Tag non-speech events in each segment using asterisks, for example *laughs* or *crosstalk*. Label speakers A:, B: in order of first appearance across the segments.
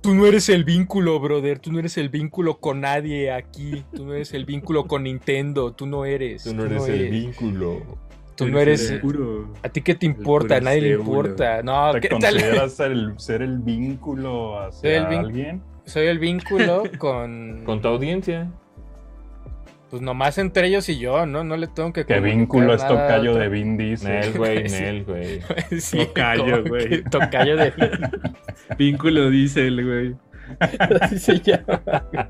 A: Tú no eres el vínculo, brother. Tú no eres el vínculo con nadie aquí. Tú no eres el vínculo con Nintendo. Tú no eres.
B: Tú no eres el vínculo.
A: Tú no eres. ¿A ti qué te importa? A nadie le importa. No,
B: ¿Te
A: Ah, ¿qué tal?
B: consideras el- ser el vínculo
A: Ser el
B: hacia
A: vin-
B: alguien?
A: Soy el
B: *laughs*
A: vínculo con.
C: Con tu audiencia.
A: Pues nomás entre ellos y yo, ¿no? No le tengo que.
B: ¿Qué
A: comunicar
B: vínculo es
A: nada a
B: tocayo
A: otra
B: de Vin Diesel?
C: Nel,
B: *laughs*
C: güey,
A: Sí.
C: Nel, güey.
A: *laughs* Sí,
D: Tocayo,
A: como que
D: güey.
A: Tocayo de.
D: Vínculo diésel, güey.
A: Así se llama.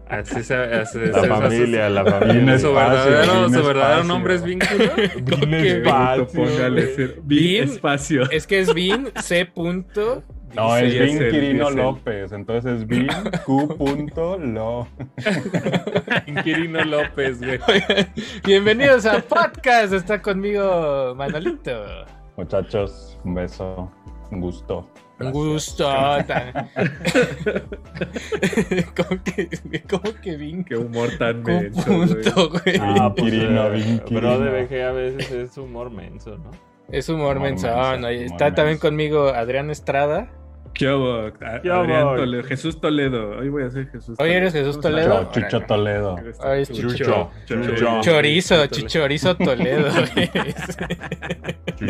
C: Así se así-
B: La
C: así-
B: familia, la familia.
C: así- Su verdadero, su verdadero nombre
D: *laughs*
C: es vínculo.
A: ¿Con qué
B: Vin
D: Puto, póngale
B: Espacio.
D: ser. Bien
A: Bien.
D: espacio.
A: Es que es Vin C. Punto.
B: No, es
D: Sí, es
B: Vin
D: él,
B: Quirino
D: es él.
B: López, entonces es Vin Q. punto Lo.
C: Quirino López, güey.
A: Bienvenidos a Podcast. Está conmigo Manolito.
B: Muchachos, un beso, un gusto.
A: Un gusto. *laughs* ¿Cómo que, cómo que Vin?
D: *laughs* Qué humor tan
A: Con
D: menso, güey.
A: punto, güey.
B: Ah,
E: pues, eh,
B: Quirino,
C: Pero
B: Vin Quirino.
C: de BG a veces es humor menso, ¿no?
A: Es humor
B: Humor
A: menzón.
B: menso,
A: oye.
B: humor
A: Está también
B: menso.
A: conmigo Adrián Estrada.
D: ¿Qué hubo? A-
C: ¿Qué hubo?
D: Adrián Toledo. Jesús Toledo. Hoy voy a ser Jesús
A: Hoy eres Jesús
D: ¿Cómo
A: Toledo.
B: Cho-
D: estás?
B: Chucho
A: Órale.
B: Toledo.
D: Eres
A: Ahora es
D: Chucho.
C: Chucho.
D: Chucho.
A: Chorizo,
C: Toledo.
A: chichorizo Toledo. güey.
C: *laughs*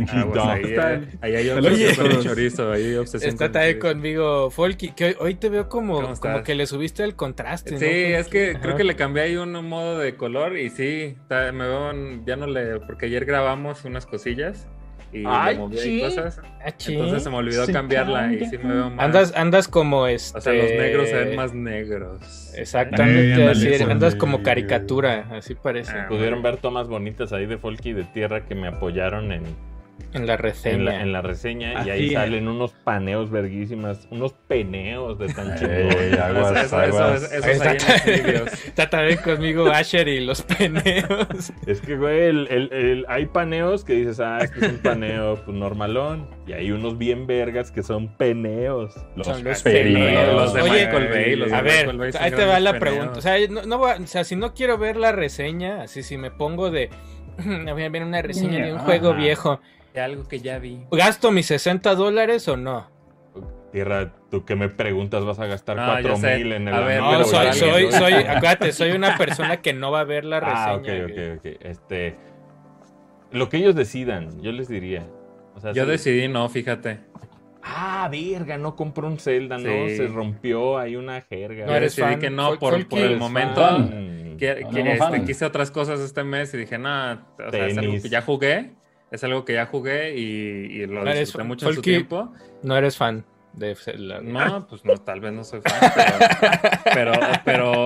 C: Ah, pues ahí, eh, ahí hay
D: Oye.
C: obsesión con el chorizo, ahí hay obsesión
A: Está
C: con el
A: también
C: chorizo.
A: conmigo Folky, que hoy, hoy te veo como,
C: ¿Cómo
A: como
C: estás?
A: que le subiste el contraste.
C: Sí,
A: ¿no?
C: es que
A: Ajá.
C: creo que le cambié ahí un modo de color y sí, está- me veo, en- ya no le, porque ayer grabamos unas cosillas y le
A: Ay,
C: moví ahí
A: sí.
C: cosas,
A: Ah, ching.
C: entonces se me olvidó
B: Se
C: cambiarla y
B: cambia.
C: sí me veo más.
A: Andas, andas como este.
C: o sea, los negros se ven más negros.
A: Exactamente,
B: Eh,
A: así,
B: ándale,
A: andas
B: Folky.
A: como caricatura, así parece.
C: Ah.
E: Pudieron ver tomas bonitas ahí de Folky y de Tierra que me apoyaron en,
A: En la reseña.
E: en, la, en la reseña y ahí
D: Así es.
E: salen unos paneos verguísimas, unos peneos de tan
B: Ey,
E: chingón.
C: O sea,
B: aguas,
C: eso, eso,
B: aguas.
C: eso, eso es ahí
A: *laughs*
C: en los videos.
A: Está también conmigo Asher y los
E: *laughs*
A: peneos.
E: Es que, güey, el- el- el- hay paneos que dices, ah, este es un paneo *laughs* pues, normalón. Y hay unos bien vergas que son peneos.
A: Son los peneos.
B: Los perineos.
C: Los de
A: Oye,
C: Michael Bay, los de
A: A
C: Michael Bay
A: ver,
C: son
A: ahí te va
C: grandes
A: la
C: peneos.
A: pregunta. O sea, no, no voy a- o sea, si no quiero ver la reseña, así si me pongo de. *clears throat* Voy a ver una reseña de un juego
E: Ajá.
A: viejo.
C: De algo que ya vi.
A: ¿Gasto mis 60 dólares o no?
E: Tierra, tú que me preguntas, vas a gastar
C: Ah, ya
E: cuatro
C: sé.
E: mil en el
C: A ver,
A: No,
E: anuncio,
C: pero
A: soy,
E: ¿verdad?
A: soy,
C: vale, ¿no?
A: soy, acuérdate, soy una persona que no va a ver la reseña.
E: *laughs* Ah, ok, ok,
A: güey.
E: ok. Este, lo que ellos decidan, yo les diría. O sea,
C: Yo
E: sí.
C: decidí no, fíjate.
E: Ah, verga, no compró un Zelda, no,
C: Sí.
E: se rompió, hay una jerga.
A: No
C: Yo
A: eres
C: decidí
A: fan.
C: que no
A: Fol-
C: por-
A: Folky
C: por el
A: eres
C: momento.
A: fan.
E: Mm,
C: Que-
B: No,
C: que,
B: no,
C: este,
B: fan.
C: quise otras cosas este mes y dije, nada, o sea, es algo
E: Tenis.
C: que ya jugué, es algo que ya jugué y, y lo
A: No eres
C: disfruté
A: fan.
C: mucho en su
A: Folky.
C: tiempo.
A: No eres fan de Zelda.
C: No, pues no, tal vez no soy fan, pero, pero,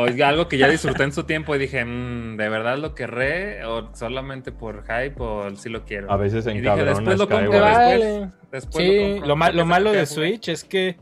C: pero algo que ya disfruté en su tiempo y dije, "Mm, ¿de verdad lo querré? ¿O solamente por hype? ¿O sí lo quiero?
E: A veces
C: dije,
E: encabrona
C: después lo compro,
E: Skyward.
A: ah,
C: ¿verdad?
A: Vale.
C: Después
A: Sí,
C: compro,
A: lo, ma-
C: porque
A: lo
C: sé
A: malo
C: que
A: de
C: voy a jugar.
A: Switch es que.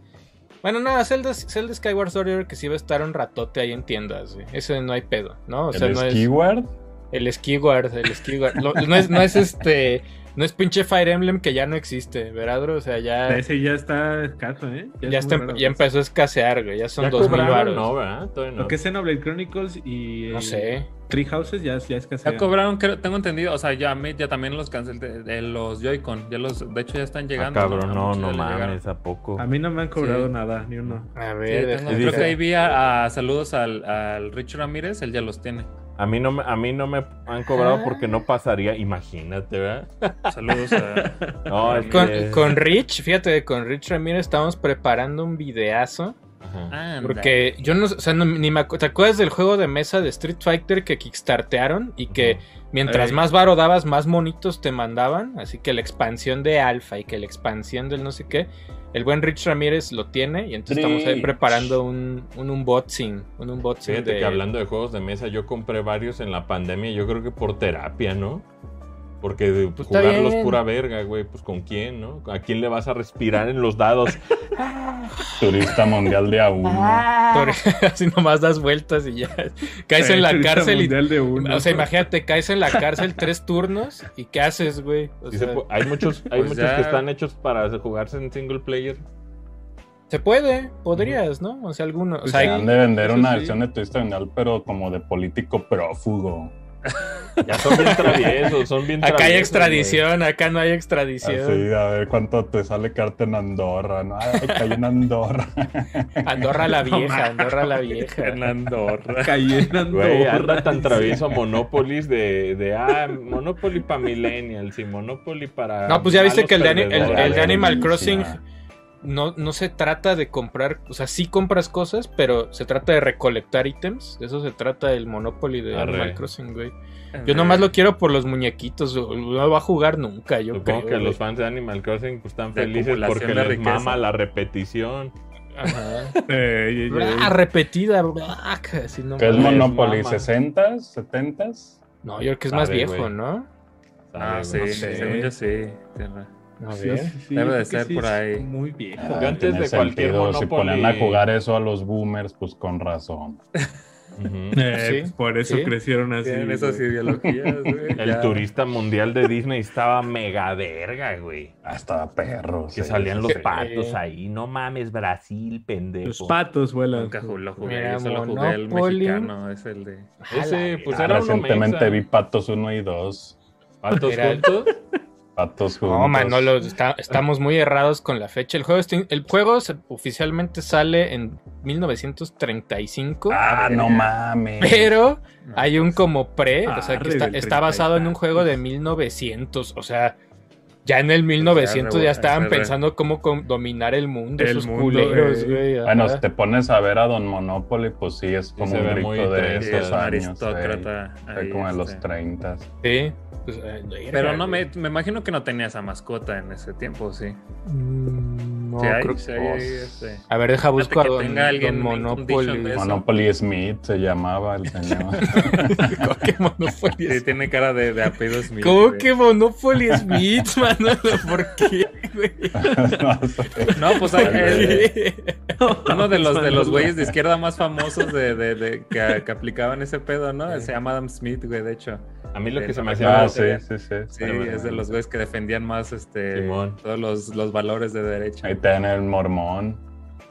A: Bueno, no, Zelda, Zelda Skyward Warrior que sí va a estar un ratote ahí en tiendas, güey. Ese no hay pedo, ¿no? O sea,
B: ¿El
A: no es.
B: Skyward?
A: El Skyward, el Skyward. Lo- no, es, no es este. No es pinche Fire Emblem que ya no existe, Veradro. O sea, ya,
D: Ese ya está escaso, ¿eh?
A: ya,
D: es
A: está- em-
D: muy raro.
A: ya empezó a escasear, güey. Ya son
E: Ya
A: dos mil
E: cobraron,
A: baros.
E: No, ¿verdad? Todavía no.
D: Lo que es Xenoblade Chronicles y.
A: no sé.
D: Tree Houses ya, ya es casi.
C: Ya cobraron, creo- tengo entendido, o sea, ya a mí ya también los cancelé, de- de los Joy-Con, ya los, de hecho ya están
E: Ah,
C: llegando.
E: cabrón,
C: A
E: no,
C: muchos ya
E: no
C: les llegaron.
E: mames, ¿a poco?
D: A mí no me han cobrado
C: Sí.
D: nada, ni uno.
A: A
C: Sí,
A: ver,
C: tengo-
A: déjame
C: creo
A: ver.
C: que ahí vi a, a saludos al, al Richard Ramírez, él ya los tiene.
E: A mí no me, a mí no me han cobrado porque no pasaría, imagínate, ¿verdad?
C: Saludos *laughs* a...
E: No, es
A: Con,
E: que-
A: con Rich, fíjate, con Rich Ramírez estamos preparando un videazo.
E: Ajá.
C: Anda.
A: Porque yo no, o sea, no- ni me acu- ¿Te acuerdas del juego de mesa de Street Fighter que kickstartearon y que mientras
C: Ey.
A: más varo dabas, más monitos te mandaban? Así que la expansión de Alpha y que la expansión del no sé qué. El buen Rich Ramírez lo tiene y entonces estamos ahí
B: Rich.
A: preparando un, un unboxing. Un unboxing
E: Fíjate
A: de-
E: que hablando de juegos de mesa, yo compré varios en la pandemia, yo creo que por terapia, ¿no? Porque de
A: Pues está
E: jugarlos
A: bien.
E: pura verga, güey, pues con quién, ¿no? ¿A quién le vas a respirar en los dados?
B: Turista mundial de
A: Ah,
B: A1.
A: *laughs* Así nomás das vueltas y ya. Caes
D: *laughs*
A: en la cárcel y.
D: De uno.
A: O sea, imagínate, caes en la cárcel tres turnos y ¿qué haces, güey? *laughs* O
E: Sí se
A: sea,
E: pu- hay
A: *laughs*
E: muchos, hay
C: Pues
E: muchos
C: ya.
E: que están hechos para jugarse en single player.
A: Se puede, podrías, ¿no? O sea, alguno. O
D: Pues
A: sea,
D: sí,
A: hay-
B: Han de vender
D: eso
B: una
D: sí.
B: versión de Turista mundial, pero como de político prófugo.
E: Ya son bien traviesos, son bien
A: *laughs* Acá hay
E: traviesos,
A: extradición, acá no hay
B: Así,
E: Ah,
A: extradición.
B: a ver cuánto te sale carta en Andorra, ¿no? Ay, caí en Andorra.
A: Andorra
E: *laughs*
A: la
C: No
A: vieja,
C: mames.
A: Andorra la vieja.
C: En
D: *laughs*
C: Andorra.
D: Cayendo.
A: *laughs*
E: Güey,
D: *laughs*
E: Güey, anda tan travieso Monopolis de, de ah, Monopoly para Millennials y Monopoly para.
A: No, pues ya viste
E: malos
A: que el de, Ani- el- el,
E: perdedores.
A: de Animal
B: Buenísima.
A: Crossing no, no se trata de comprar, o sea, sí compras cosas, pero se trata de recolectar ítems. De Eso se trata del Monopoly de
E: Arre.
A: Animal Crossing, güey. Yo nomás lo quiero por los muñequitos, güey. no va a jugar nunca, yo
E: Supongo
A: creo,
E: que los
A: güey.
E: fans de Animal Crossing pues, están
C: De
E: felices
C: acumulación
E: porque
C: de
E: les
C: riqueza.
E: mama la repetición. *laughs*
A: Ajá.
D: Eh, eh, eh.
A: Bra, repetida, bra, casi no
B: ¿Qué es
A: mames.
B: Monopoly?
E: mama.
B: ¿60s? ¿70s?
A: No, yo creo que es más
E: Sabe,
A: viejo,
E: güey.
A: ¿no?
E: Ah,
C: Ah, sí,
E: güey.
D: sé.
C: según yo sí. Tierra.
A: A
D: Sí,
A: ver.
D: sí, sí,
C: Ah, Debe de
D: creo que
C: ser
D: sí,
C: por
D: es
C: ahí.
D: Muy viejo.
E: Porque antes
B: Tiene
E: de cualquier
B: Si
E: Monopoly-
B: ponían a jugar eso a los boomers, pues con razón.
E: Ujú.
D: Eh,
A: Sí,
D: pues por eso
A: sí.
D: crecieron así.
C: Tienen
D: güey.
C: esas *laughs* ideologías, güey.
E: El
C: ya.
E: turista mundial de Disney estaba mega verga, güey.
B: Hasta perros.
E: Que
B: sí,
E: salían
B: sí,
E: los
B: sí.
E: patos ahí. No mames, Brasil, pendejo.
D: Los patos vuelan.
C: Nunca ju- lo jugué,
A: Mira,
C: yo solo jugué el
A: Monopoly.
C: mexicano, es el de...
E: Ese, pues
B: Ah,
E: era uno
B: recientemente
E: mexa.
B: vi patos 1 y 2.
E: ¿Patos
A: Era-
E: juntos?
B: Patos juntos.
A: No, Manolo, está- estamos muy errados con la fecha. El juego, está- el juego se- oficialmente sale en 1935,
B: Ah, no mames.
A: *laughs* pero hay un como pre, o sea, que
D: Arre,
A: está,
D: del
A: está basado en un juego de 1900, o sea, ya en el 1900 ya
C: revo-
A: estaban
C: se re-
A: pensando cómo con- dominar el mundo,
D: El
A: esos
D: mundo,
A: culeros,
D: eh.
A: güey. ajá.
B: Bueno, si te pones a ver a Don Monopoly, pues sí, es como
E: se
B: un
E: ve
B: grito
E: muy
B: de
E: triste,
B: esos
C: es un
B: años. sí.
C: aristócrata. ahí,
B: Fue como de los
C: este.
B: 30.
A: Sí, pues, eh,
C: Pero no me, me imagino que no tenía esa mascota en ese tiempo, sí.
A: Mm, No,
C: Sí, hay-
A: creo-
C: sí hay,
B: pues,
C: este,
A: A ver, deja busco a
C: que
A: don,
C: tenga
A: don
C: alguien en
A: Monopoly. *laughs*
C: condition de eso.
B: Monopoly Smith se llamaba el señor. *laughs*
A: ¿Qué
C: *laughs*
A: Monopoly
C: sí, tiene cara de, de
A: *laughs*
C: apellido Smith.
A: ¿Cómo
C: güey.
A: que Monopoly Smith, *laughs* Manolo? ¿Por qué, güey?
B: No sé.
C: No, pues hay- el-
A: ¿Qué?
C: *laughs* uno de los de los güeyes de izquierda más famosos de, de- de- que, que aplicaban ese pedo, ¿no? Se llama Adam Smith, güey, de hecho.
E: A mí lo que se me hacía
B: Ah,
E: más
B: sí, sí, sí.
C: Sí,
E: Pero bueno,
C: es de
E: bueno.
C: los güeyes que defendían más este
E: Simón.
C: todos los, los valores de derecha.
B: Ahí tienen el mormón.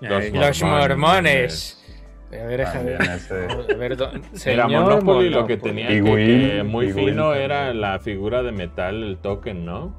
E: Los
C: Ahí.
A: *laughs* Los mormones. A ver, deja
E: Ah,
B: También
A: ver.
B: ese.
A: A ver, don-
E: Era
A: señor
E: Monopoly lo que tenía que-
B: Pigüín,
E: que muy
B: pigüín
E: fino
B: también.
E: era la figura de metal, el token, ¿no?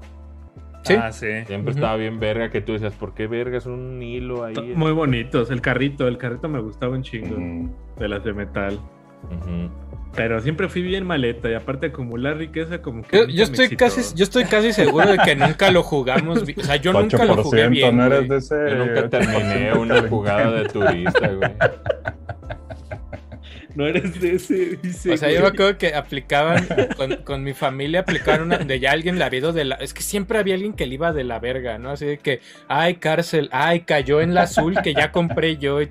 A: Sí.
C: Ah, sí.
E: Siempre
A: Ujú.
E: estaba bien verga que tú decías, ¿por qué verga es un hilo ahí?
D: Muy bonitos. El carrito, el carrito me gustaba un chingo.
B: Mm,
D: De las de metal.
E: Ujú.
D: Pero siempre fui bien maleta. Y aparte, acumular riqueza, como que.
A: Yo,
D: nunca
A: yo
D: me
A: estoy
D: excitó.
A: casi, yo estoy casi seguro de que nunca lo jugamos. bi- O sea, yo nunca lo jugué
B: 8%
A: bien.
B: no eres
A: güey.
B: de ese.
E: Yo
A: Eh, *laughs*
E: nunca terminé una jugada de turista, güey.
D: No eres de ese, dice.
A: O sea, yo me
D: güey.
A: acuerdo que aplicaban, con, con mi familia aplicaron una de ya alguien la había ido de la... Es que siempre había alguien que le iba de la verga, ¿no? Así de que, ay, cárcel, ay, cayó en la azul que ya compré yo. y-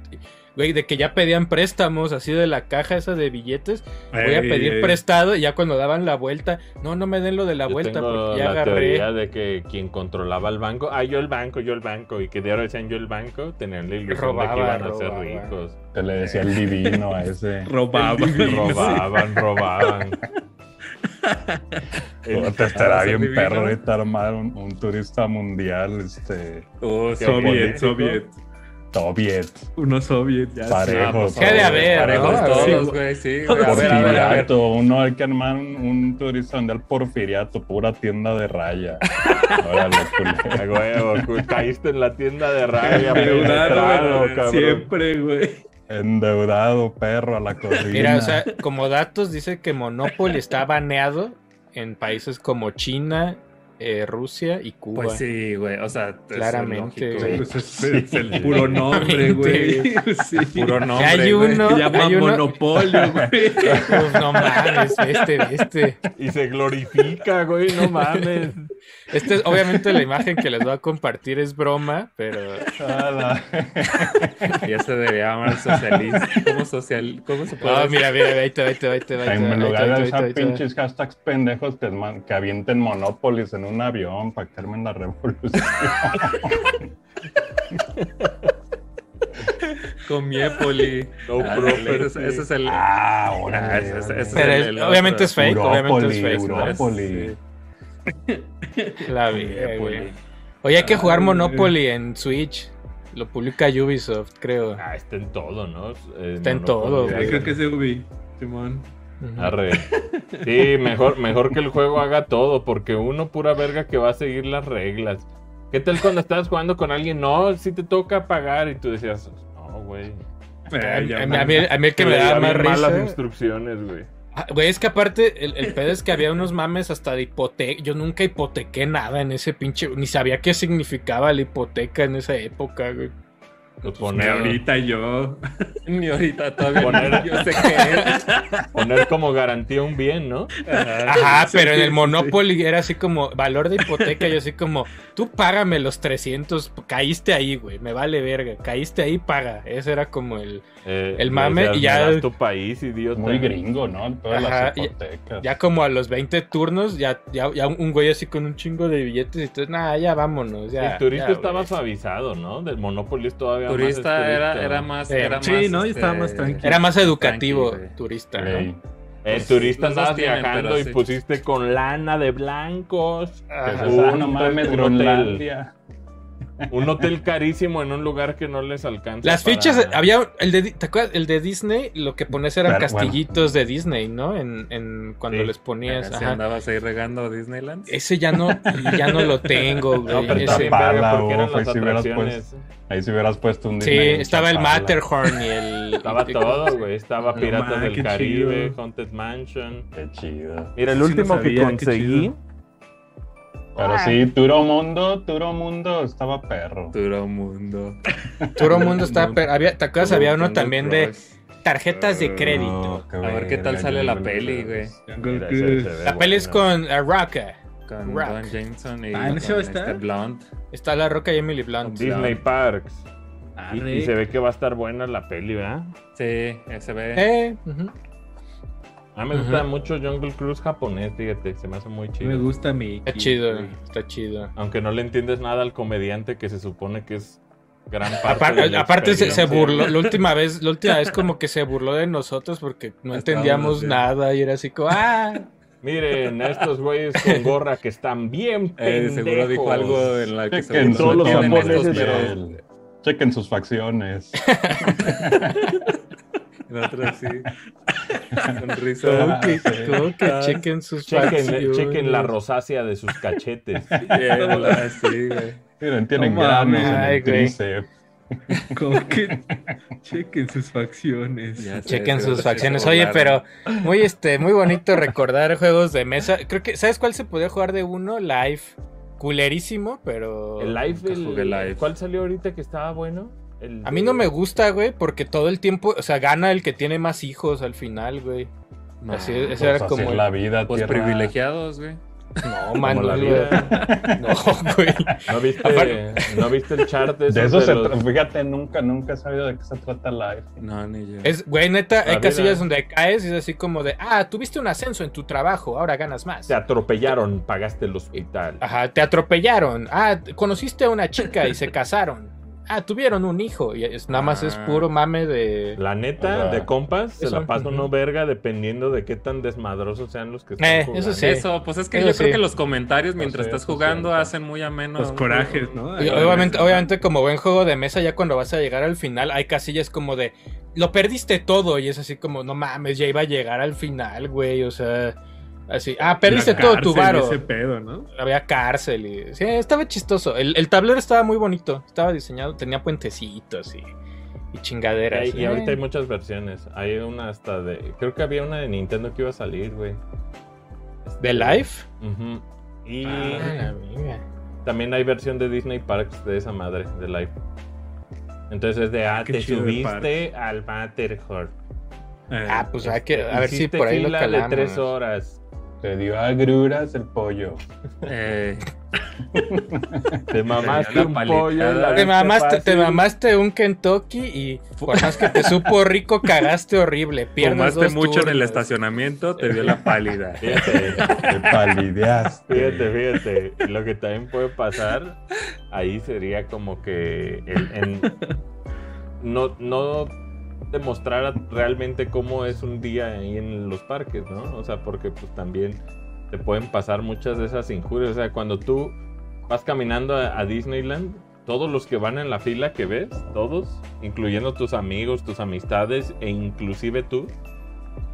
A: Güey, de que ya pedían préstamos, así de la caja esa de billetes. Voy a
D: Ey,
A: pedir
D: ey.
A: prestado y ya cuando daban la vuelta, no, no me den lo de la
E: Yo
A: vuelta
E: tengo
A: porque ya
E: la teoría
A: agarré.
E: de que quien controlaba el banco, ah, yo el banco, yo el banco, y que de ahora decían yo el banco, tenían la ilusión de
A: Robaba,
E: que iban a
A: robaba.
E: ser ricos.
B: Te le decía el divino a
A: *laughs*
B: ese.
D: Robaba.
E: Robaban, robaban.
B: te estará
C: Ah,
B: bien
C: divino.
B: perro y estar mal un, un turista mundial, este.
C: Oh,
E: Qué
D: Soviet,
E: político.
D: soviet.
B: Soviet.
D: Uno soviet, ya.
B: Pare-
D: sé.
C: Ah, pues,
B: Parejos, ¿Qué ha de
C: todos,
A: haber,
C: Parejos
A: no?
C: todos,
D: Sí.
C: güey, sí. güey. A ver, a ver, a ver.
B: Porfiriato. Uno hay que armar un, un turista mundial porfiriato, pura tienda de
A: *laughs*
B: raya. Órale, culero.
E: A huevo, cu- caíste en la tienda de raya,
D: Endeudado,
E: penetrado,
D: güey,
E: cabrón.
D: Siempre, güey.
B: Endeudado, perro, a la cocina.
A: Mira, o sea, como datos dice que Monopoly está baneado en países como China, eh, Rusia y Cuba.
C: Pues sí, güey. O sea, es
A: Claramente, güey.
C: lógico, güey.
D: Pues es, es el puro
A: *laughs*
D: nombre, güey. Sí.
C: Puro nombre.
A: hay
C: güey.
A: uno-
D: Se llama
A: Hay uno-
E: *laughs*
D: Monopolio, güey.
A: Uf, no mames, este, este.
E: Y se glorifica, güey, no mames.
A: Este es, obviamente la imagen que les voy a compartir es broma, pero *laughs*
B: A la-
C: *laughs* Ya se debería llamar socialista. ¿Cómo, social... ¿Cómo se puede
A: no,
C: decir?
A: mira, mira, ahí te va, ahí te va, ahí te va, ahí te va,
B: En lugar
A: ahí te
B: de
A: va, ahí te va, ahí
B: usar
A: te va.
B: pinches hashtags pendejos que, man- que avienten Monopolis en un avión para que armen
A: *laughs*
B: la revolución.
C: Comiépoli.
E: No
C: Ah,
E: property.
C: ese, ese es el.
B: Ah,
C: Ah, ese- ese- ese
A: Pero
C: es
A: es-
C: el- el
A: obviamente
C: otro.
A: es fake, obviamente es fake.
C: Europa.
B: Urópoli.
A: La vida, güey. Oye, hay que jugar
D: Ay,
A: Monopoly en Switch. Lo publica Ubisoft, creo.
E: Ah, está en todo, ¿no?
A: Está en todo,
D: Creo que es de Ubi, Simón.
A: Ujú.
E: Arre. Sí, mejor, mejor que el juego haga todo, porque uno pura verga que va a seguir las reglas. ¿Qué tal cuando estabas jugando con alguien? No, si te toca pagar y tú decías, no, güey.
A: A
D: Eh,
A: mí,
D: ya,
A: a mí- a mí- a mí el que me
E: Leía
A: da más
E: bien mal las
A: risa.
E: instrucciones, güey.
A: Ah, Güey, es que aparte, el, el pedo es que había unos mames hasta de hipoteca. Yo nunca hipotequé nada en ese pinche. Ni sabía qué significaba la hipoteca en esa época, güey.
E: Pues
D: Ni
E: poner,
D: ahorita yo.
C: Ni ahorita todavía.
E: Poner-
C: Yo sé que es.
E: poner como garantía un bien, ¿no? *laughs*
A: Ajá, pero en el Monopoly era así como valor de hipoteca. Yo así como, tú págame los 300. Caíste ahí, güey. Me vale verga. Caíste ahí, paga. Ese era como el.
E: Eh,
A: El mame
E: decías,
A: y ya-
E: "Me das tu país, idiota.
B: Muy gringo, ¿no? Todas
A: Ajá,
B: las
A: y-
B: hipotecas.
A: Ya como a los 20 turnos, ya, ya, ya un güey así con un chingo de billetes y todo. Nada, ya vámonos. Ya,
E: el turista
A: ya, güey".
E: estaba suavizado, ¿no? Del Monopoly es todavía más
C: turista
E: estricto.
C: era, era más.
A: Sí.
C: era
D: Sí,
C: más, este,
D: ¿no? Y estaba más tranquilo.
A: Era más educativo,
C: Tranqui, güey.
A: turista, ¿no?
B: Ey,
E: El
C: Los-
E: turista
C: los dos
E: andaba
C: tienen,
E: viajando
C: pero
E: y
C: sí.
E: pusiste con lana de blancos.
A: Ajá.
E: Que
B: pues,
E: es
B: ah, no mames,
E: un hotel,
B: Groenlandia.
E: un hotel carísimo en un lugar que no les alcanza.
A: Las
E: para-
A: fichas, eh, había el de, ¿te acuerdas? El de Disney, lo que ponías eran
B: Claro, bueno.
A: castillitos de Disney, ¿no? En, en cuando
E: Sí.
A: les ponías,
C: eh, Si
A: ajá.
C: andabas ahí regando a Disneyland.
A: Ese ya no, ya no lo tengo, güey.
E: No, pero
A: Ese-
E: está
B: tampoco.
E: verga
B: Chapala,
E: porque eran
B: uf,
E: las
B: si hubieras
E: atracciones.
B: Ahí si hubieras puesto un
A: Sí,
B: Disney en
A: estaba el
B: Chapala.
A: Matterhorn y el.
E: *laughs* Estaba
A: y-
E: todo, güey. Estaba
D: No
E: Piratas
D: mames,
E: del
D: qué
E: Caribe,
D: chido.
E: Haunted Mansion.
B: Qué chido.
E: Mira, el
D: Sí, no
E: último que
D: sabía, qué
E: conseguí.
D: chido.
B: Pero sí, Turo Mundo, Turo Mundo estaba perro.
C: Turo mundo.
A: Todo el mundo estaba. pero había, ¿Te acuerdas? Había uno
C: Mundo
A: también de
C: Crush.
A: tarjetas de crédito.
B: No, qué
C: A ver qué
B: verga,
C: tal sale la
B: Jungle
C: peli, güey.
B: Cruise.
D: Jungle
E: Mira, ese
D: Cruise.
E: se ve
A: La peli es
E: bueno.
A: con eh, la Roca.
C: Con
A: Rock.
C: Don Jameson y
D: Ah, ¿en ese
C: con
D: va a estar?
C: este Blunt.
A: Está la Roca y Emily Blunt.
E: Disney Parks.
A: Ah,
E: Y-
D: Arre.
E: y se ve que va a estar buena la peli, ¿verdad?
C: Sí, ese ve.
A: Eh, ujú.
E: A mí me
A: Ujú.
E: gusta mucho Jungle Cruise japonés, fíjate, se me hace muy
D: Me
E: chido.
D: gusta mi.
A: Está chido, está chido.
E: Aunque no le entiendes nada al comediante que se supone que es gran parte
A: Apar-
E: de la
A: aparte se, se
E: experiencia.
A: burló, la última vez, la última vez como que se burló de nosotros porque no
C: Hasta
A: entendíamos
C: ahora, sí.
A: nada y era así como, ah,
E: Miren, a estos güeyes con gorra que están bien
C: Eh,
E: pendejos.
C: seguro dijo algo en la que
B: Chequen
C: seguro
E: todos
C: no
E: los
C: tienen
E: japoneses,
C: estos, pero
E: pero-
B: Él. Chequen sus facciones.
C: en otras sí.
A: como *laughs*
C: Sonrisa.
A: que,
B: sí.
A: como que chequen sus
E: Ah, Chequen, eh,
A: facciones".
E: chequen la rosácea de sus cachetes.
C: Eh, la- sí, güey.
B: Miren, tienen
D: No
B: granos
D: mames,
B: en
A: ay,
B: el
A: güey.
B: tríceps.
D: Como que *laughs* chequen sus facciones.
C: Ya Este, sé,
A: Chequen
C: pero
A: sus
C: se
A: facciones. Oye, pero
C: volaron.
A: muy este, muy bonito recordar juegos de mesa. Creo que, ¿sabes cuál se podía jugar de uno? Life. Culerísimo, pero.
E: El live,
C: Nunca jugué Life.
E: ¿cuál salió ahorita que estaba bueno? El
A: A mí
E: de-
A: no me gusta, güey, porque todo el tiempo, o sea, gana el que tiene más hijos al final, güey.
C: No,
A: Así es, ese
B: Pues
A: era
B: así
A: como. *laughs*
B: es la vida,
C: Pues
B: tierra.
C: privilegiados, güey.
E: *laughs*
A: No,
E: Como la
A: Manuel, güey.
E: vida.
A: No, Oh, güey.
E: ¿No viste, ¿No viste el chart de,
B: De
E: esos
B: eso
E: de
B: se
E: los-
B: trata. Fíjate, nunca, nunca he sabido de qué se trata Life.
C: No, ni yo.
A: Es, güey, neta, hay
E: vida.
A: casillas donde caes y es así como de, ah, tuviste un ascenso en tu trabajo, ahora ganas más.
E: Te atropellaron, pagaste el hospital.
A: Ajá, te atropellaron. Ah, t- conociste a una chica y se casaron. Ah, tuvieron un hijo. Y es, nada más es
C: Ah.
A: puro mame de.
E: La neta,
B: O sea,
E: de compas, se
A: eso,
E: la pasa uno
A: ujú.
E: verga dependiendo de qué tan desmadrosos sean los que están
A: Eh,
E: jugando.
A: eso sí.
C: Eso, pues es que
A: Eso
C: yo
A: sí.
C: creo que los comentarios mientras
B: sí,
C: estás
B: pues
C: jugando
B: sí, sí.
C: hacen muy ameno.
D: Los corajes, ¿no?
A: Y obviamente, obviamente, como buen juego de mesa, ya cuando vas a llegar al final, hay casillas como de. Lo perdiste todo. Y es así como, no mames, ya iba a llegar al final, güey. O sea. Así. Ah, perdiste
D: La
A: todo tu
D: cárcel y
A: varo.
D: Ese pedo, ¿no?
A: Había cárcel y. Sí, estaba chistoso. El, el tablero estaba muy bonito. Estaba diseñado, tenía puentecitos y, y chingaderas. ¿eh?
E: Hay-
A: Sí.
E: y ahorita hay muchas versiones. Hay una hasta de. Creo que había una de Nintendo que iba a salir, güey.
A: ¿De Life?
E: Ujú. Y
A: Ah, mira.
E: también hay versión de Disney Parks de esa madre, de Live. Entonces es de, ah,
D: Qué
E: te
D: chido de
E: subiste al Matterhorn.
D: Eh,
A: Ah, pues hay que,
E: Este,
A: a ver si
E: hiciste
A: por ahí lo
E: fila de
A: calamos.
E: tres horas.
B: Te dio agruras el pollo.
C: Eh,
E: Te mamaste
C: una
E: un
C: palitada.
E: pollo. la
A: Te
E: viste
A: mamaste, te
E: fácil.
A: mamaste un Kentucky y por más que te supo rico, cagaste
C: *laughs*
A: horrible. Pierdes
C: fumaste
A: dos
C: mucho en el
A: turnos.
C: estacionamiento, te dio la pálida.
E: Fíjate.
B: Te palideaste.
E: Fíjate, *laughs* fíjate, y lo que también puede pasar ahí sería como que el- en- no, no demostrar realmente cómo es un día ahí en los parques, ¿no? O sea, porque pues también te pueden pasar muchas de esas injurias. O sea, cuando tú vas caminando a, a Disneyland, todos los que van en la fila que ves, todos, incluyendo tus amigos, tus amistades e inclusive tú,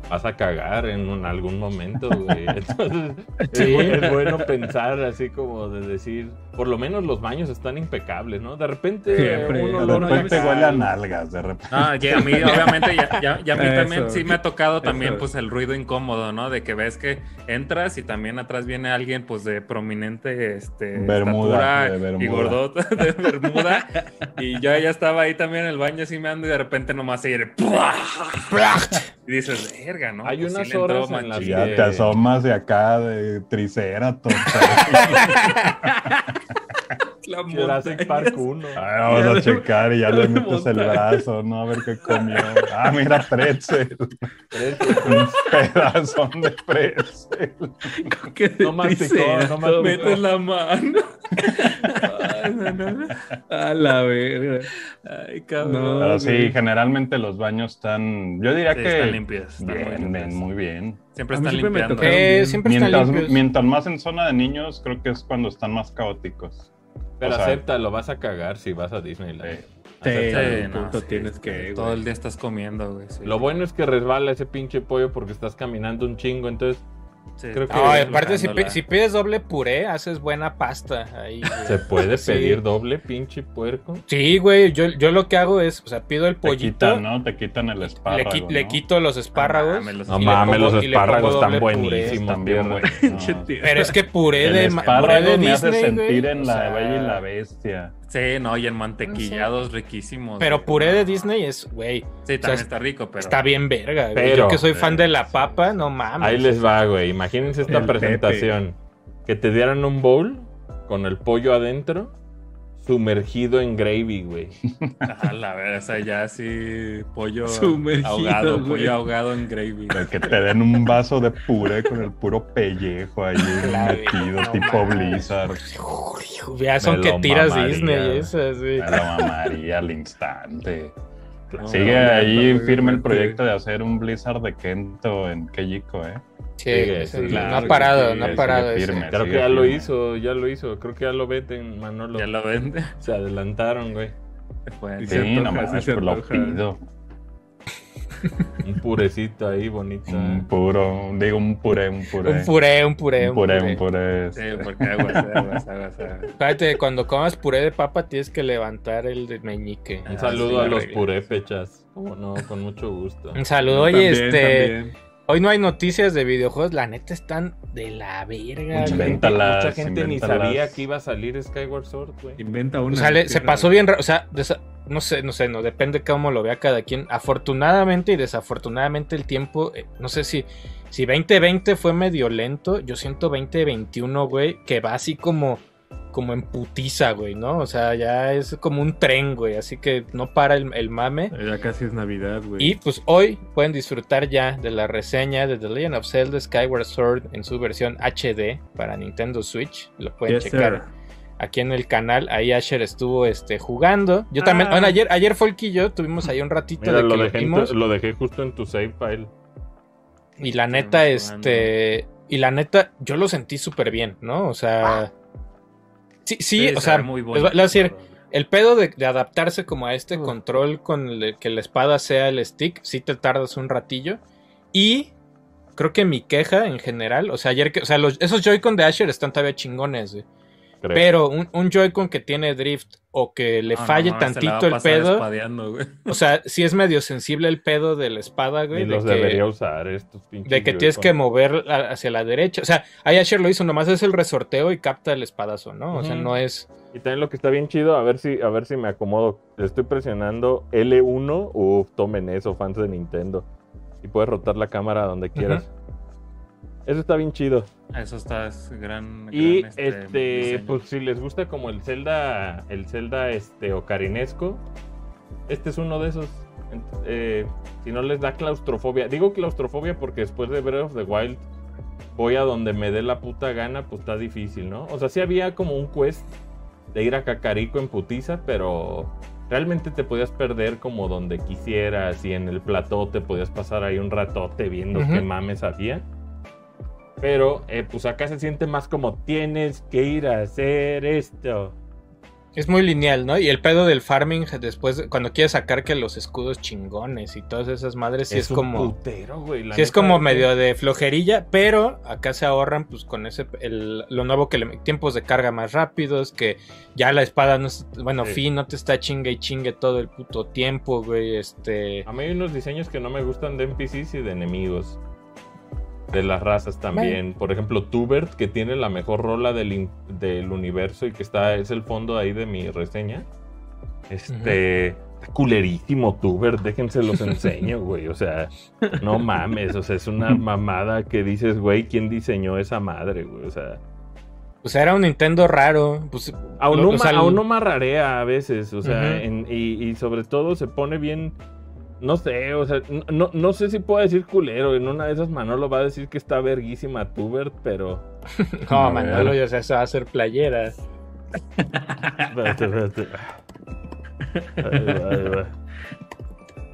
E: vas a cagar en un- algún momento, güey. Entonces,
A: Sí.
E: es, bu- es bueno pensar así como de decir, por lo menos los baños están impecables, ¿no? De repente
D: Siempre.
E: un
D: De
E: olor
B: De repente
E: metal.
B: huele a nalgas, de repente.
C: No, ya a mí, obviamente, ya, ya- ya a mí
D: Eso.
C: también sí me ha tocado también,
D: Eso.
C: pues, el ruido incómodo, ¿no? De que ves que entras y también atrás viene alguien, pues, de prominente, este,
B: Bermuda,
C: estatura
B: de bermuda.
C: y gordota *laughs* de Bermuda. y yo ya estaba ahí también en el baño, así me ando y de repente nomás se oye, ¡pua! Y dices, verga, ¿no?
E: Hay
C: Pues sí
E: unas
C: le entró
E: horas en las
B: Y
C: machín".
B: ya
E: que-
B: te asomas de acá de triceratops.
C: *laughs*
D: Eh,
C: La montaña.
E: Jurassic Park 1.
B: Ah, vamos a checar y ya
C: *laughs*
B: le
D: Ya de
B: metes el
D: montaña.
B: brazo, ¿no? A ver qué comió. Ah, mira, pretzel. Un pedazo de pretzel.
D: ¿Qué
E: No masticó,
D: dice?
E: no masticó.
D: Vete
C: Metes la mano. Ay, no, no.
D: *laughs* A la verga.
C: Ay,
D: No.
C: cabrón.
B: Pero
D: Ok.
B: sí, generalmente los baños están. Yo diría
C: Ah, Sí,
B: que.
C: están limpias. están muy
B: Bien,
C: limpias.
B: bien, muy bien.
C: Siempre
D: A mí
C: están
D: siempre me
C: limpiando.
D: tocaron
A: Eh,
D: bien.
A: siempre están
B: Mientras,
A: limpios.
B: mientras más en zona de niños, creo que es cuando están más caóticos. Eh,
E: Pero
B: O sea-
E: acéptalo, vas a cagar si vas a Disneyland.
B: Sí.
D: Sí,
E: Acéptalo.
D: un punto tienes
C: es
D: que,
C: Todo
D: güey. *laughs*
C: el día estás comiendo, güey. sí.
E: Lo bueno es que resbala ese pinche pollo porque estás caminando un chingo, entonces
C: Sí,
E: creo que-
A: No, y aparte, si, pi-
C: Colocándola.
A: si pides doble puré, haces buena pasta. Ahí, güey.
E: se puede
A: Sí.
E: pedir doble pinche puerco.
A: Sí, güey, yo, yo lo que hago es, o sea, pido el
B: Te
A: pollito,
B: quitan, ¿no? Te quitan el
A: le,
B: espárrago.
A: qui-
B: ¿no?
A: le quito los espárragos.
C: mames, los-
E: No
A: y le
E: mames,
A: pongo-
E: los
A: y le pongo
E: espárragos están
A: doble puré.
E: buenísimos.
B: Están bien
E: Mierda.
A: *laughs*
B: buenos, ¿no?
D: Che, tío.
A: Pero es que puré
B: El
A: de, ma- puré
B: espárrago
A: de
B: me hace
A: Disney,
B: sentir
A: güey,
B: en
A: o
B: la
A: sea,
B: Bella y la Bestia.
C: Sí, no, y en mantequillados riquísimos.
A: Pero
C: güey.
A: puré de Disney es, güey,
C: Sí, también
A: sea,
C: está rico, pero.
A: está bien verga. güey.
E: Pero-
A: yo que soy fan de la
C: sí.
A: papa, no mames.
E: Ahí les va, güey. Imagínense esta
D: El
E: presentación. Que te dieran un bowl con el pollo adentro, sumergido en gravy, güey.
C: *laughs* A la verdad, o sea, ya así. Pollo
D: Sumergido,
C: ahogado,
D: güey.
C: pollo ahogado en gravy.
B: *laughs* De que te den un vaso de puré con el puro pellejo ahí
A: Claro,
B: metido,
A: no
B: tipo
A: mames.
B: Blizzard.
A: Uy, Ya
B: Me
A: son que
B: lo
A: tiras
B: mamaría,
A: Disney,
B: güey.
A: esas, güey.
B: Me lo mamaría al instante.
C: No,
B: Sigue
C: no,
B: ahí
D: güey,
B: firme el
D: sí.
B: proyecto de hacer un Blizzard de Kento en Keyiko, ¿eh?
A: Sí,
E: Sigue,
A: es-
E: sigue,
A: no ha
E: sigue,
A: parado,
B: sigue,
A: no ha
B: sigue
A: parado. ese.
B: firme.
E: Creo
B: Sí,
E: que ya lo
B: firme.
E: hizo, ya lo hizo. Creo que ya lo veten, Manolo.
C: Ya lo vende. *laughs*
E: Se adelantaron, güey.
C: Bueno,
D: se
B: Sí, no
D: antoja, sí
B: mames,
D: se
B: lo
D: antoja.
B: pido.
E: Un purecito ahí bonito.
B: Un puro, digo un puré, un puré.
A: Un puré, un puré,
B: Un puré, un puré.
C: sí, porque aguas, aguas, aguas, aguas.
A: Acuérdate, cuando comas puré de papa tienes que levantar el de meñique.
E: Un saludo
A: sí,
E: a los
A: arregla.
E: purépechas. Como no, con mucho gusto.
A: Un saludo, oye,
D: También,
A: este...
D: también.
A: Hoy no hay noticias de videojuegos, la neta están de la verga.
B: Mucha
A: güey.
B: gente. Invéntalas,
E: Mucha gente ni
B: invéntalas.
E: sabía que iba a salir Skyward Sword, güey.
D: Inventa
A: O
D: una.
A: sea, le- se
D: perra,
A: pasó
D: güey.
A: bien, ra- o sea, desa- no sé, no sé, no depende cómo lo vea cada quien. Afortunadamente y desafortunadamente el tiempo, eh, no sé si si 2020 fue medio lento, yo siento 2021, güey, que va así como como en putiza, güey, ¿no? O sea, ya es como un tren, güey, así que no para el, el mame.
D: Ya casi es Navidad, güey.
A: Y pues hoy pueden disfrutar ya de la reseña de The Legend of Zelda Skyward Sword en su versión HD para Nintendo Switch. Lo pueden
D: Yes,
A: checar
D: sir.
A: aquí en el canal. Ahí Asher estuvo este, jugando. Yo también,
D: Ah.
A: bueno, ayer, ayer Folk y yo tuvimos ahí un ratito
E: Mira,
A: de que
E: lo
A: lo
E: dejé, en tu-
A: vimos.
E: lo dejé justo en tu save file.
A: Y la neta,
C: Estuvimos
A: este. Y la neta, yo lo sentí súper bien, ¿no? O sea. Sí, sí, o
C: Ah. se
A: sea,
C: ve muy
A: les va-
C: bonito,
A: les voy a decir,
C: cabrón.
A: el pedo de, de adaptarse como a este control con el- que la espada sea el stick, sí te tardas un ratillo. Y creo que mi queja en general, o sea, ayer que, o sea, los- esos Joy-Con de Asher están todavía chingones, güey.
E: creo.
A: Pero un, un Joy-Con que tiene drift o que le
C: No, no
A: falle
C: mames, se la va a
A: tantito el
C: pasar
A: pedo,
C: espadeando, güey.
A: o sea, sí es medio sensible el pedo de la espada, güey.
E: Ni
A: de
E: los
A: que-
E: debería usar estos pinches.
A: de que tienes que
E: Joy-Con.
A: mover a- hacia la derecha. O sea, ahí Asher lo hizo, nomás es el resorteo y capta el espadazo, ¿no? O sea,
E: Ujú.
A: no es.
E: Y también lo que está bien chido, a ver si, a ver si me acomodo. Estoy presionando L1. Uf, tomen eso, fans de Nintendo. Y puedes rotar la cámara donde quieras. Eso está bien chido.
C: Eso está es gran.
E: Y
C: gran,
E: este,
C: diseño.
E: pues si les gusta como el Zelda, el Zelda este ocarinesco, este es uno de esos. Ent- eh, si no les da claustrofobia, digo claustrofobia porque después de Breath of the Wild voy a donde me dé la puta gana, pues está difícil, ¿no? O sea, sí había como un quest de ir a Cacarico en putiza, pero realmente te podías perder como donde quisieras y en el plató te podías pasar ahí un ratote viendo
A: Ujú.
E: qué mames había. Pero eh, pues acá se siente más como tienes que ir a hacer esto.
A: Es muy lineal, ¿no? Y el pedo del farming después, cuando quieres sacar que los escudos chingones y todas esas madres, sí es,
E: un
A: como.
E: putero, güey, la
A: Sí es
E: neta,
A: como
E: güey.
A: medio de flojerilla, pero acá se ahorran pues con ese el- lo nuevo que le tiempos de carga más rápidos, que ya la espada no es, bueno,
E: Sí.
A: fin no te está chingue y chingue todo el puto tiempo, güey, este
E: A mí hay unos diseños que no me gustan de NPCs y de enemigos. De las razas también. Por ejemplo, Tubert, que tiene la mejor rola del, in- del universo y que está es el fondo ahí de mi reseña. Este. está Culerísimo Tubert, déjense los enseño, güey. O sea, no mames. O sea, es una mamada que dices, güey, ¿quién diseñó esa madre, güey? O sea,
A: pues era un Nintendo raro, pues *laughs*
E: Aún,
A: lo-
E: no
A: o
E: ma-
A: sea,
E: aún no marrarea a veces, o sea,
A: Ujú.
E: en- y, y sobre todo se pone bien, no sé, o sea, no- no, no sé si puedo decir culero, en una de esas Manolo va a decir que está verguísima Tubert,
A: *laughs*
E: pero...
A: no,
B: A ver.
A: Manolo ya se va a hacer playeras.
E: Espérate, espérate. Ahí va, ahí va.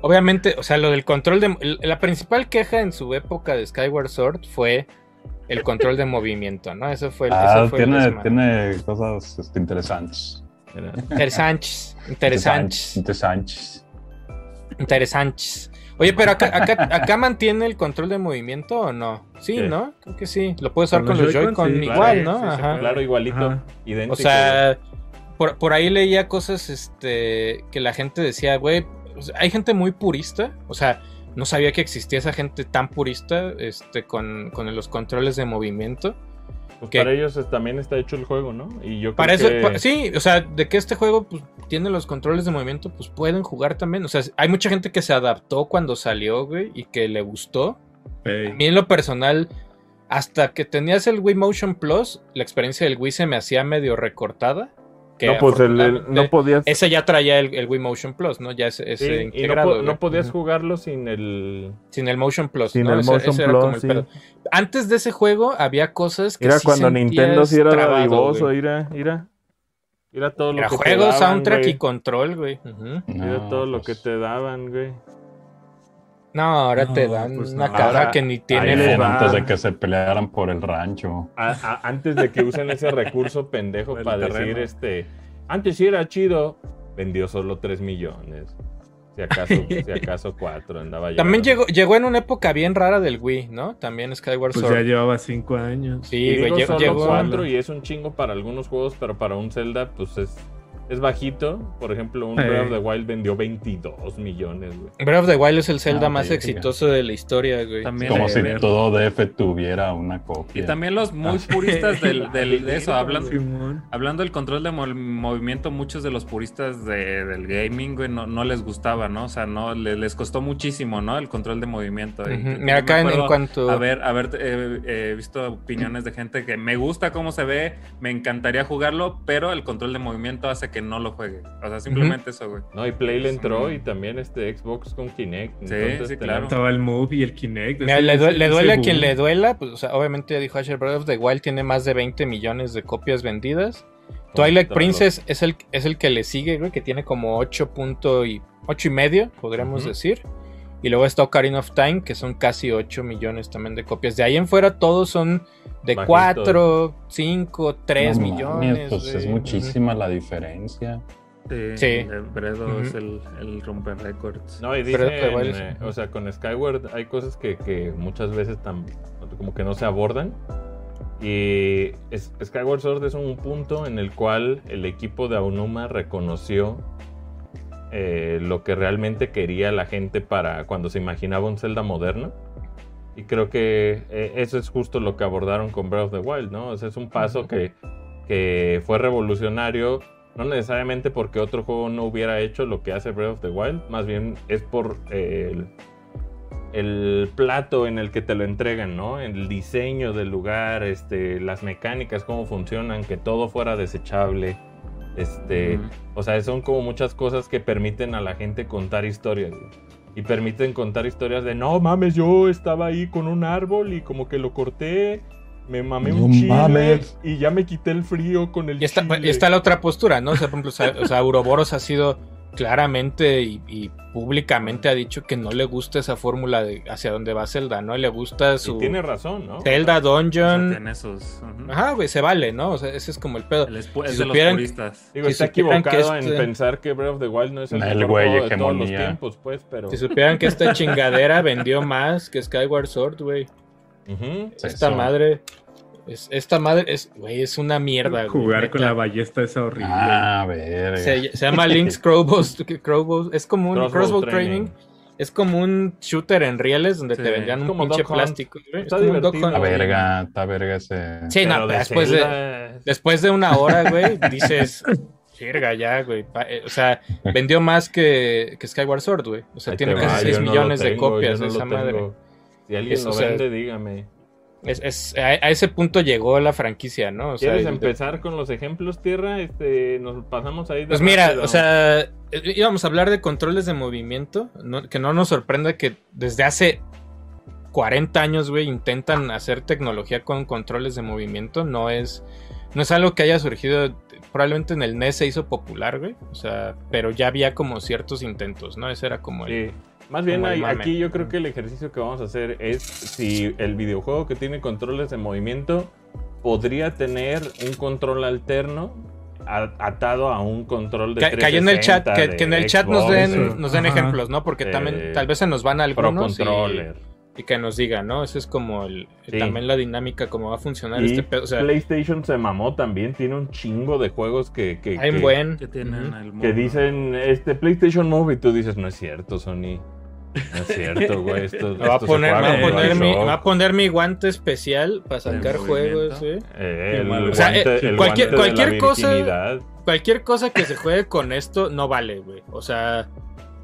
A: Obviamente, o sea, lo del control de. La principal queja en su época de Skyward Sword fue el control de movimiento, ¿no? Eso fue el.
B: Ah,
A: eso fue el
B: tiene,
A: desmadre.
B: tiene cosas este, interesantes.
E: Mira.
A: Interesantes. Interesantes.
B: Interesantes.
A: Interesantes. Oye, pero acá, acá, acá mantiene el control de movimiento o no? Sí,
E: Sí.
A: ¿no? Creo que sí. Lo puedes usar
D: Con
A: con los
D: los
A: Joy-Con
D: Joy-Con, sí,
A: igual,
C: claro,
A: ¿no?
C: sí, sí,
A: Ajá.
E: Claro, igualito,
D: Ajá.
E: idéntico.
A: O sea, por, por ahí leía cosas este, que la gente decía, güey, o sea, hay gente muy purista, o sea, no sabía que existía esa gente tan purista este, con, con los controles de movimiento.
E: Pues
A: ¿qué?
E: para ellos es- también está hecho el juego, ¿no? Y yo creo
A: Para eso,
E: que-
A: pa- sí, o sea, de que este juego pues, tiene los controles de movimiento, pues pueden jugar también. O sea, hay mucha gente que se adaptó cuando salió, güey, y que le gustó. A mí en lo personal, hasta que tenías el Wii Motion Plus, la experiencia del Wii se me hacía medio recortada. que
E: no, pues el- el-
A: afortunadamente-
E: no podías...
A: Ese ya traía el, el Wii Motion Plus, ¿no? Ya ese, ese
E: sí, y no, po-
A: integrado. güey.
E: no podías jugarlo sin el...
A: Sin el Motion Plus.
E: Sin
A: ¿no?
E: el
A: Ese-
E: Motion
A: ese era
E: Plus,
A: como el
E: sí.
A: pedo. Antes de ese juego había cosas que.
E: Era
A: sí
E: cuando
A: sentías
E: Nintendo sí era
A: trabado,
E: dadivoso,
A: güey.
E: era, era. Era todo lo
A: Era
E: que
A: juego,
E: te daban,
A: soundtrack
E: güey.
A: y control, güey. Ujú.
E: Era
B: No,
E: todo lo que
B: pues,
E: te daban, güey.
A: No, ahora
D: No,
A: te dan
D: pues
A: una
D: no.
A: caja
E: Ahora,
A: que ni
E: ahí
A: tiene
E: les
B: Ahí,
E: va.
A: fondo.
B: antes de que se pelearan por el rancho.
E: A- a- antes de que usen ese recurso
A: *laughs*
E: pendejo
C: El
E: para decir
C: terreno.
E: este, antes sí era chido, vendió solo 3 millones. Si acaso, si
A: *laughs*
E: acaso 4 andaba ya.
A: También llegó, llegó en una época bien rara del Wii, ¿no? También Skyward
D: Pues
A: Sword.
D: ya llevaba cinco años.
A: sí,
E: Y
A: güey,
E: digo,
A: lle-
E: solo
A: llegó.
E: cuatro y es un chingo para algunos juegos, pero para un Zelda pues es es bajito. Por ejemplo, un
D: Eh.
E: Breath of the Wild vendió 22 millones, güey.
A: Breath of the Wild es el Zelda
B: Ah,
A: más
B: verga.
A: exitoso de la historia, güey.
C: También
B: Como
C: eh,
B: si
C: ver-
B: todo DF tuviera una copia.
C: Y también los muy puristas del, del- de eso hablan.
D: Simón.
C: Hablando del control de mol- movimiento, muchos de los puristas de- del gaming, güey, no, no les gustaba, ¿no? O sea, no le- les costó muchísimo, ¿no? El control de movimiento.
A: Ujú.
C: Y yo me
A: Mira, acá en, en
C: acuerdo
A: cuanto.
C: Haber, haber eh, eh, visto opiniones de gente que me gusta cómo se ve, me encantaría jugarlo, pero el control de movimiento hace que no lo juegue. O sea, simplemente eso, güey.
E: No, y Play le entró
C: Mm.
E: y también este Xbox con Kinect.
C: Sí,
E: Entonces
C: sí,
E: tenemos-
C: claro.
D: Estaba el Move y el Kinect.
A: Mira,
D: ese-
A: le, due-
D: ese-
A: le
D: ese
A: duele a
D: boom.
A: quien le duela, pues, o sea, obviamente ya dijo Asher Breath of the Wild tiene más de 20 millones de copias vendidas. Twilight
E: todos.
A: Princess es el, es el que le sigue, güey, que tiene como 8 punto y, 8 y medio, podríamos
E: Ujú.
A: decir. Y luego está Ocarina of Time, que son casi 8 millones también de copias. De ahí en fuera todos son de
E: Bajitos.
A: 4, 5, 3
B: No mames,
A: millones.
B: Pues es
A: güey.
B: muchísima la diferencia.
C: Sí.
A: Sí.
C: el Bredo
A: Ujú.
C: es el, el romper récords.
E: No, y
A: Pero
E: dicen,
A: te vuelves-
E: eh, o sea, con Skyward hay cosas que, que muchas veces tam- como que no se abordan. Y es- Skyward Sword es un punto en el cual el equipo de Aonuma reconoció eh, lo que realmente quería la gente para cuando se imaginaba un Zelda moderno. Y creo que eh, eso es justo lo que abordaron con Breath of the Wild, ¿no? O sea, es un paso que, que fue revolucionario, no necesariamente porque otro juego no hubiera hecho lo que hace Breath of the Wild, más bien es por eh, el, el plato en el que te lo entregan, ¿no? El diseño del lugar, este, las mecánicas, cómo funcionan, que todo fuera desechable. Este,
C: Ujú.
E: o sea, son como muchas cosas que permiten a la gente contar historias. güey. Y permiten contar historias de, no mames, yo estaba ahí con un árbol y como que lo corté, me mamé
B: No
E: un chile
B: mames.
E: y ya me quité el frío con el
A: Y está,
E: chile".
A: y está la otra postura, ¿no? O sea, por ejemplo, o sea, o sea, Ouroboros ha sido claramente y, y públicamente ha dicho que no le gusta esa fórmula de hacia dónde va Zelda, ¿no? Le gusta su
E: Y tiene razón, ¿no?
A: Zelda
C: O sea,
A: Dungeon.
C: tiene esos. ujú.
A: Ajá, güey, se vale, ¿no? O sea, ese es como el pedo.
C: El, espu-
A: Si
C: es de los
A: supieran-
C: puristas.
E: Digo,
A: Si
E: está
A: supieran que
E: equivocado en
A: este-
E: pensar que Breath of the Wild no es el,
B: El
E: mejor
B: güey,
E: juego de todos los
B: hegemonía.
E: tiempos, pues, pero...
A: Si supieran que esta chingadera vendió más que Skyward Sword, güey.
E: Ujú.
B: Sí,
A: esta
B: eso.
A: madre. es- esta madre es, güey, es una mierda, güey.
D: Jugar con la
A: neta.
D: ballesta es horrible.
B: Ah, verga.
A: se, se llama
B: *laughs*
A: Link's Crowbows. Crowbows- Es como un crossbow,
E: Crossbow
A: training. Es como un shooter en rieles donde
C: Sí,
A: te vendían
E: es
A: un
E: como
A: pinche
E: Duck Hunt.
A: plástico. güey.
E: Está
A: es como un Duck
E: divertido.
A: Hunt.
B: Está verga, está verga ese.
A: Sí, no,
E: Pero
A: pero después de,
E: Zelda es-
A: después de una hora,
E: *laughs*
A: güey, dices, verga ya, güey. pa- eh, O sea, vendió más que, que Skyward Sword, güey. O sea,
E: Ahí
A: tiene
E: te
A: casi
E: va,
A: 6
E: yo no lo
A: millones de
E: tengo, yo
A: copias
E: no
A: de
E: lo
A: esa
E: tengo.
A: madre.
E: Si alguien
A: Es,
E: lo
A: o sea,
E: vende, dígame.
A: Es, es- a, a ese punto llegó la franquicia, ¿no? O sea,
E: ¿Quieres
A: el-
E: empezar con los ejemplos, Tierra? Este, nos pasamos ahí. de
A: Pues mira,
E: rápido.
A: o sea, eh, íbamos a hablar de controles de movimiento, no- que no nos sorprenda que desde hace 40 años, güey, intentan hacer tecnología con controles de movimiento, no es no es algo que haya surgido probablemente en el NES se hizo popular, güey, o sea, pero ya había como ciertos intentos, ¿no? Ese era como el
E: Sí. Más bien,
A: Como el
E: ahí-
A: mame.
E: aquí yo creo que el ejercicio que vamos a hacer es si el videojuego que tiene controles de movimiento podría tener un control alterno a- atado a un control de
A: que, que ahí en el chat,
E: 360
A: que,
E: de
A: que en el chat nos
E: Xbox,
A: den,
E: de
A: nos den
D: Ajá.
A: ejemplos, ¿no? Porque
E: Eh,
A: también tal vez se nos van
E: Pro
A: algunos y-
E: Controller.
A: y, que nos digan, ¿no? Ese es como el,
E: Sí.
A: también la dinámica cómo va a funcionar
E: Y
A: este pedo, o sea,
E: PlayStation se mamó también, tiene un chingo de juegos que, que,
A: Hay un
E: que-
A: buen.
C: Que tienen el mundo.
E: que dicen este PlayStation Move y tú dices, no es cierto, Sony. No es cierto,
A: *laughs*
E: güey. Esto,
A: Me va a
E: esto se
A: poner,
E: juega
A: me va a
E: con
A: poner mi,
E: DualShock".
A: me va a poner mi guante especial para sacar
C: movimiento.
A: juegos. ¿eh?
E: Eh, el
B: O
A: sea,
E: guante-
A: eh, cualquier-
E: el guante de la
A: cualquier cosa-
E: virginidad.
A: Cualquier cosa que se juegue con esto no vale, güey. O sea,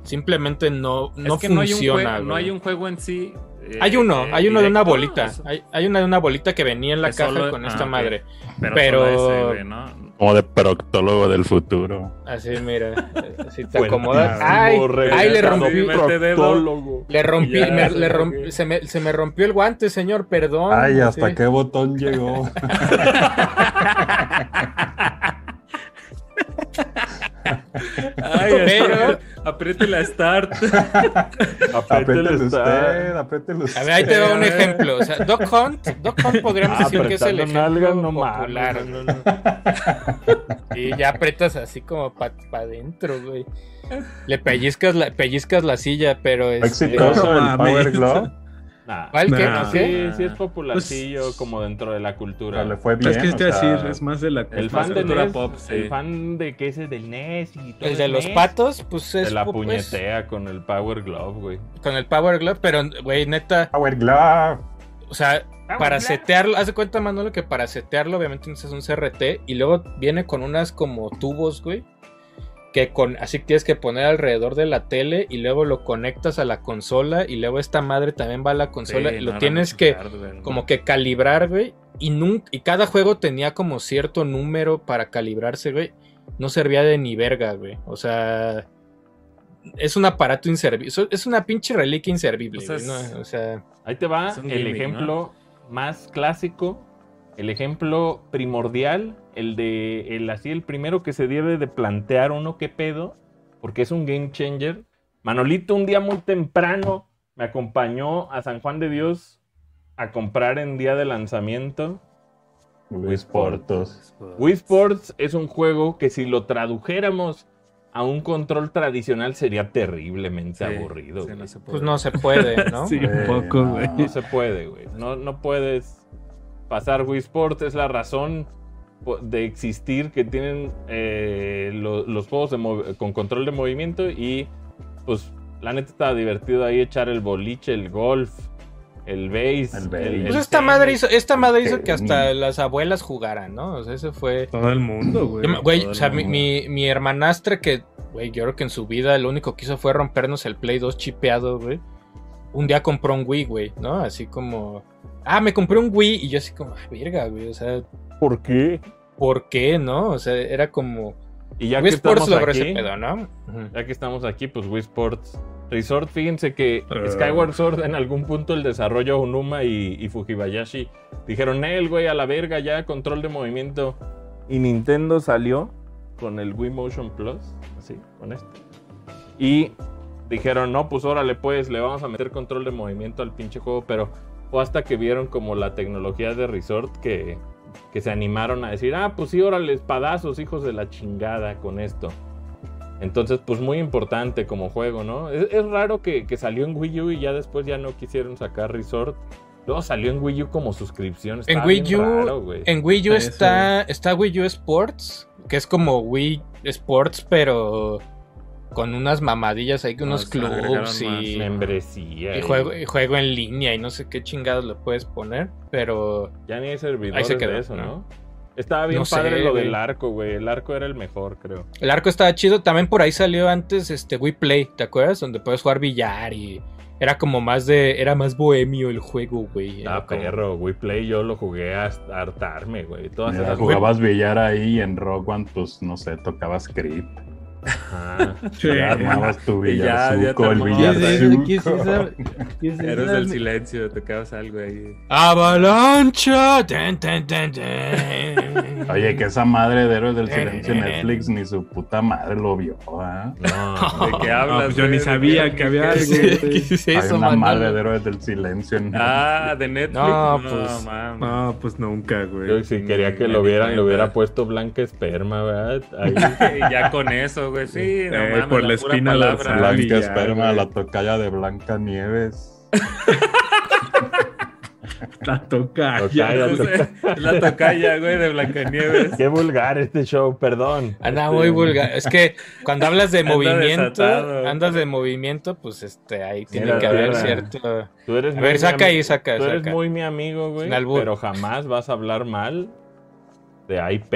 A: simplemente no,
C: Es
A: no
C: que no hay un
A: funciona.
C: juego- No
A: güey.
C: hay un juego en sí. eh,
A: Hay uno,
C: eh,
A: hay uno de una
C: directo,
A: bolita.
C: Ah, o sea,
A: Hay, hay una de una bolita que venía en la
C: Que
A: caja
C: solo-
A: con
C: ah,
A: esta
C: ok.
A: madre.
C: Pero,
A: pero-
C: solo ese, güey, ¿no?
B: Como de proctólogo del futuro.
A: Así, mira. Si te
E: *laughs* Fuertísimo,
A: acomodas. ¡Ay!
E: regresando
A: ¡Ay! Le rompí.
C: Mete dedo.
E: proctólogo.
A: Le rompí,
C: Ya,
A: me-
C: se
A: le
C: lo
A: romp-
C: vi.
A: se, me, se me rompió el guante, señor, perdón.
B: Ay, hasta
A: Sí.
B: qué botón llegó.
C: Ay,
A: Pero-
C: pero... apriete la start.
E: Apriétele
B: Apétele usted,
E: usted.
B: apétele usted.
A: A ver, ahí te va un ejemplo. O sea, Doc Hunt, Doc Hunt podríamos
E: Ah,
A: decir que es el
E: apretando nalgas,
A: ejemplo
E: no mames,
A: popular. Y ya apretas así como para adentro, güey. Le pellizcas la, pellizcas la silla, pero es.
B: Exitoso
D: No
B: el
D: mames.
B: Power Glove.
E: Nah. Ah,
A: ¿Cuál Pues, que
D: Nah.
A: no sé?
E: Sí, sí es popularcillo como dentro de la cultura.
B: Pero le fue bien.
D: Es que
B: o
D: te iba a
B: sea,
D: decir, es más de la
E: El
D: cultura.
E: fan de
C: cultura
E: NES,
C: pop, sí.
E: el fan de que ese es del NES y todo
A: El de
E: es
A: los
E: NES,
A: patos, pues es
E: Se la
A: pues,
E: puñetea con el Power Glove, güey.
A: con el Power Glove, pero güey, neta,
B: Power Glove.
A: o sea,
E: Ah,
A: para setearlo, haz de cuenta, Manolo, que para setearlo, obviamente necesitas un CRT y luego viene con unas como tubos, güey. Que con, así tienes que poner alrededor de la tele y luego lo conectas a la consola y luego esta madre también va a la consola
C: Sí,
A: y lo
C: no,
A: tienes
C: no,
A: que
C: hardware.
A: como que calibrar, güey. Y, nun- y cada juego tenía como cierto número para calibrarse, güey. No servía de ni verga, güey. O sea, es un aparato inservible. Es una pinche reliquia inservible,
C: O sea,
A: güey, ¿no?
C: Pues es-
A: O sea, pues
E: Ahí te va
C: Es un
E: el
C: gimmick,
E: ejemplo más clásico, el ejemplo primordial, el de el así el primero que se debe de plantear uno qué pedo, porque es un game changer. Manolito un día muy temprano me acompañó a San Juan de Dios a comprar en día de lanzamiento
B: Luis Portos.
E: Wii Sports es un juego que si lo tradujéramos a un control tradicional sería terriblemente
C: Sí,
E: aburrido.
C: sí,
E: güey.
C: no se
A: pues
C: puede.
A: no se
C: *laughs*
A: puede, ¿no?
D: Sí, un
B: Eh,
D: poco,
B: no.
D: güey.
E: No se puede, güey. No, no puedes pasar Wii Sports. Es la razón po- de existir que tienen eh, lo- los juegos de mov- con control de movimiento y pues la neta estaba divertido ahí echar el boliche, el golf, el base.
B: El base.
A: Pues esta madre hizo, esta madre hizo
B: Ok,
A: que hasta
B: mm.
A: las abuelas jugaran, ¿no? O sea, eso fue.
D: Todo el mundo, güey.
A: Yo me- Güey,
D: Todo
A: o
D: el
A: sea, mi,
D: mundo.
A: mi, mi hermanastra que, güey, yo creo que en su vida lo único que hizo fue rompernos el Play 2 chipeado, güey. Un día compró un Wii, güey, ¿no? Así como, ah, me compré un Wii y yo así como, ah, verga, güey, o sea,
E: ¿Por qué?
A: ¿por qué, no? O sea, era como,
E: Y ya que
A: Wii Sports
E: estamos
A: logró
E: aquí,
A: ese pedo, ¿no? Ujú.
E: ya que estamos aquí, pues Wii Sports Resort, fíjense que
D: Eh.
E: Skyward Sword en algún punto el desarrollo Unuma y, y Fujibayashi dijeron, el güey, a la verga ya, control de movimiento. Y Nintendo salió con el Wii Motion Plus, así, con este. Y dijeron, no, pues órale, pues le vamos a meter control de movimiento al pinche juego, pero fue hasta que vieron como la tecnología de Resort que, que se animaron a decir, ah, pues sí, órale, espadazos, hijos de la chingada con esto. Entonces, pues muy importante como juego, ¿no? Es, es raro que, que salió en Wii U y ya después ya no quisieron sacar Resort. Luego salió en Wii U como suscripción.
A: En
E: estaba
A: Wii,
E: bien
A: U,
E: raro, güey.
A: en Wii U
D: Sí,
A: está, está Wii U Sports, que es como Wii Sports, pero con unas mamadillas ahí, con
C: No,
A: unos
C: Ah, se le agregaron
A: clubs
C: más
A: y,
E: membresía.
A: y
E: y-
A: juego, y juego en línea y no sé qué chingados le puedes poner, pero
E: Ya ni hay servidores
A: Ahí se quedó,
E: de eso, ¿no?
A: ¿no?
E: Estaba bien
A: No sé,
E: padre lo
A: güey.
E: del arco, güey. El arco era el mejor, creo.
A: el arco estaba chido. También por ahí salió antes este Wii Play, ¿te acuerdas? Donde puedes jugar billar y era como más de, era más bohemio el juego, güey. Era
E: Ah,
A: como-
E: perro, güey. Play yo lo jugué hasta hartarme, güey. Todas
B: Mira,
E: esas
B: jugabas billar ahí y en Rock One, pues no sé, tocabas creep.
E: Ajá.
D: Sí.
B: Ya armabas tu
C: Y ya- ya te
B: billarzuco, el
C: armabas- eh.
B: billarzuco.
F: ¿Qué es esa? ¿Qué es
C: Eres
F: esa?
C: del silencio, te quedas algo ahí.
A: Avalancha. Tan, tan, tan, tan.
B: *laughs* Oye, que esa madre de Héroes del Silencio en Netflix ni su puta madre lo vio, ¿ah?
E: No.
C: ¿De qué
D: No,
C: hablas?
D: pues yo
C: güey?
D: ni
C: ¿De
D: sabía
C: qué-
D: que había
B: *laughs*
D: algo.
A: Sí, ¿qué es
B: Hay
A: eso,
B: una
A: Manolo?
B: madre de Héroes del Silencio en Netflix.
C: Ah, de Netflix.
A: No,
C: No,
A: pues,
C: mames.
D: No, pues nunca, güey.
E: *laughs* Yo si quería que
C: Ni
E: lo
C: me
E: vieran,
C: di
E: le hubiera
C: cuenta.
E: puesto blanca esperma, ¿verdad? Ahí.
C: Y ya con eso, güey. Sí, no
D: Eh,
C: mames,
D: por la
C: pura
D: espina
C: palabra.
D: dorsal.
C: *laughs*
B: Blanca
D: billar,
B: Esperma,
D: güey.
B: la tocaya de Blanca Nieves.
D: La toca.
E: Toca, ya
C: Es La tocaya, güey, de
A: *laughs*
C: Blancanieves.
E: Qué vulgar este show, perdón.
A: Anda
E: Este,
A: Ah, muy vulgar. Es que cuando hablas de
C: Anda
A: movimiento,
C: desatado.
A: andas de movimiento, pues este ahí tiene
E: Mira,
A: que haber
E: mira.
A: cierto.
E: Tú eres
A: A
E: muy
A: ver,
E: mi
A: saca
E: ami-
A: ahí, saca,
E: Tú eres
A: saca.
E: muy mi amigo, güey.
A: Sin albur.
E: Pero jamás vas a hablar mal de iPad.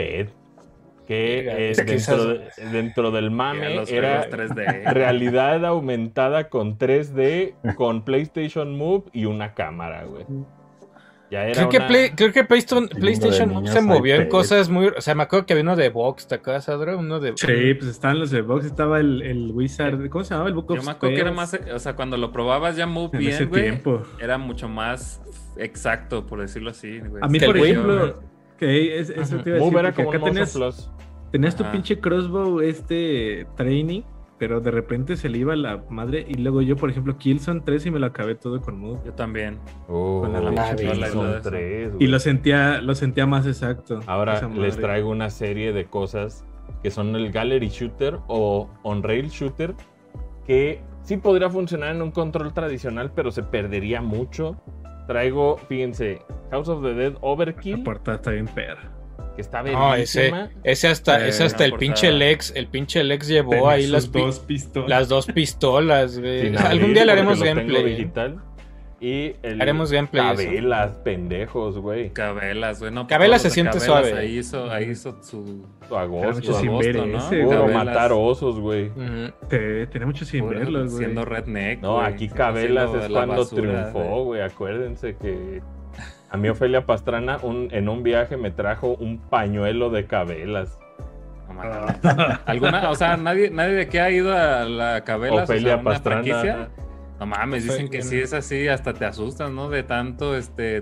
A: Verga,
E: Que eh,
A: es que
E: dentro, de- dentro del
C: Ya
E: mame
C: los
E: era
C: juegos 3D.
E: realidad aumentada con 3D, con PlayStation Move y una cámara, güey. Ya era
A: Creo que,
E: una-
A: Play- creo que PlayStation,
B: de
A: PlayStation
B: niños
A: se movió en
B: iPad.
A: cosas muy. O sea, me acuerdo que había uno de Vox, ¿te acuerdas, Adro? Uno de.
D: Sí, pues estaban los de Box, estaba el, el Wizard, ¿cómo se llamaba? El Book of
C: Yo me acuerdo que era
D: Spells
C: más, o sea, cuando lo probabas ya muy
D: en ese
C: bien, güey,
D: tiempo.
C: era mucho más exacto, por decirlo así, güey.
D: A mí,
A: Que el
D: por
A: güey-
D: ejemplo, que es- eso
A: Ajá.
D: te iba a decir,
E: Move era
D: porque
E: como un
D: acá tenías,
E: Mouse Plus.
D: tenías tu
C: Ajá.
D: pinche crossbow, este training, pero de repente se le iba la madre. Y luego yo, por ejemplo, Killzone 3 y me lo acabé todo con Move.
C: Yo también.
E: Oh,
D: Con la
A: pinche
E: sí,
C: pistola y
E: son
C: todo eso.
E: tres,
D: Y
E: güey.
D: lo sentía, lo sentía más exacto.
E: Ahora
D: esa
E: les
D: madre.
E: traigo una serie de cosas que son el gallery shooter o on-rail shooter que sí podría funcionar en un control tradicional, pero se perdería mucho. Traigo, fíjense, House of the Dead
D: La
E: Overkill,
D: portada está bien perra.
C: Oh,
E: que está
A: No,
D: Ah,
A: ese,
E: bellísima.
A: ese hasta,
D: Eh,
A: ese hasta
C: una
A: el pinche
C: portada.
A: Lex, el pinche Lex llevó ahí las, pi-
D: pistolas.
A: las dos pistolas, güey.
E: sin abrir,
A: Algún día le haremos
E: porque lo tengo
A: gameplay. ¿eh?
E: digital. Y el
A: Haremos gameplay. de eso.
E: Cabelas, pendejos, güey.
C: Cabelas, güey. No,
A: Cabelas
C: todos
A: se
C: los
A: siente
C: Cabelas
A: suave.
C: Ahí hizo, ahí hizo su.
E: Tu
C: Era mucho
E: agosto,
D: sin
E: agosto.
D: ver
C: ¿no?
D: ese,
E: Puro
D: güey.
C: Cabelas,
E: matar osos, güey.
A: Ujú.
D: Te- tenía mucho sin
C: puro
D: verlos, güey.
C: Siendo redneck.
E: No,
C: güey,
E: aquí
C: siendo
E: Cabelas
C: de
E: es
C: la
E: cuando
C: basura,
E: triunfó,
C: güey.
E: güey. Acuérdense que a mí Ofelia Pastrana un- en un viaje me trajo un pañuelo de Cabelas.
C: No
D: Ah,
C: mames. Alguna, o sea, nadie, nadie de aquí ha ido a la Cabelas. o sea,
E: Ofelia
C: una
E: Pastrana.
C: franquicia. No mames, dicen que sí es así, hasta te asustas, ¿no? De tanto, este,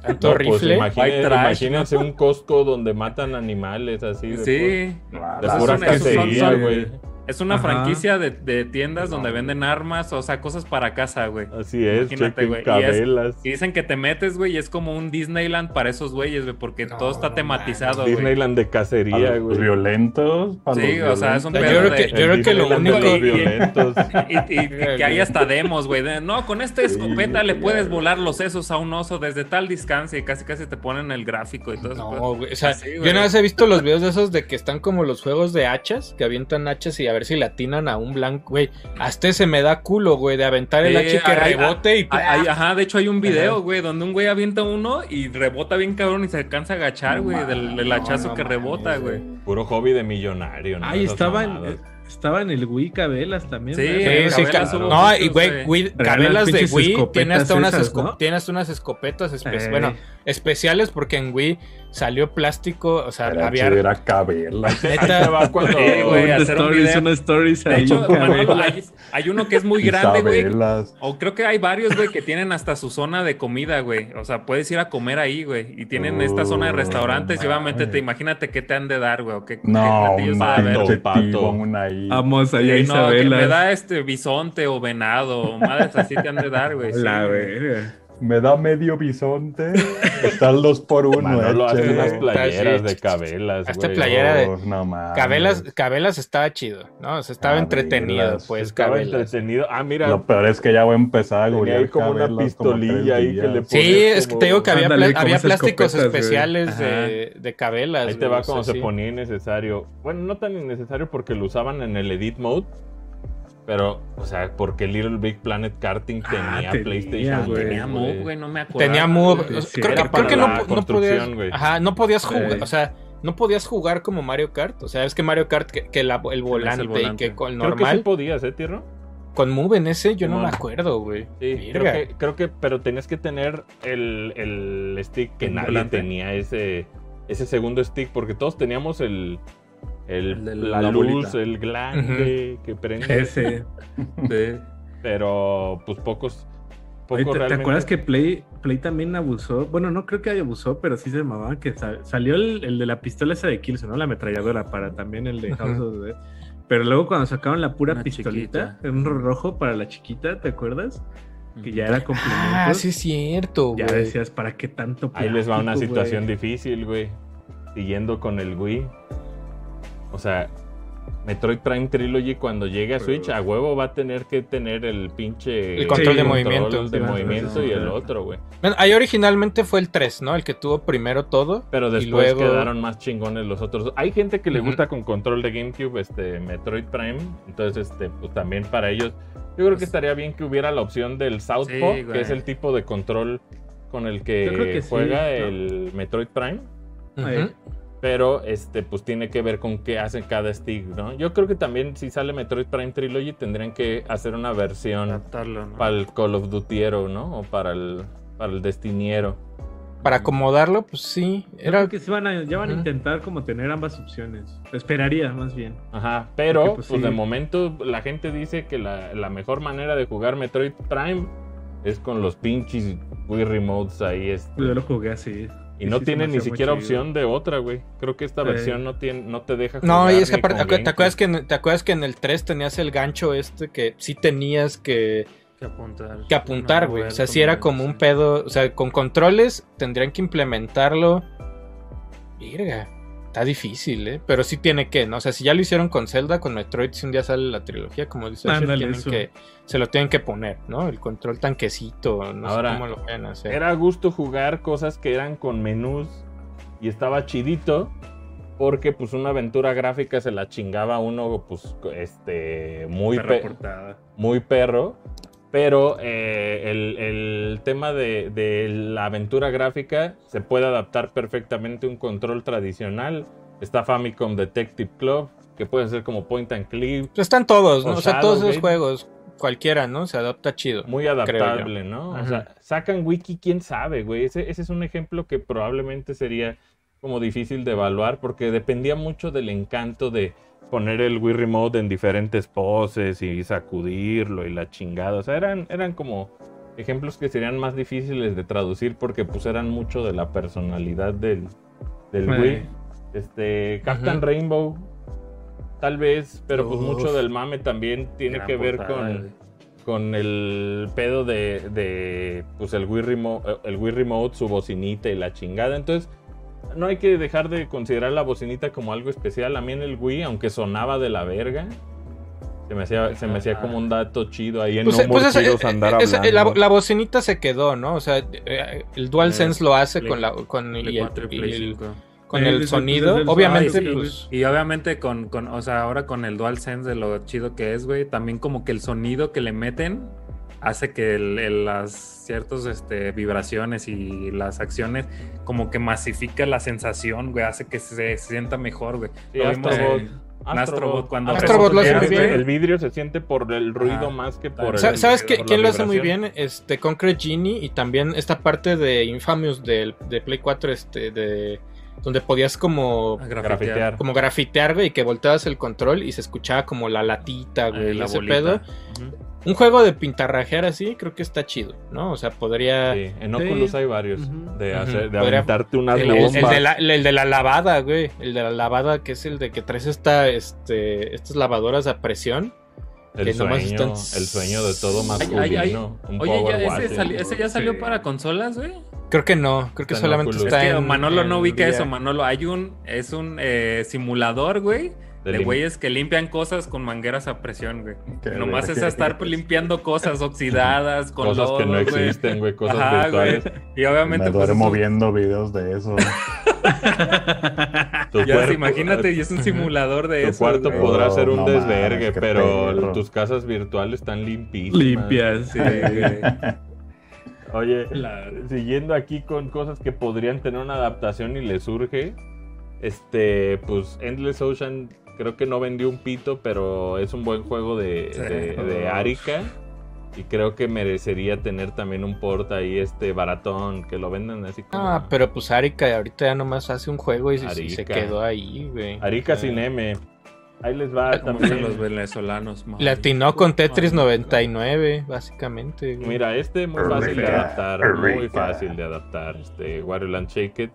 A: Tanto
E: No, pues,
A: rifle.
E: imagine-
C: White trash,
E: imagínense un Costco donde matan animales así. De
C: sí.
B: Ah,
E: pu-
C: Pues
E: de
C: es
E: pura
C: una- es un-
E: cacería,
C: son-
E: güey.
C: Es una
D: Ajá.
C: franquicia de, de tiendas donde venden armas, o sea, cosas para casa, güey.
E: Así es,
C: Imagínate,
E: chequen
C: güey, y es-
E: Cabelas.
C: Y dicen que te metes, güey, y es como un Disneyland para esos güeyes, güey, porque
A: No,
C: todo está
A: no
C: tematizado, güey.
E: Disneyland de
B: A
E: cacería,
B: los
E: güey.
B: violentos, para
C: Sí,
B: los
C: o sea, es un
A: Yo
C: pedo
A: creo
C: de-
A: que, yo creo que lo
E: Disneyland de
A: único.
E: los violentos.
C: Y, y-
A: *laughs*
C: y que hay hasta demos, güey. de, No, con esta escopeta
B: Sí,
C: le
B: ya,
C: puedes
B: güey.
C: volar los sesos a un oso desde tal distancia y casi casi te ponen el gráfico y todo eso. pues.
A: No, güey. O sea,
C: Así,
A: yo
C: güey.
A: nada más he visto
C: *laughs*
A: los videos de esos de que están como los juegos de hachas, que avientan hachas y a ver si le atinan a un blanco, güey. Hasta se me da culo, güey, de aventar el
C: Sí,
A: hacha y que
C: ay,
A: rebote y.
C: Hay- hay- ajá, de hecho hay un video,
A: Ajá.
C: güey, donde un güey avienta uno y rebota bien cabrón y se alcanza a agachar, güey, del, del hachazo que rebota, güey.
E: Puro hobby de millonario, ¿no?
D: Ay,
E: Esas
D: estaba en,
E: mamadas.
D: estaba en el Wii Cabelas también.
C: Sí,
D: ¿verdad?
A: Sí, sí,
C: Cabelas
A: ca-
C: hubo
A: no,
C: muchos,
A: y güey,
C: sí.
A: güey,
D: Regalan
A: cabelas de
D: pinches
A: Wii
D: escopetas
A: tiene hasta unas,
D: esas,
A: esco-
D: ¿no?
C: pues,
A: tiene hasta unas escopetas espe-
D: Eh.
A: bueno, especiales porque en Wii salió plástico, o sea,
B: Era
A: había...
B: chido ir a caberla.
E: Ahí te
A: Neta,
E: va cuando,
C: Sí, güey,
D: Una
C: hacer un
D: stories,
C: video.
D: una stories
C: De
D: ahí.
C: hecho,
D: con
C: *laughs* Manolo,
D: velas.
C: hay, hay uno que es muy grande, güey.
B: Isabelas.
C: O creo que hay varios, güey, que tienen hasta su zona de comida, güey. O sea, puedes ir a comer ahí, güey. Y tienen esta zona de
B: Oh,
C: restaurantes. y obviamente,
B: mames.
C: te imagínate qué te han de dar, güey. O qué, qué
B: No,
C: platillos
B: un
C: ha de haber,
E: pato.
C: güey.
B: pinche
E: pato.
B: tibón ahí.
D: Vamos
C: Sí,
D: allá,
C: no, que me
D: Isabela.
C: da este bisonte o venado, o madres así te han de dar, güey. pues, sí,
D: La
C: güey. *laughs*
D: verga.
B: Me da medio
E: *laughs*
B: bisonte. Está el 2 por 1
E: Manolo hace unas playeras
A: Así,
E: de cabelas,
A: hazte
E: güey.
A: playera. de-
B: Oh, no mames.
A: Cabelas,
D: Ah,
A: Cabelas estaba chido, ¿no? O sea, estaba
B: Cabelas.
A: entretenido, pues,
E: Estaba
A: Cabelas.
E: entretenido. Ah, mira,
B: Lo peor es que ya voy a empezar a
E: Tenía
B: googlear
E: ahí como una
B: cabelas como tres
E: pistolilla ahí que
B: días.
E: le
A: Sí,
E: ponías
A: es que
E: como-
A: te digo que había,
D: Ándale,
A: pla-
D: como
A: había
D: esas
A: plásticos
D: escopetas, güey.
A: especiales
C: Ajá.
A: de, de Cabelas.
E: Ahí te
A: güey,
E: va
A: o sea,
E: como se
A: sí.
E: ponía innecesario. Bueno, no tan innecesario porque lo usaban en el edit mode. Pero, o sea, porque Little Big Planet Karting
D: Ah,
E: tenía,
D: tenía,
E: PlayStation.
D: güey.
C: Tenía
E: güey.
C: move, güey, Este, no me acuerdo.
A: Tenía move. o sea,
D: sí,
A: creo
E: era
A: que,
E: para
A: creo que no,
E: la
A: po- no
E: construcción,
A: podías.
E: güey.
A: Ajá, no podías jugar.
D: Sí.
A: O sea, no podías jugar como Mario Kart. O sea, es que Mario Kart, que, que la- el, volante
C: volante.
A: y que con el
E: Creo que sí
A: normal.
E: podías, ¿eh, Tierno?
A: Con Move en ese, yo no, me
E: Simón.
A: acuerdo, güey.
E: Sí, creo
A: Verga.
E: que, creo que, pero tenías que tener el, el stick que
C: El
E: nadie
C: volante.
E: tenía ese, ese segundo stick, porque todos teníamos el, el,
C: El de
E: la,
C: la
E: luz,
C: bolita.
E: el glande que prende,
D: Ese.
C: Sí.
E: pero pues pocos, pocos
D: Oye, ¿te- ¿te,
E: realmente.
D: acuerdas que Play, Play también abusó? Bueno, no creo que haya abusó, pero sí se mamaba que sa- salió el, el de la pistola esa de Kills, ¿no? La ametralladora para también el de House of the Dead. Pero luego cuando sacaron la pura
C: Una
D: pistolita,
C: chiquita.
D: un rojo para la chiquita, ¿te acuerdas? Que ya era complemento.
A: Ah, sí es cierto,
D: Ya
A: güey.
D: decías, ¿para qué tanto
E: Ahí les va una
D: plástico, güey?
E: situación difícil, güey. Siguiendo con el Wii. O sea, Metroid Prime Trilogy cuando llegue a Switch, a huevo va a tener que tener el pinche...
A: El control
D: de
A: movimiento.
E: de
D: Sí,
E: movimiento
D: sí,
E: y el
D: sí.
E: otro, güey.
A: Bueno, ahí originalmente fue el 3, ¿no? El que tuvo primero todo.
E: Pero
A: Y
E: después
A: luego-
E: quedaron más chingones los otros. Hay gente que le
A: Ujú.
E: gusta con control de GameCube, este, Metroid Prime. Entonces, este, pues también para ellos. Yo creo que estaría bien que hubiera la opción del
C: Sí,
E: Southpaw,
C: güey.
E: que es el tipo de control con el
D: Yo creo
E: que
D: que sí,
E: juega
D: ¿no?
E: el Metroid Prime.
A: Ujú.
D: Ay,
E: Pero este, pues tiene que ver con qué hace cada stick, ¿no? Yo creo que también si sale Metroid Prime Trilogy tendrían que hacer una versión
C: Adaptarlo, ¿no?
E: para el Call of Dutyero, ¿no? O para el, para el Destiniero.
A: Para acomodarlo, pues sí.
D: Yo
A: Era
D: creo que se van a, ya van a
A: Ajá.
D: intentar como tener ambas opciones. Esperaría más bien.
E: Ajá, pero
D: Porque,
E: pues,
D: pues, sí.
E: de momento la gente dice que la, la mejor manera de jugar Metroid Prime es con los pinches Wii Remotes ahí. Es,
D: Yo lo jugué así.
E: y no
D: sí se
E: tiene
D: me
E: ni
D: hace muy
E: siquiera
D: chido.
E: opción de otra, güey. Creo que esta
D: Eh.
E: versión no, tiene, no te deja jugar.
A: No, y es que
E: ni
A: aparte,
E: con
A: acu- ¿te acuerdas
E: GameCube.
A: que, en, ¿te acuerdas que en el 3 tenías el gancho este que sí tenías que,
C: Que apuntar.
A: que apuntar,
C: No,
A: güey? o sea,
C: Roberto,
A: sí era
C: no,
A: como
C: sí.
A: un pedo. O sea, con controles tendrían que implementarlo. Virga, está difícil, ¿eh? Pero sí tiene que, ¿no? O sea, si ya lo hicieron con Zelda, con Metroid, si un día sale la trilogía, como dice Asher,
D: Ándale,
A: tienen
D: eso.
A: que, se lo tienen que poner, ¿no? El control tanquecito, no
E: Ahora,
A: sé cómo lo pueden hacer.
E: Era gusto jugar cosas que eran con menús y estaba chidito. Porque pues una aventura gráfica se la chingaba uno, pues, este, muy,
C: Perra
E: pe-
C: portada.
E: muy perro. Pero eh, el, el tema de, de la aventura gráfica se puede adaptar perfectamente a un control tradicional. Está Famicom Detective Club, que puede ser como point and click,
A: Pues están todos, ¿no? O sea,
E: Osado,
A: todos los
E: güey.
A: juegos, cualquiera, ¿no? Se adapta chido.
E: muy adaptable, ¿no? O
A: Ajá.
E: sea, sacan wiki, quién sabe, güey. Ese, ese es un ejemplo que probablemente sería como difícil de evaluar porque dependía mucho del encanto de poner el Wii Remote en diferentes poses y sacudirlo y la chingada. O sea, eran, eran como ejemplos que serían más difíciles de traducir porque pues eran mucho de la personalidad del, del
D: Eh.
E: Wii. Este, Captain
A: Ujú.
E: Rainbow, tal vez, pero pues mucho
C: Uf.
E: del mame también tiene
C: Gran
E: que ver
C: portada,
E: con
C: güey.
E: con el pedo de, de, pues el Wii, Remote, el Wii Remote, su bocinita y la chingada. Entonces, no hay que dejar de considerar la bocinita como algo especial. A mí en el Wii, aunque sonaba de la verga, se me hacía, se me hacía como un dato chido ahí en
A: Pues,
E: No
A: eh, pues
E: More
A: esa-
E: Heroes
A: eh,
E: andar
A: esa- eh,
E: hablando.
A: la, la bocinita se quedó, ¿no? O sea, eh, el DualSense lo hace
C: Play-
A: con, la, con,
C: Play
A: y el,
C: 4 y
A: y
C: Play
A: el-
C: 5.
A: con
D: Eh,
A: el
D: desde-
A: sonido.
D: desde el-
A: Obviamente,
C: Ay, sí,
A: pues.
C: Y obviamente con, con, o sea, ahora con el DualSense de lo chido que es, güey, también como que el sonido que le meten hace que el- el- las ciertas este, vibraciones y las acciones como que masifica la sensación, güey, hace que se, sienta mejor, güey.
E: Sí,
C: Lo vimos
E: Astrobot.
C: en- Astrobot, cuando
A: Astrobot lo hace muy bien.
E: El vidrio se siente por el ruido más que por
C: Sa-
E: el-
A: Sa- ¿Sabes
E: por
A: qué-
E: la
A: quién lo hace muy
E: vibración.
A: bien? Este, Concrete Genie y también esta parte de Infamous del- de, Play 4, este, de donde podías como
C: A
E: Grafitear.
A: como grafitear, güey, y que volteabas el control y se escuchaba como la latita, güey,
C: Ahí
A: y
C: la
A: ese
C: bolita.
A: pedo.
C: Ujú.
A: Un juego de pintarrajear así, creo que está chido, ¿no? O sea, podría.
E: Sí, en Oculus
D: Sí.
E: hay varios.
D: Ujú.
E: De,
A: Ujú.
E: hacer, de
A: Podría-
E: aventarte unas
A: El, el-
E: bombas.
A: el de la, el de la lavada, güey. El de la lavada, que es el de que traes esta, este, estas lavadoras a presión.
E: El
A: que
E: sueño,
A: nomás están-
E: el sueño de todo
C: Ay,
E: masculino.
C: ay, ay.
E: Un
C: Oye, ya,
E: power
C: ese,
E: wash. eh,
C: sali- ese ya salió
D: Sí.
C: para consolas, güey.
A: Creo que no, creo que
E: Está en
A: solamente
E: Oculus.
A: está
C: es que
A: en.
C: Manolo
A: en
C: no ubica
A: VR.
C: eso, Manolo. Hay un, es un eh, simulador, güey,
E: De
C: de
E: lim-
C: güeyes que limpian cosas con mangueras a presión, güey.
B: Qué
C: Nomás es
B: verga.
C: estar pues, limpiando cosas oxidadas, con
E: cosas que no
C: lodo, güey.
E: existen, güey. Cosas
C: Ajá,
E: virtuales.
C: güey. Y obviamente,
B: Me
C: pues,
B: duermo
C: es un-
B: viendo videos de
A: *laughs*
B: eso.
E: Tu
C: Ya,
E: cuerpo- eh,
C: sí, imagínate, y es un simulador de
E: Tu
C: eso.
E: cuarto
C: güey.
E: podrá ser un
B: No mames,
E: desvergue,
B: qué
E: pero
B: perro.
E: tus casas virtuales están limpísimas. pues.
D: Limpias.
C: Sí, güey.
E: Oye,
C: La-
E: siguiendo aquí con cosas que podrían tener una adaptación y le surge, este, pues Endless Ocean creo que no vendió un pito, pero es un buen juego de,
C: Sí.
E: de, de Arica y creo que merecería tener también un port ahí, este, baratón, que lo vendan así como...
A: Ah, pero pues Arika ahorita ya nomás hace un juego y, se- y se
E: Arica.
A: quedó ahí, güey.
E: Arica
A: O sea,
E: sin M. Ahí les va
C: Como dicen
E: también.
C: los venezolanos, mami.
A: Le atinó con Tetris
C: Mami.
A: 99, básicamente. güey.
E: Mira, este muy fácil de
B: Rica,
E: adaptar, muy
B: rica.
E: fácil de adaptar, este, Wario Land Shake It.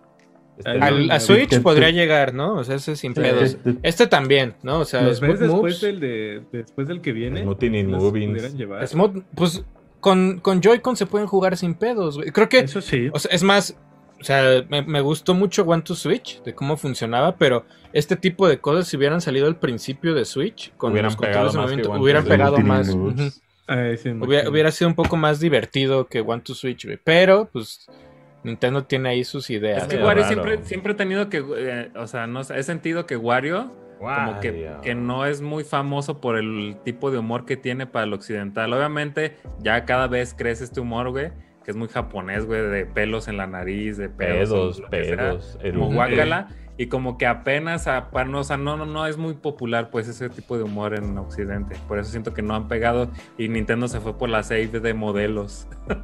E: Este,
D: Al-
A: Al,
D: no,
A: a
D: no,
A: Switch
B: que-
A: podría llegar, ¿no? O sea, ese sin pedos. Este también, ¿no? O sea,
D: ¿Los
A: Smooth
D: ves después
A: Moves.
D: del, de, después del que viene?
E: Smoothing in
D: ¿Los
E: Movings.
D: pudieran llevar?
A: Smooth- pues con, con Joy-Con se pueden jugar sin pedos, güey. Creo que,
D: Eso sí.
A: o sea, es más, o sea, me, me gustó mucho One to Switch, de cómo funcionaba, pero este tipo de cosas, si hubieran salido al principio de Switch, con
E: Hubieran
A: los
E: pegado
A: controles de
E: más que
A: movimiento,
E: One to
A: hubieran
E: Switch.
A: pegado
B: Tirin
A: más.
B: nudes.
A: ujú.
D: Ah, sí, me
A: Hubiera,
D: imagino.
A: hubiera sido un poco más divertido que One to Switch, güey. Pero, pues, Nintendo tiene ahí sus ideas.
C: Es que
E: Medio
A: ¿no?
C: Wario
E: raro.
C: siempre, siempre ha tenido que, eh, o sea, no sé, he sentido que Wario como que,
E: Wario.
C: que no es muy famoso por el tipo de humor que tiene para el occidental. Obviamente, ya cada vez crece este humor, güey, que es muy japonés, güey, de pelos en la nariz, de
E: pedos,
C: pedos, en lo que sea,
E: pedos,
C: como
E: eructos.
C: guácala. Y como que apenas, a, pa- no, o sea, no, no, no es muy popular, pues, ese tipo de humor en Occidente. Por eso siento que no han pegado y Nintendo se fue por la save de modelos. *laughs*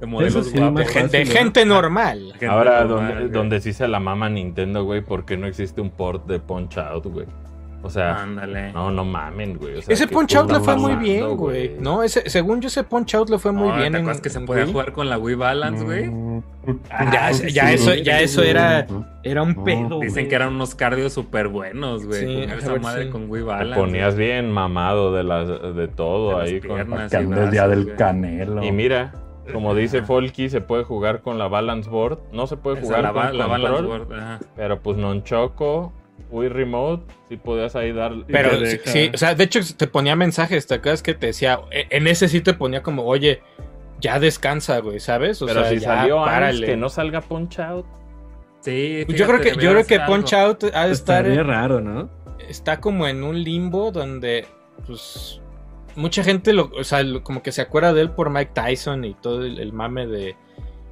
C: de modelos
D: sí,
C: guapos.
A: De
D: más ¿eh?
C: güey.
A: gente, gente normal.
C: Gente
E: Ahora,
C: normal,
E: donde,
C: güey.
E: donde sí se la mama Nintendo, güey, porque no existe un port de Punch Out, güey. O
C: Ah,
E: sea,
C: Ándale.
E: no, no mamen, güey. O sea,
A: Ese
E: ¿qué
A: Punch Out
E: están
A: le fue muy
E: mamando,
A: bien, güey. No, ese, según yo, ese Punch Out le fue muy
C: No,
A: bien.
C: ¿Te
A: en-
C: acuerdas que se
A: en
C: podía
A: Wii?
C: jugar con la Wii Balance,
D: Mm.
C: güey?
B: Mm. Ah,
A: Ya, ya eso- ya eso era- Era un
B: No,
A: pedo.
C: Dicen
A: güey.
C: que eran unos cardios súper buenos, güey.
A: Sí,
C: jugar
A: a
C: esa
A: ver,
C: madre
A: sí.
C: con Wii
E: Te
C: Balance.
E: ponías bien mamado de las de
C: De
E: todo
C: las
E: ahí con...
C: piernas.
B: Marcando el día del canelo.
E: Y mira, como dice Folky, se puede jugar con la balance board, no se puede
C: Esa,
E: jugar
C: la,
E: con
C: ba- la
E: control,
C: Balance Board. Ajá.
E: pero pues Nonchoco, Wii Remote, si podías ahí dar
D: te
A: Pero sí,
D: deja.
A: sí, o sea, de hecho te ponía mensajes, ¿te acuerdas que te decía? E- En ese sí te ponía como, oye, ya descansa, güey, ¿sabes? O
E: Pero
A: sea,
E: si
A: ya,
E: salió antes
A: párale.
E: que no salga Punch Out.
C: Sí,
A: Pues Yo creo
C: fíjate,
A: que, yo
C: debería
A: creo que
C: ser algo.
A: Punch Out ha de estar
D: Pues Estaría raro, ¿no?
A: está como en un limbo donde, pues, mucha gente, lo, o sea, lo- como que se acuerda de él por Mike Tyson y todo el, el mame de...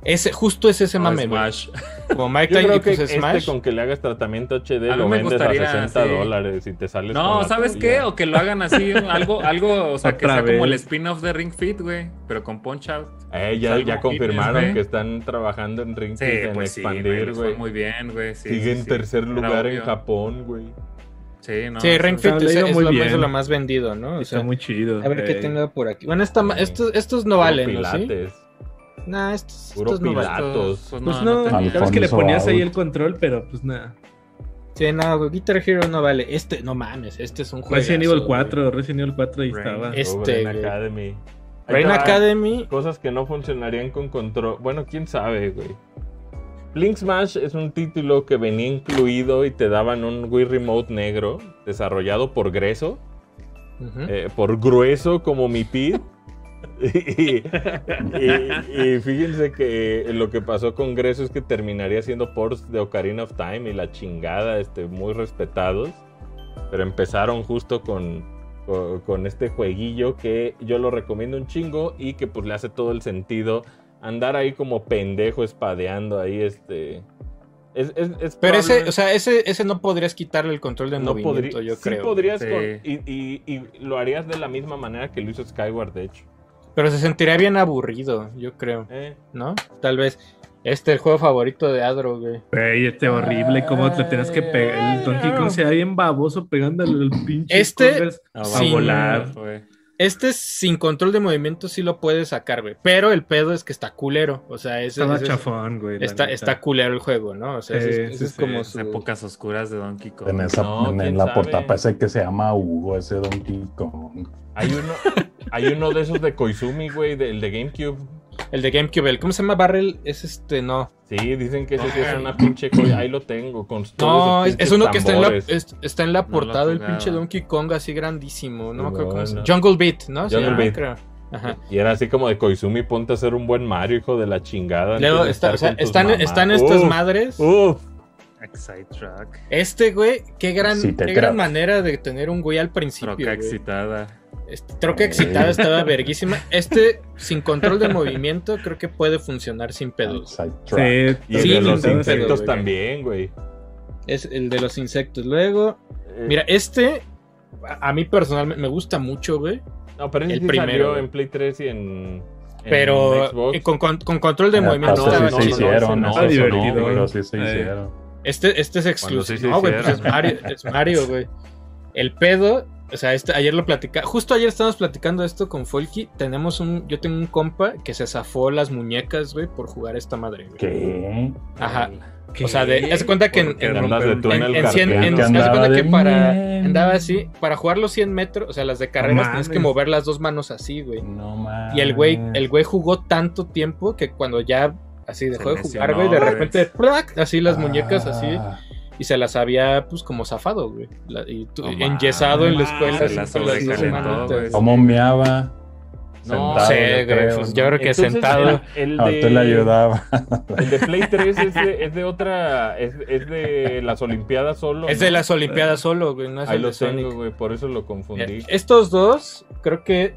A: Ese, justo es ese
C: No,
A: mame, güey.
C: Smash.
A: Como Mike
E: *laughs* Yo
A: Tyson y
E: creo que
A: pues
E: este
A: Smash.
E: con que le hagas tratamiento HD
C: A mí
E: lo
C: me
E: vendes
C: gustaría,
E: a 60
C: sí.
E: dólares y te sales con
C: No,
E: la
C: ¿sabes
E: tuya.
C: qué? O que lo
E: *laughs*
C: hagan así, algo, algo, o sea, que
D: Otra
C: sea como el
D: vez.
C: spin-off de Ring Fit, güey, pero con Punch Out.
E: Eh, ya,
C: Salgo
E: ya
C: fitness,
E: confirmaron
C: güey.
E: que están trabajando en Ring
C: Sí,
E: Fit, en
C: pues sí, güey,
E: expandir,
C: les fue
E: güey.
C: muy bien, güey. sí,
E: Sigue
C: sí,
E: en
C: sí.
E: tercer
C: Era
E: lugar en
C: obvio.
E: Japón, güey.
C: Sí, no.
A: Sí,
C: eso-
A: Ring Fit
D: le ha
A: es,
D: ido
A: es
D: muy
A: lo, más-
D: bien.
A: lo más vendido, ¿no? O sea,
D: Está muy chido.
A: a ver qué
D: eh.
A: tengo por aquí. Bueno, esta ma-
E: Sí.
A: estos, estos no
E: Puro
A: valen, ¿no? ¿Sí?
E: Pilates.
A: Nah, estos,
E: Puro
A: estos no valen.
E: pilates.
C: Estos,
D: Pues no,
C: tenía-
B: Alfonso
D: sabes que le ponías ahí
B: Out.
D: el control, pero pues nada.
A: Sí, no, güey, Guitar Hero no vale. Este, no mames, este es un juego.
D: Resident Evil 4, Resident Evil 4 ahí
C: Rain-
D: estaba.
A: Este,
E: Oh, Brain
A: güey.
E: Academy. Ahí
A: Brain
E: te va.
A: Academy.
E: Cosas que no funcionarían con control. Bueno, quién sabe, güey. Link Smash es un título que venía incluido y te daban un Wii Remote negro desarrollado por Greso,
A: ujú.
E: eh, por grueso como mi pid. *laughs* y, y- y fíjense que lo que pasó con Greso es que terminaría siendo ports de Ocarina of Time y la chingada, este, muy respetados. Pero empezaron justo con, con, con este jueguillo que yo lo recomiendo un chingo y que pues le hace todo el sentido andar ahí como pendejo espadeando ahí este... Es, es- es
A: Pero ese,
E: probable-
A: o sea, ese, ese no podrías quitarle el control de
E: no
A: movimiento,
E: podría,
A: yo
E: sí
A: creo.
E: podrías
C: Sí.
E: con- y, y- y lo harías de la misma manera que lo hizo Skyward, de hecho.
A: Pero se sentiría bien aburrido, yo creo,
E: Eh,
A: ¿no? Tal vez. Este, el juego favorito de Adro, güey.
D: Güey, este horrible, cómo te tenías que pegar. El Donkey Kong se da bien baboso pegándole al pinche
A: Este-
D: Converse
C: Ah,
D: a
A: Sí.
D: volar.
C: güey.
A: Este sin control de movimiento sí lo puedes sacar, güey. Pero el pedo es que está culero. O sea, ese,
D: Estaba
A: ese es-
D: chafón, güey. la
A: está,
D: neta. Eh.
A: está culero el juego, ¿no? O sea, ese, es-
D: Sí,
A: ese
D: sí,
A: es
D: sí,
A: como
C: Las
A: su...
C: épocas oscuras de Donkey Kong.
B: En, esa,
E: No,
B: en,
E: quién
B: la
E: sabe.
B: portapa ese que se llama Hugo, ese Donkey Kong.
E: Hay
A: *laughs*
E: uno, hay uno de esos de Koizumi, güey, del de GameCube.
A: El de GameCube, el- ¿cómo se llama Barrel? Es este, no.
E: Sí, dicen que ese sí es una pinche cosa. Ahí lo tengo. Con
A: No,
E: todos
A: es,
E: los
A: es uno que
E: pinches
A: está en la,
E: tambores.
A: es- está en la
C: No lo
A: portada, el
C: jugaba.
A: pinche Donkey Kong así grandísimo. No me acuerdo cómo se
E: Bueno.
A: Jungle Beat, ¿no? Se
E: Jungle
A: llama,
E: Beat.
A: creo. Ajá.
E: Y era así como de Koizumi, ponte a ser un buen Mario, hijo de la chingada. antes
A: Luego
E: de
A: está-
E: estar
A: o sea,
E: con tus
A: están,
E: mamás". Uh,
A: están estas
E: Uf,
A: madres.
E: uf.
C: Excite Track.
A: Este, güey, qué gran,
B: Sí, te
A: qué gran
B: creo.
A: manera de tener un güey al principio.
C: Troca
A: güey.
C: excitada.
A: Este, troca excitada estaba verguísima. Este, sin control de movimiento, creo que puede funcionar sin pedos.
B: Side track.
D: Sí,
E: Y el
A: Sí,
E: de los
A: Nintendo se lo
E: insectos
A: doy,
E: también, güey.
A: Es el de los insectos. Luego,
E: Eh,
A: mira, este, a, a mí personalmente me gusta mucho, güey.
E: no, pero ese
A: el
E: sí
A: primero,
E: salió
A: güey.
E: en Play 3 y en, en
A: Pero
E: Xbox.
A: eh, con, con- con control de
B: Ah,
A: movimiento
B: no,
A: estaba
B: sí se
A: chido.
B: hicieron,
E: no,
B: no,
E: eso no,
B: divertido,
E: güey.
B: pero sí se
D: Eh.
B: hicieron.
A: Este, este es
E: Cuando sí
A: exclusivo.
E: se
A: No, güey, pues es
E: hiciera.
A: Mario, es Mario, güey. El pedo, o sea, este, ayer lo platicaba. Justo ayer estábamos platicando esto con Folky. Tenemos un, yo tengo un compa que se zafó las muñecas, güey, por jugar esta madre, güey.
B: ¿Qué?
A: Ajá. O sea, de, haz de cuenta que en,
C: Porque
A: en,
C: era
A: en,
C: un
E: andas de tú en el
A: en cien-
E: cartel.
A: en-
B: Que
A: haz de
B: andaba
A: cuenta que
B: de-
A: para, andaba así, para jugar los 100 metros, o sea, las de carreras
D: Mames.
A: tienes que mover las dos manos así, güey.
B: No mames.
A: Y el güey,
B: Ah.
A: el güey jugó tanto tiempo que cuando ya así dejó
C: Se
A: de jugar,
C: lesionó,
A: güey, de
C: güey.
A: repente, ¡plac! así las muñecas así,
B: Ah,
A: y se las había pues como zafado, güey. La- y tú-
C: No
A: enyesado en la
D: mames.
A: escuela.
D: Se
A: así
C: las
A: con las dos
C: sobrecargó,
A: manitas.
C: güey.
B: ¿Cómo meaba?
E: No
A: No
B: Sentado,
A: sé,
B: yo
A: güey, eh,
B: creo,
A: pues,
B: ¿no?
A: yo creo que
E: Entonces,
A: sentado.
E: El, el
B: Ah,
E: de,
B: tú le ayudaba.
E: el de Play 3 es de, es de otra. Es, es de las Olimpiadas solo.
A: Es de
E: ¿no?
A: las Olimpiadas solo, güey, no es
E: Ahí
A: el
E: lo
A: de Sonic.
E: tengo, güey. Por eso lo confundí.
A: Eh, Estos dos, creo que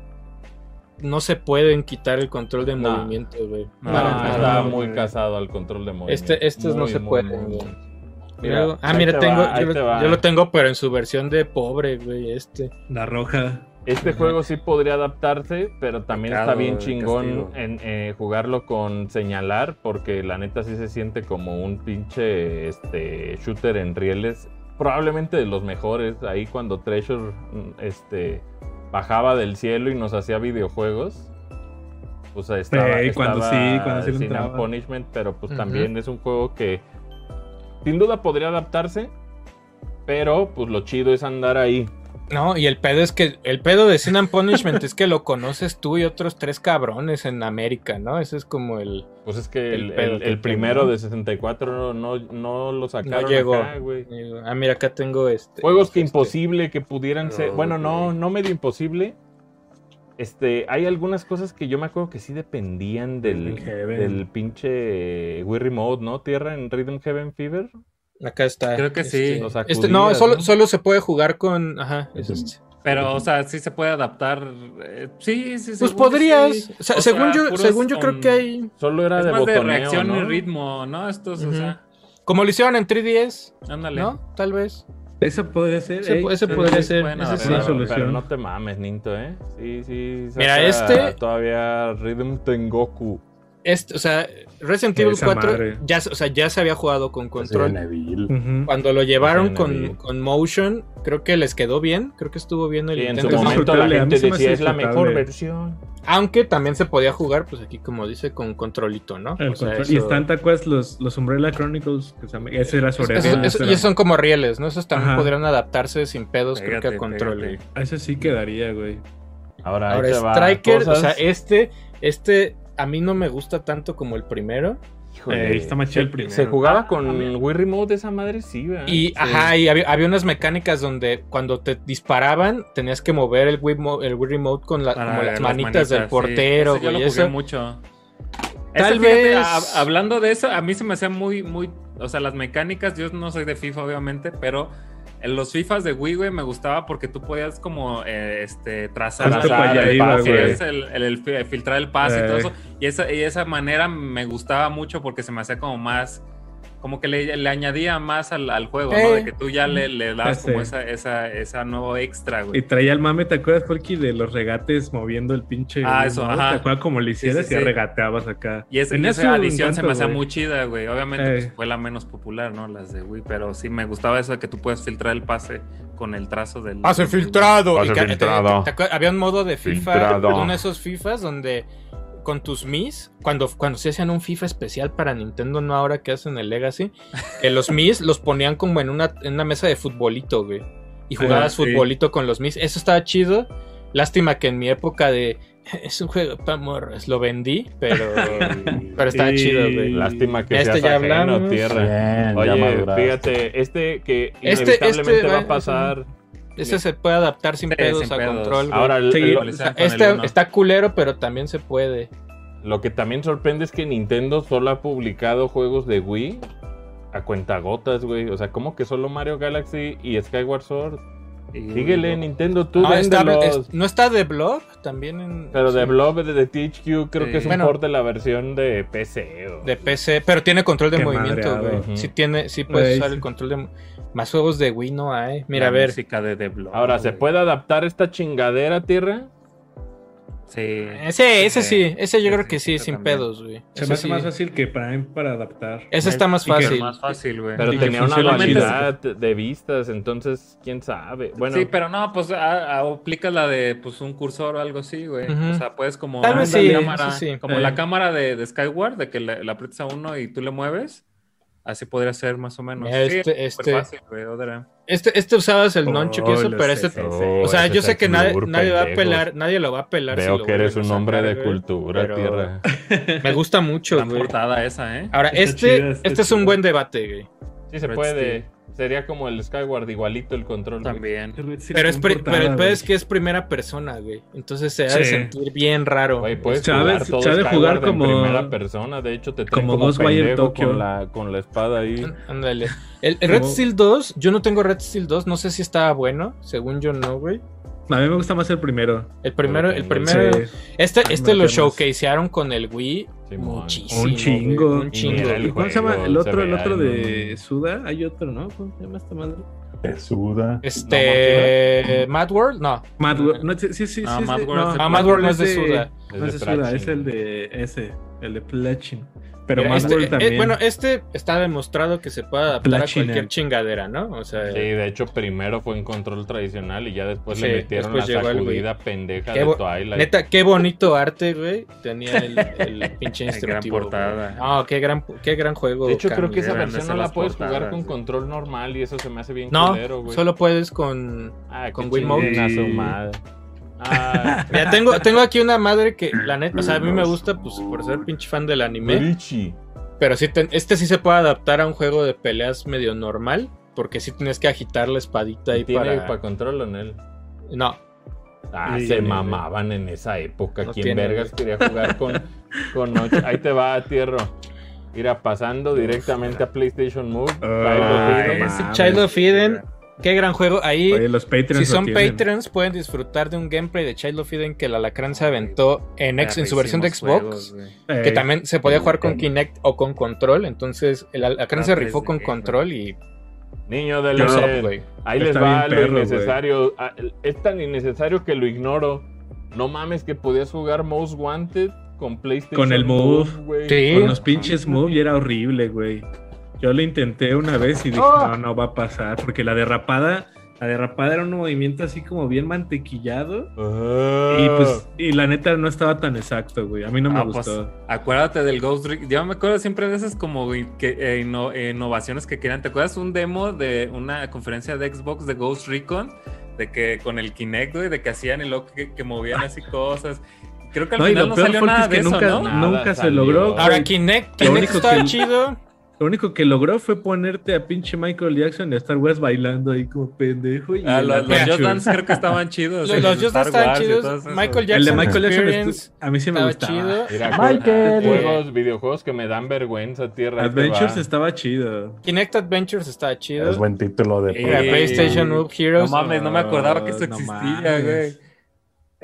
A: no se pueden quitar el control de
E: No.
A: movimiento, güey.
C: No,
A: Para
C: no,
E: Ah,
A: nada.
E: estaba
D: no,
E: muy
D: güey.
E: casado al control de movimiento.
A: Este- estos no se pueden, güey. Luego- ah,
E: ahí
A: mira,
E: te
A: tengo,
E: va, ahí
A: yo,
E: te
A: lo,
E: va.
A: yo lo tengo, pero en su versión de pobre, güey, este.
D: La roja.
E: Este juego sí podría adaptarse, pero también
C: Pecado
E: está bien
C: de
E: chingón
C: castigo.
E: en eh, jugarlo con señalar, porque la neta sí se siente como un pinche este, shooter en rieles, probablemente de los mejores. Ahí cuando Treasure mm, este, bajaba del cielo y nos hacía videojuegos. O sea, estaba,
D: Sí, cuando
E: estaba
D: sí, cuando sí lo
E: Sin
D: entraba.
E: and Punishment, pero pues
A: Ujú.
E: también es un juego que sin duda podría adaptarse, pero pues lo chido es andar ahí.
A: No, y el pedo es que, el pedo de Sin and Punishment es que lo conoces tú y otros tres cabrones en América, ¿no? Ese es como el...
E: Pues es que
A: El
E: el,
A: pedo
E: el-
A: que
E: el primero de 64 no, no, no lo sacaron.
A: No llegó.
E: acá, güey.
A: Ah, mira, acá tengo este.
E: Juegos que
A: este.
E: imposible que pudieran ser.
C: Ok.
E: Bueno, no, no medio imposible. Este, hay algunas cosas que yo me acuerdo que sí dependían del,
D: Rhythm Heaven.
E: del pinche Wii Remote, ¿no? Tierra en Rhythm Heaven Fever.
A: Acá está.
C: Creo que sí.
A: este.
E: Los
A: Este, no,
E: sacudías,
A: solo, solo se puede jugar con... Ajá, es este.
C: Pero, o sea, sí se puede adaptar. eh, sí, sí,
A: Pues
C: según yo
A: podrías.
C: sí.
A: o sea,
C: ¿eh? O
A: según
C: sea,
A: yo,
C: puros
A: según yo creo
C: con-
A: que hay...
E: Solo era
C: Es
E: de
C: más de
E: botoneo,
C: reacción
E: ¿no?
C: y ritmo, ¿no? Estos, o
A: Ujú.
C: sea,
A: Como lo hicieron en 3DS,
C: ándale.
A: ¿no? Tal vez.
D: Eso podría ser.
A: Ese,
D: ey,
A: ese
D: pero-
A: podría
C: sí,
A: ser.
C: pueden
A: ese
E: Pero,
A: sí.
D: una
E: pero
D: solución.
E: no te mames, Ninto, ¿eh? Sí, sí.
A: Mira,
E: saca
A: este-
E: Todavía Rhythm Tengoku.
A: Este, o sea, Resident Evil
D: Esa
A: 4
D: madre.
A: ya, se- o sea, ya se había jugado con
B: Pues Sí,
A: control.
B: Neville.
D: Ujú.
A: Cuando lo llevaron
E: Resident
A: con,
E: Evil.
A: con Motion, creo que les quedó bien. Creo que estuvo bien el
E: Sí, en su
A: intento.
D: Es
E: momento la
D: disfrutable, a mí
E: gente
D: se me hace
E: decía es la
D: disfrutable".
E: mejor versión.
A: Aunque también se podía jugar, pues aquí como dice, con controlito, ¿no?
D: El
A: O sea,
D: control.
A: eso-
D: Y están, ¿te acuerdas? Los, los Umbrella Chronicles. Que se llama- ese era sobre
A: eso-
D: arena,
A: eso-
D: pero-
A: y esos son como rieles, ¿no? Esos también
D: Ajá.
A: podrían adaptarse sin pedos, creo que
C: Pégate,
A: a control.
C: pégate.
A: güey.
D: Eso sí quedaría, güey.
E: Ahora, ahí
A: Ahora,
E: te va.
A: Striker, o
E: Cosas-
A: sea, este, este a mí no me gusta tanto como el primero.
E: Híjole.
D: Eh, está más chido el primero.
E: Se jugaba
C: Ah,
E: con
C: mira.
E: Wii Remote esa madre, sí, ¿verdad? *laughs*
A: Y ajá, y había, había unas mecánicas donde cuando te disparaban tenías que mover el Wii, Mo- el Wii Remote con la-
C: Para
A: como las manitas, del
C: sí.
A: portero,
C: Ese yo
A: güey.
C: lo jugué
A: eso-
C: mucho.
A: Tal
C: Ese, fíjate,
A: vez-
C: hab- hablando de eso, a mí se me hacía muy, muy. O sea, las mecánicas, yo no soy de FIFA, obviamente, pero. En los FIFAs de Wii, güey, me gustaba porque tú podías como eh, este, trazar
D: Justo
C: la-
D: para allá
C: el
D: iba,
C: pase,
D: güey.
C: es el- el- el fi- filtrar el pase y todo
D: Eh.
C: eso. Y esa, y esa manera me gustaba mucho porque se me hacía como más como que le, le añadía más al, al juego,
A: Eh.
C: ¿no? De que tú ya le, le das
D: Ya sé.
C: como esa, esa, esa nuevo extra,
D: Y
C: güey.
D: traía el mame, ¿te acuerdas, Porky, de los regates moviendo el pinche.
C: Ah, eso,
D: mouse?
C: ajá.
D: ¿Te acuerdas cómo le
C: Sí,
D: hicieras
C: sí,
D: y
C: sí.
D: regateabas acá?
C: Y esa,
D: Tenía su
C: esa edición se
D: encanto,
C: me hacía
D: güey.
C: muy chida, güey. Obviamente
D: Eh.
C: pues, fue la menos popular, ¿no? Las de Wii, pero sí me gustaba eso de que tú puedes filtrar el pase con el trazo del...
A: Pase
C: del-
A: filtrado.
E: Pase
A: Y que-
E: filtrado.
A: te- te- te acuer- había un modo de FIFA,
E: Filtrado.
A: de uno de esos FIFAs donde con tus Mis, cuando, cuando se hacían un FIFA especial para Nintendo, no ahora que hacen el Legacy, que
C: *laughs*
A: los Mis los ponían como en una, en una mesa de futbolito, güey. Y jugabas
C: Ah, sí.
A: futbolito con los Mis. Eso estaba chido. Lástima que en mi época de. *laughs* Es un juego para morros", lo vendí, pero.
C: *laughs*
A: pero estaba
D: Y-
A: chido, güey.
E: Lástima que
A: De este
E: seas
A: ya
E: ajeno,
A: hablamos.
E: tierra.
B: Bien, ya
E: Oye,
B: maduraste.
E: fíjate, este que
A: Este-
E: inevitablemente
A: este
E: va
A: va-
E: a pasar.
A: Ese se puede adaptar sin
C: Sí,
A: pedos
C: sin
A: a
C: pedos.
A: control, güey.
E: Ahora,
D: Sí,
E: lo-
C: con el
A: O sea,
C: con el
A: este
C: uno.
A: está culero, pero también se puede.
E: Lo que también sorprende es que Nintendo solo ha publicado juegos de Wii a cuentagotas, güey. O sea, ¿cómo que solo Mario Galaxy y Skyward Sword?
C: Y-
E: Síguele, Nintendo, tú
A: Ah, está-
E: véndelos.
A: es- ¿No está de Blob? También en.
E: Pero de
A: sí,
E: Blob de THQ creo
C: Sí.
E: que es un
A: Bueno.
E: port de la versión de PC. o-
A: De PC, pero tiene control de
D: Qué
A: movimiento,
D: madreado.
A: güey.
E: Ujú.
A: Sí tiene, sí puedes
D: Güey,
A: usar
D: sí.
A: el control de. mo- Más juegos de Wii no hay. Mira,
C: la
A: a ver.
C: música de The Blob,
E: Ahora, ¿se
C: güey.
E: puede adaptar esta chingadera, tierra?
C: Sí.
A: Ese, ese Eh, sí, ese yo
C: Sí,
A: creo que
C: sí,
A: sí,
C: yo
A: sin
C: también.
A: pedos, güey.
D: Se
A: Ese
D: me hace
A: sí.
D: más fácil que Prime para adaptar.
A: Ese está más
C: Y que es
A: fácil.
C: Más fácil, güey.
E: Pero
D: Y que
E: tenía una
D: funcionalmente-
E: dualidad de vistas, entonces, quién sabe. Bueno,
C: sí, pero no, pues a- a- aplica la de pues un cursor o algo así, güey.
A: Ujú.
C: O sea, puedes como
A: Tal
D: vez
C: la
D: sí,
C: cámara,
A: sí, sí.
C: como
D: Eh.
C: la cámara de, de Skyward, de que le, le aprietas a uno y tú le mueves. Así podría ser más o menos.
A: Este-
C: sí,
A: este-
C: súper fácil, güey, otra.
A: Este, este usabas el
D: Oh,
A: nonchuk y eso,
D: lo
A: pero
D: sé,
A: este.
D: sí. Oh,
A: O sea,
E: Oh, ese
A: yo sé que nadie,
E: Saxburg,
A: nadie va a
E: pendejo.
A: pelar, nadie lo va a pelar. si
E: Veo
A: lo
E: que eres
A: vuelven
E: un
A: a
E: hombre
A: sacar,
E: de
A: güey.
E: cultura,
A: pero-
E: tierra.
A: Me gusta mucho,
C: La
A: Pues, güey.
C: portada esa, ¿eh?
A: Ahora,
D: Está
A: este,
D: chida, está
A: este es un
D: chida.
A: buen debate, güey.
E: Sí, se
C: Red
E: puede. Sería como el Skyward, igualito el control.
A: pues,
E: güey.
C: También.
A: Pero es, pri- pero el pedo es que es primera persona, güey. Entonces se ha de
D: Sí.
A: sentir bien raro.
E: Güey, puedes
D: Chávez-
E: jugar todo
D: Chávez
E: Skyward
D: jugar
E: en
D: como-
E: primera persona. De hecho, te traen
D: como
E: como,
D: Ghostwire
E: pendejo
D: Tokyo.
E: con la, con la espada ahí.
A: Á- Ándale. El, el Red
D: Como-
A: Steel 2, yo no tengo Red Steel 2, no sé si estaba bueno, según yo no, güey.
D: A mí me gusta más el primero.
A: El primero,
E: Yo
A: el
E: lo tengo.
A: primero, este,
D: Ay,
A: este
D: me
A: lo
D: lo tengo.
A: showcasearon con el Wii
E: Simón.
A: muchísimo.
D: Un chingo.
A: güey, Un
D: Y
A: chingo.
E: mira,
D: ¿Y cómo se llama?
E: juego,
D: El otro,
E: se
D: el
E: veía
D: otro
E: en
D: de
E: un-
D: Suda. Hay otro, ¿no? ¿Cómo se llama esta madre?
B: Te suda.
A: Este. Mad World, no.
D: Mad World. No, sí, sí, sí.
C: No,
D: sí,
C: Mad
D: sí,
C: World es de
A: Ah, Mad World no es de Suda.
E: Es
D: No
E: de
D: es de Suda,
E: Pratchett.
D: es el de ese, el de Platchin. Pero
A: Mira,
D: Mad
A: este-
D: World
A: eh,
D: también.
A: bueno, este está demostrado que se puede adaptar
D: Platinum.
A: a cualquier chingadera, ¿no? O sea,
E: Sí, de hecho, primero fue en control tradicional y ya después
A: Sí,
E: le metieron
A: después
E: la
A: llegó al
E: sacudida pendeja
A: Qué
E: de
A: bo-
E: Twilight.
A: neta, qué bonito arte, güey. Tenía el, el pinche
C: Gran
A: instructivo. este güey.
C: portada.
A: No, qué gran, qué gran juego.
E: de hecho, creo
A: Cami.
E: que esa
C: Deben de
E: versión
C: ser
E: no la
C: las
E: puedes jugar
C: portadas,
E: con
C: güey.
E: control normal y eso se me hace bien
A: No,
E: culero, güey.
A: solo puedes con...
E: Ah,
A: con
E: con
A: Wiimote.
E: Wiimote.
A: *laughs*
E: Ah,
A: Mira, tengo, tengo aquí una madre que, la neta, o sea, a mí me gusta, pues, por ser pinche fan del anime.
E: Richie.
A: Pero sí, te- este sí se puede adaptar a un juego de peleas medio normal, porque sí tienes que agitar la espadita ahí
E: ¿Tiene
A: para...
E: para control o no?
A: No,
E: Ah,
D: Sí,
E: se
D: sí, sí.
E: mamaban en esa época.
A: No
E: ¿Quién
A: tiene,
E: vergas quería jugar con, con ocho? Ahí te va, tierro. Mira, pasando directamente a PlayStation Move.
D: Ay,
E: Child of
D: ese
E: Freedom.
A: Child of Eden, qué gran juego. Ahí,
D: pues, Oye, los Patreons.
A: si
D: lo
A: son
D: tienen.
A: Patreons, pueden disfrutar de un gameplay de Child of Eden que la Alacrán se aventó en, ex- en su versión
C: Perrísimos
A: de Xbox.
C: juegos, güey.
D: Eh,
A: que también se podía jugar con
E: ok.
A: Kinect o con control, entonces el Alacrán
C: Ah,
A: se rifó
C: 3D,
A: con
C: güey.
A: control y
E: Niño del
D: Yo-
E: Eden. Ahí les
D: Está
E: va
D: bien
E: lo
D: perro, güey.
E: innecesario. Ah, Es tan innecesario que lo ignoro. No mames que podías jugar Most Wanted con PlayStation
D: Con el Move.
E: güey.
A: Sí.
D: Con los pinches move y era horrible, güey. Yo lo intenté una vez y dije,
A: ¡Oh!
D: no, no va a pasar. Porque la derrapada, la derrapada era un movimiento así como bien mantequillado.
E: Ah.
D: Y pues, y la neta no estaba tan exacto, güey. A mí no me
C: Ah, pues,
D: gustó.
C: acuérdate del Ghost Trick. Yo me acuerdo siempre de esas como in- que, eh, inno- eh, innovaciones que querían. ¿Te acuerdas un demo de una conferencia de Xbox de Ghost Recon? De que con el Kinect, güey, de que hacían y luego que, que movían
A: *laughs*
C: así cosas. Creo que al
D: No, y
C: final
D: lo
C: no
D: peor
C: salió
D: fue que
C: nada
D: es que
C: de eso,
D: nunca,
C: ¿no?
E: Nada
D: nunca se
E: salió.
D: logró. güey.
A: Ahora Kinect,
D: Lo
A: Kinect
D: único
A: estaba
D: que- *laughs*
A: chido.
D: Lo único que logró fue ponerte a pinche Michael Jackson y a Star Wars bailando ahí como pendejo. Y
C: Ah,
D: en
C: los,
D: la
C: los
D: Pikachu.
C: Just Dance creo que estaban chidos.
A: Los,
C: sí,
A: los Just Dance
C: Star
A: estaban
C: Wars y todo
A: chidos.
C: eso.
A: Michael
D: El de
A: Jackson
D: Michael Jackson
A: Experience
D: estu- a mí sí me
A: estaba
D: gustaba.
A: chido.
E: Mira,
A: Michael.
E: juegos, videojuegos que me dan vergüenza, tierra. ahí te
D: Adventures
E: va.
D: estaba chido.
A: Kinect Adventures estaba chido.
B: Es buen título de
C: Eh,
A: Mira,
B: podcast.
A: PlayStation Up
C: No
A: Heroes.
C: mames, no me acordaba que eso
D: No
C: existía,
D: mames.
C: güey.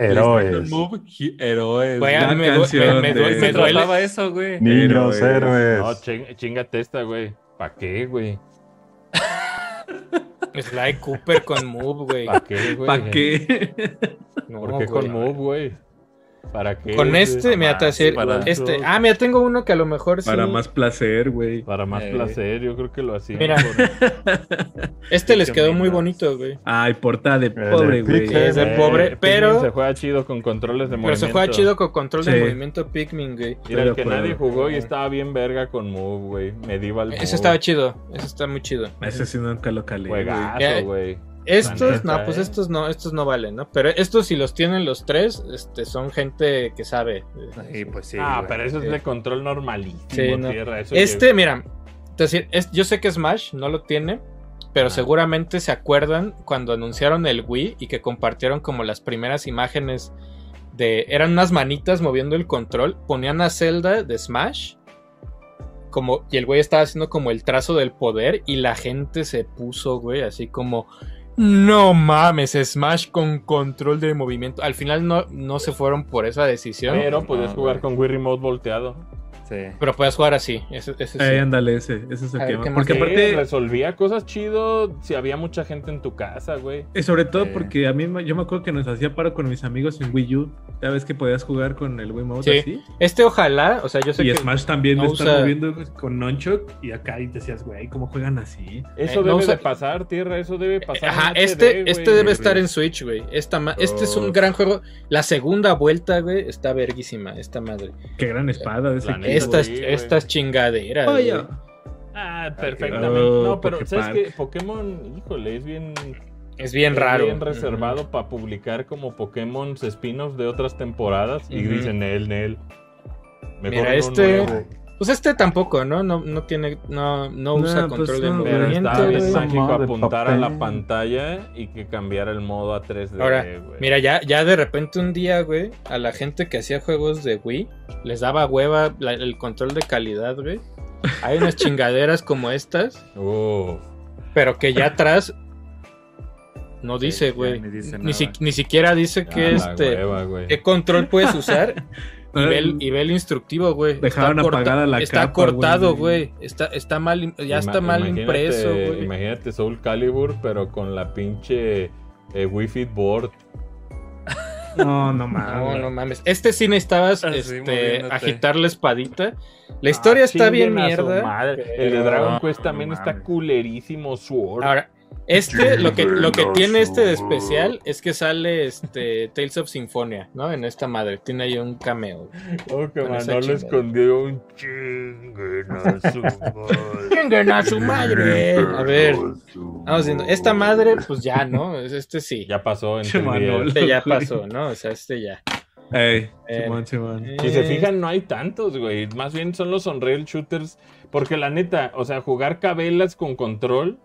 B: Héroes.
C: Move He- héroes.
A: Güey,
C: güey.
A: a mí
D: Gran
A: me, due- me-
D: canción
A: me due-
D: de-
C: ¿De qué
A: me
C: se
A: duele.
C: trataba eso, güey?
B: Niños
D: Héroes.
B: héroes.
E: No, ching- chingate esta, güey. ¿Para qué, güey?
A: Sly Cooper con Move, güey.
E: ¿Para qué, güey?
D: ¿Para qué?
A: *laughs* No,
E: Ah, ¿Por qué
A: güey.
E: con Move, güey? ¿Para qué?
A: Con
E: güey?
A: este, me
C: Para-
A: hacer
C: para-
A: este. Ah, mira, tengo uno que a lo mejor sí.
D: Para más placer, güey.
E: Para más
C: Eh.
E: placer, yo creo que lo hacía. *laughs*
A: Mira. Este les quedó muy bonito, güey.
D: Ay, portada de pobre, güey.
A: Sí, es de pobre, pero-
E: Eh, Se juega chido con controles de
A: Pero
E: movimiento.
A: se juega chido con control de
D: Sí.
A: movimiento Pikmin, güey.
E: Mira, el que
D: Pero,
E: nadie
D: pero-
E: jugó y estaba bien verga con Move, güey. Medieval Move.
A: Ese estaba chido, ese está muy chido.
D: Ese sí nunca lo calé. güey.
A: Eh,
E: Juegazo, güey.
A: Estos,
E: neta,
A: no, pues
E: eh.
A: estos no, estos no valen, ¿no? Pero estos si los tienen los tres, este, son gente que sabe.
C: Y pues sí.
E: ah,
C: güey.
E: pero eso es
A: Sí.
E: de control normalísimo,
A: Sí, no.
E: tierra. Eso
A: Este, mira, es decir, es- yo sé que Smash no lo tiene, pero
E: Ah.
A: seguramente se acuerdan cuando anunciaron el Wii y que compartieron como las primeras imágenes de. Eran unas manitas moviendo el control, ponían a Zelda de Smash. Como, y el güey estaba haciendo como el trazo del poder y la gente se puso, güey, así como, no mames, Smash con control de movimiento. Al final no, no se fueron por esa decisión,
E: Pero
C: No,
E: podías
C: no,
E: jugar
C: güey.
E: con Wii Remote volteado.
C: Sí.
A: pero puedes jugar así. Ese, ese sí.
D: Ay, ándale, ese. Ese es el
A: A ver,
D: que más-
A: ¿qué más
D: Porque
E: Sí,
D: aparte,
E: resolvía cosas chido si había mucha gente en tu casa, güey.
D: eh, sobre todo
C: Sí.
D: porque a mí me- yo me acuerdo que nos hacía paro con mis amigos en Wii U. Ya ves que podías jugar con el Wii
A: Sí.
D: Mode así.
A: Este ojalá, o sea, yo sé
D: Y
A: que
D: Smash también
A: no
D: lo están
A: usa-
D: moviendo con Nonchok y acá y decías, güey, ¿cómo juegan así?
E: Eso
A: Eh, no
E: debe
A: usa- Eh,
E: de pasar, tierra, eso debe pasar. en
A: Ajá,
E: HD,
A: este,
E: güey.
A: este debe estar en Switch, güey. Esta ma- Este es
E: Oh.
A: un
D: Uf.
A: gran juego. La segunda vuelta, güey, está verguísima, esta madre.
D: Qué gran espada de ese
E: La
D: equipo.
E: Sí, neta.
A: Estas,
E: güey.
A: estas chingaderas.
D: Oye,
A: güey.
E: Ah, perfectamente.
D: Oh,
E: no, pero
D: Poké
E: ¿sabes
D: Park.
E: qué? Pokémon, híjole, es bien...
A: Es bien
E: es
A: raro.
E: Bien reservado para publicar como Pokémon spin-offs de otras temporadas. Y
A: Ujú.
E: dicen, Nel, Nel. Mejor
A: Mira,
E: uno
A: este-
E: nuevo".
A: Ujú. Pues este tampoco, ¿no? No, no tiene, no, no
D: No,
A: usa
D: pues
A: control de
D: no, güey.
E: Pero
A: movimiento,
E: está
D: Corriente,
E: bien
A: güey.
D: esa-
E: mágico
B: Amor de
E: apuntar a la
B: papel.
E: pantalla y que cambiara el modo a 3D,
A: Ahora,
E: güey.
A: Mira, ya, ya de repente un día, güey, a la gente que hacía juegos de Wii, les daba hueva la- el control de calidad, güey. Hay
E: *laughs*
A: unas chingaderas como estas.
E: Uf.
A: Pero que ya atrás no
C: Sí,
A: dice,
C: ya
A: güey.
C: ni dice
A: Ni,
C: nada.
A: si- ni siquiera dice
E: ya
A: que
E: la
A: este.
E: hueva, güey.
A: ¿Qué control puedes
D: *laughs*
A: usar? y, ve el,
D: Ay,
A: y ve el instructivo, güey.
D: Dejaron
A: corta-
D: apagada la
A: Está
D: capa,
A: cortado,
D: güey.
A: güey. Está, está mal, im- ya está
E: Ima-
A: mal
E: imagínate-
A: impreso, güey.
E: Imagínate Soul Calibur, pero con la pinche eh, Wi-Fi board.
D: No,
A: *laughs*
D: no
A: No,
D: mames.
A: no mames. Este sí necesitabas
C: Así,
A: este,
C: moviéndote.
A: agitar la espadita. La historia
E: Ah,
A: está bien
E: chinguen a su
A: mierda.
E: madre. El de
A: pero-
E: Dragon Quest
C: No,
E: también
C: no
E: está
C: mames.
E: culerísimo, Sword.
A: Ahora, este, lo que, lo que
B: Chinguen a
A: tiene
B: su
A: este de
B: madre.
A: especial es que sale este Tales of Symphonia, ¿no? En esta madre. Tiene ahí un cameo. güey.
E: Oh, que
A: con esa
E: Manolo
A: chingada.
E: escondió un
A: Chinguen a *laughs* su madre. A ver, vamos viendo. Esta madre, pues ya, ¿no? Es- Este sí.
E: Ya pasó en
D: Che,
E: 3DS.
D: Manolo.
A: Este ya pasó, ¿no? O sea, este ya.
D: Ey,
A: Eh,
D: Simón, Simón.
E: Si se fijan, no hay tantos, güey. Más bien son los Unreal Shooters. Porque la neta, o sea, jugar cabelas con control,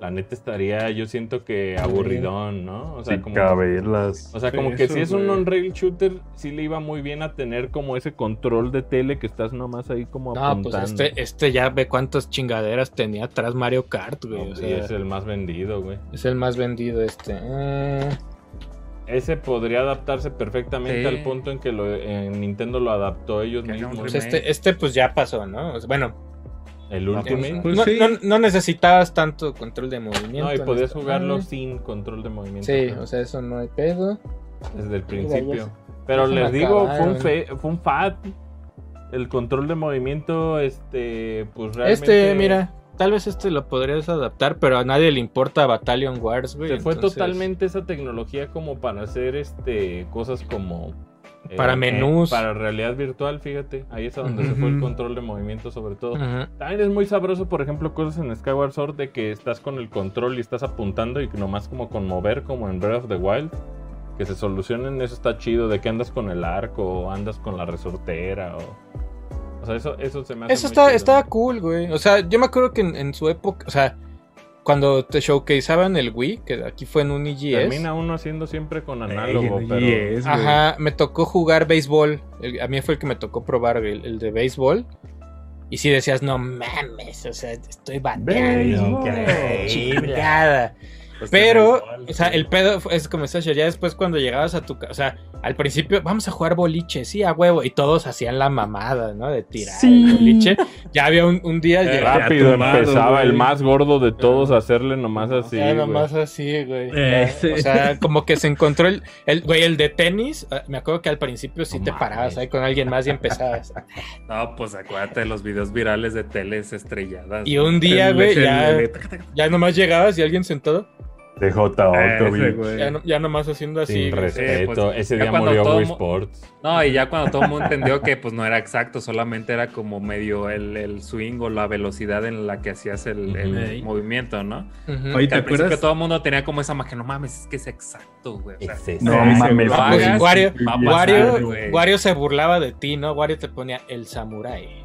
E: la neta estaría, yo siento que aburridón, ¿no? O sea,
B: Sin
E: como,
B: cabelas.
E: o sea, como que si es un Unreal Shooter, sí le iba muy bien a tener como ese control de tele que estás nomás ahí como
A: No, pues
E: apuntando.
A: este, este ya ve cuántas chingaderas tenía atrás Mario Kart, güey.
E: No,
A: o
E: y
A: sea,
E: es el más vendido, güey.
A: es el más vendido este. Ah,
E: Ese podría adaptarse perfectamente
C: Sí.
E: al punto en que lo, en Nintendo lo adaptó ellos
C: Que haga un
E: mismos.
A: pues este, este pues ya pasó, ¿no? O sea, bueno, eh,
E: El
A: Ah,
E: Ultimate.
D: Pues
A: no,
D: sí.
A: no- no necesitabas tanto control de movimiento.
E: No, y
A: en
E: podías
A: esta
E: jugarlo
A: madre.
E: sin control de movimiento.
A: Sí,
E: Ajá.
A: o sea, eso no hay pedo.
E: desde el
A: ya
E: principio.
A: se-
E: Pero
A: ya se me
E: les digo, fue un,
A: acabaron.
E: fe- fue un fat. El control de movimiento, este, pues realmente.
A: Este, mira, tal vez este lo podrías adaptar, pero a nadie le importa Battalion Wars, güey.
E: Se fue
A: entonces,
E: totalmente esa tecnología como para hacer este cosas como. eh,
A: Para menús.
E: para realidad virtual, fíjate. Ahí es a donde se fue el control de movimiento, sobre todo.
A: Ujú.
E: También es muy sabroso, por ejemplo, cosas en Skyward Sword de que estás con el control y estás apuntando y nomás como con mover, como en Breath of the Wild. Que se solucionen, eso está chido, de que andas con el arco o andas con la resortera o... O sea, eso, eso se me hace
A: Eso
E: muy
A: está,
E: chido.
A: estaba cool, güey. O sea, yo me acuerdo que en, en su época, o sea, cuando te showcaseaban el Wii, que aquí fue en un EGS.
E: Termina uno haciendo siempre con análogo,
D: Ey,
E: pero...
C: eh,
D: yes, güey.
A: Ajá, me tocó jugar béisbol. El- a mí fue el que me tocó probar, güey, el, el de béisbol. Y si decías, no mames, o sea, estoy bateando.
E: Béisbol.
A: güey, Chingada.
C: Pues
A: Pero,
C: igual,
A: o sea,
C: sí.
A: el pedo fue- es como Sasha, ya después cuando llegabas a tu casa, o sea, al principio, vamos a jugar boliche, sí, a huevo, y todos hacían la mamada, ¿no? De tirar
F: Sí.
A: el boliche. Ya había un, un día,
D: Eh,
A: llegaba,
E: Rápido
D: atumado,
E: empezaba
D: güey.
E: el más gordo de todos a hacerle nomás así.
A: ya
E: güey.
A: nomás así, güey.
D: Eh, sí.
A: O sea, como que se encontró el, el, güey, el de tenis, eh, me acuerdo que al principio sí
E: No
A: te
E: mames.
A: parabas ahí con alguien más y empezabas.
C: No, pues acuérdate de los videos virales de teles
E: *laughs*
C: estrelladas.
A: Y un día, güey, ya, ya nomás llegabas y alguien sentado,
B: DJ
D: Ah,
B: Otto,
A: ya, no- ya nomás haciendo así.
E: Sin
A: güey.
E: respeto.
C: Sí, pues,
E: Ese
C: ya
E: día
C: cuando
E: murió
C: todo
E: Wii
C: mu-
E: Sports.
C: No, y ya cuando todo el mundo entendió que pues no era exacto, solamente era como medio el, el swing o la velocidad en la que hacías el, el
D: Ey.
C: movimiento, ¿no?
A: Ujú.
D: Oye, ¿te
C: Que al principio
D: acuerdas?
C: todo el mundo tenía como esa magia, no mames, es que es exacto, güey. O sea,
E: Ese
B: No
E: sí.
B: mames,
C: lo
B: güey.
C: hagas,
A: Wario-
C: va a pasar,
A: Wario,
D: Eh,
C: güey.
A: Wario se burlaba de ti, ¿no? Wario te ponía el samurái.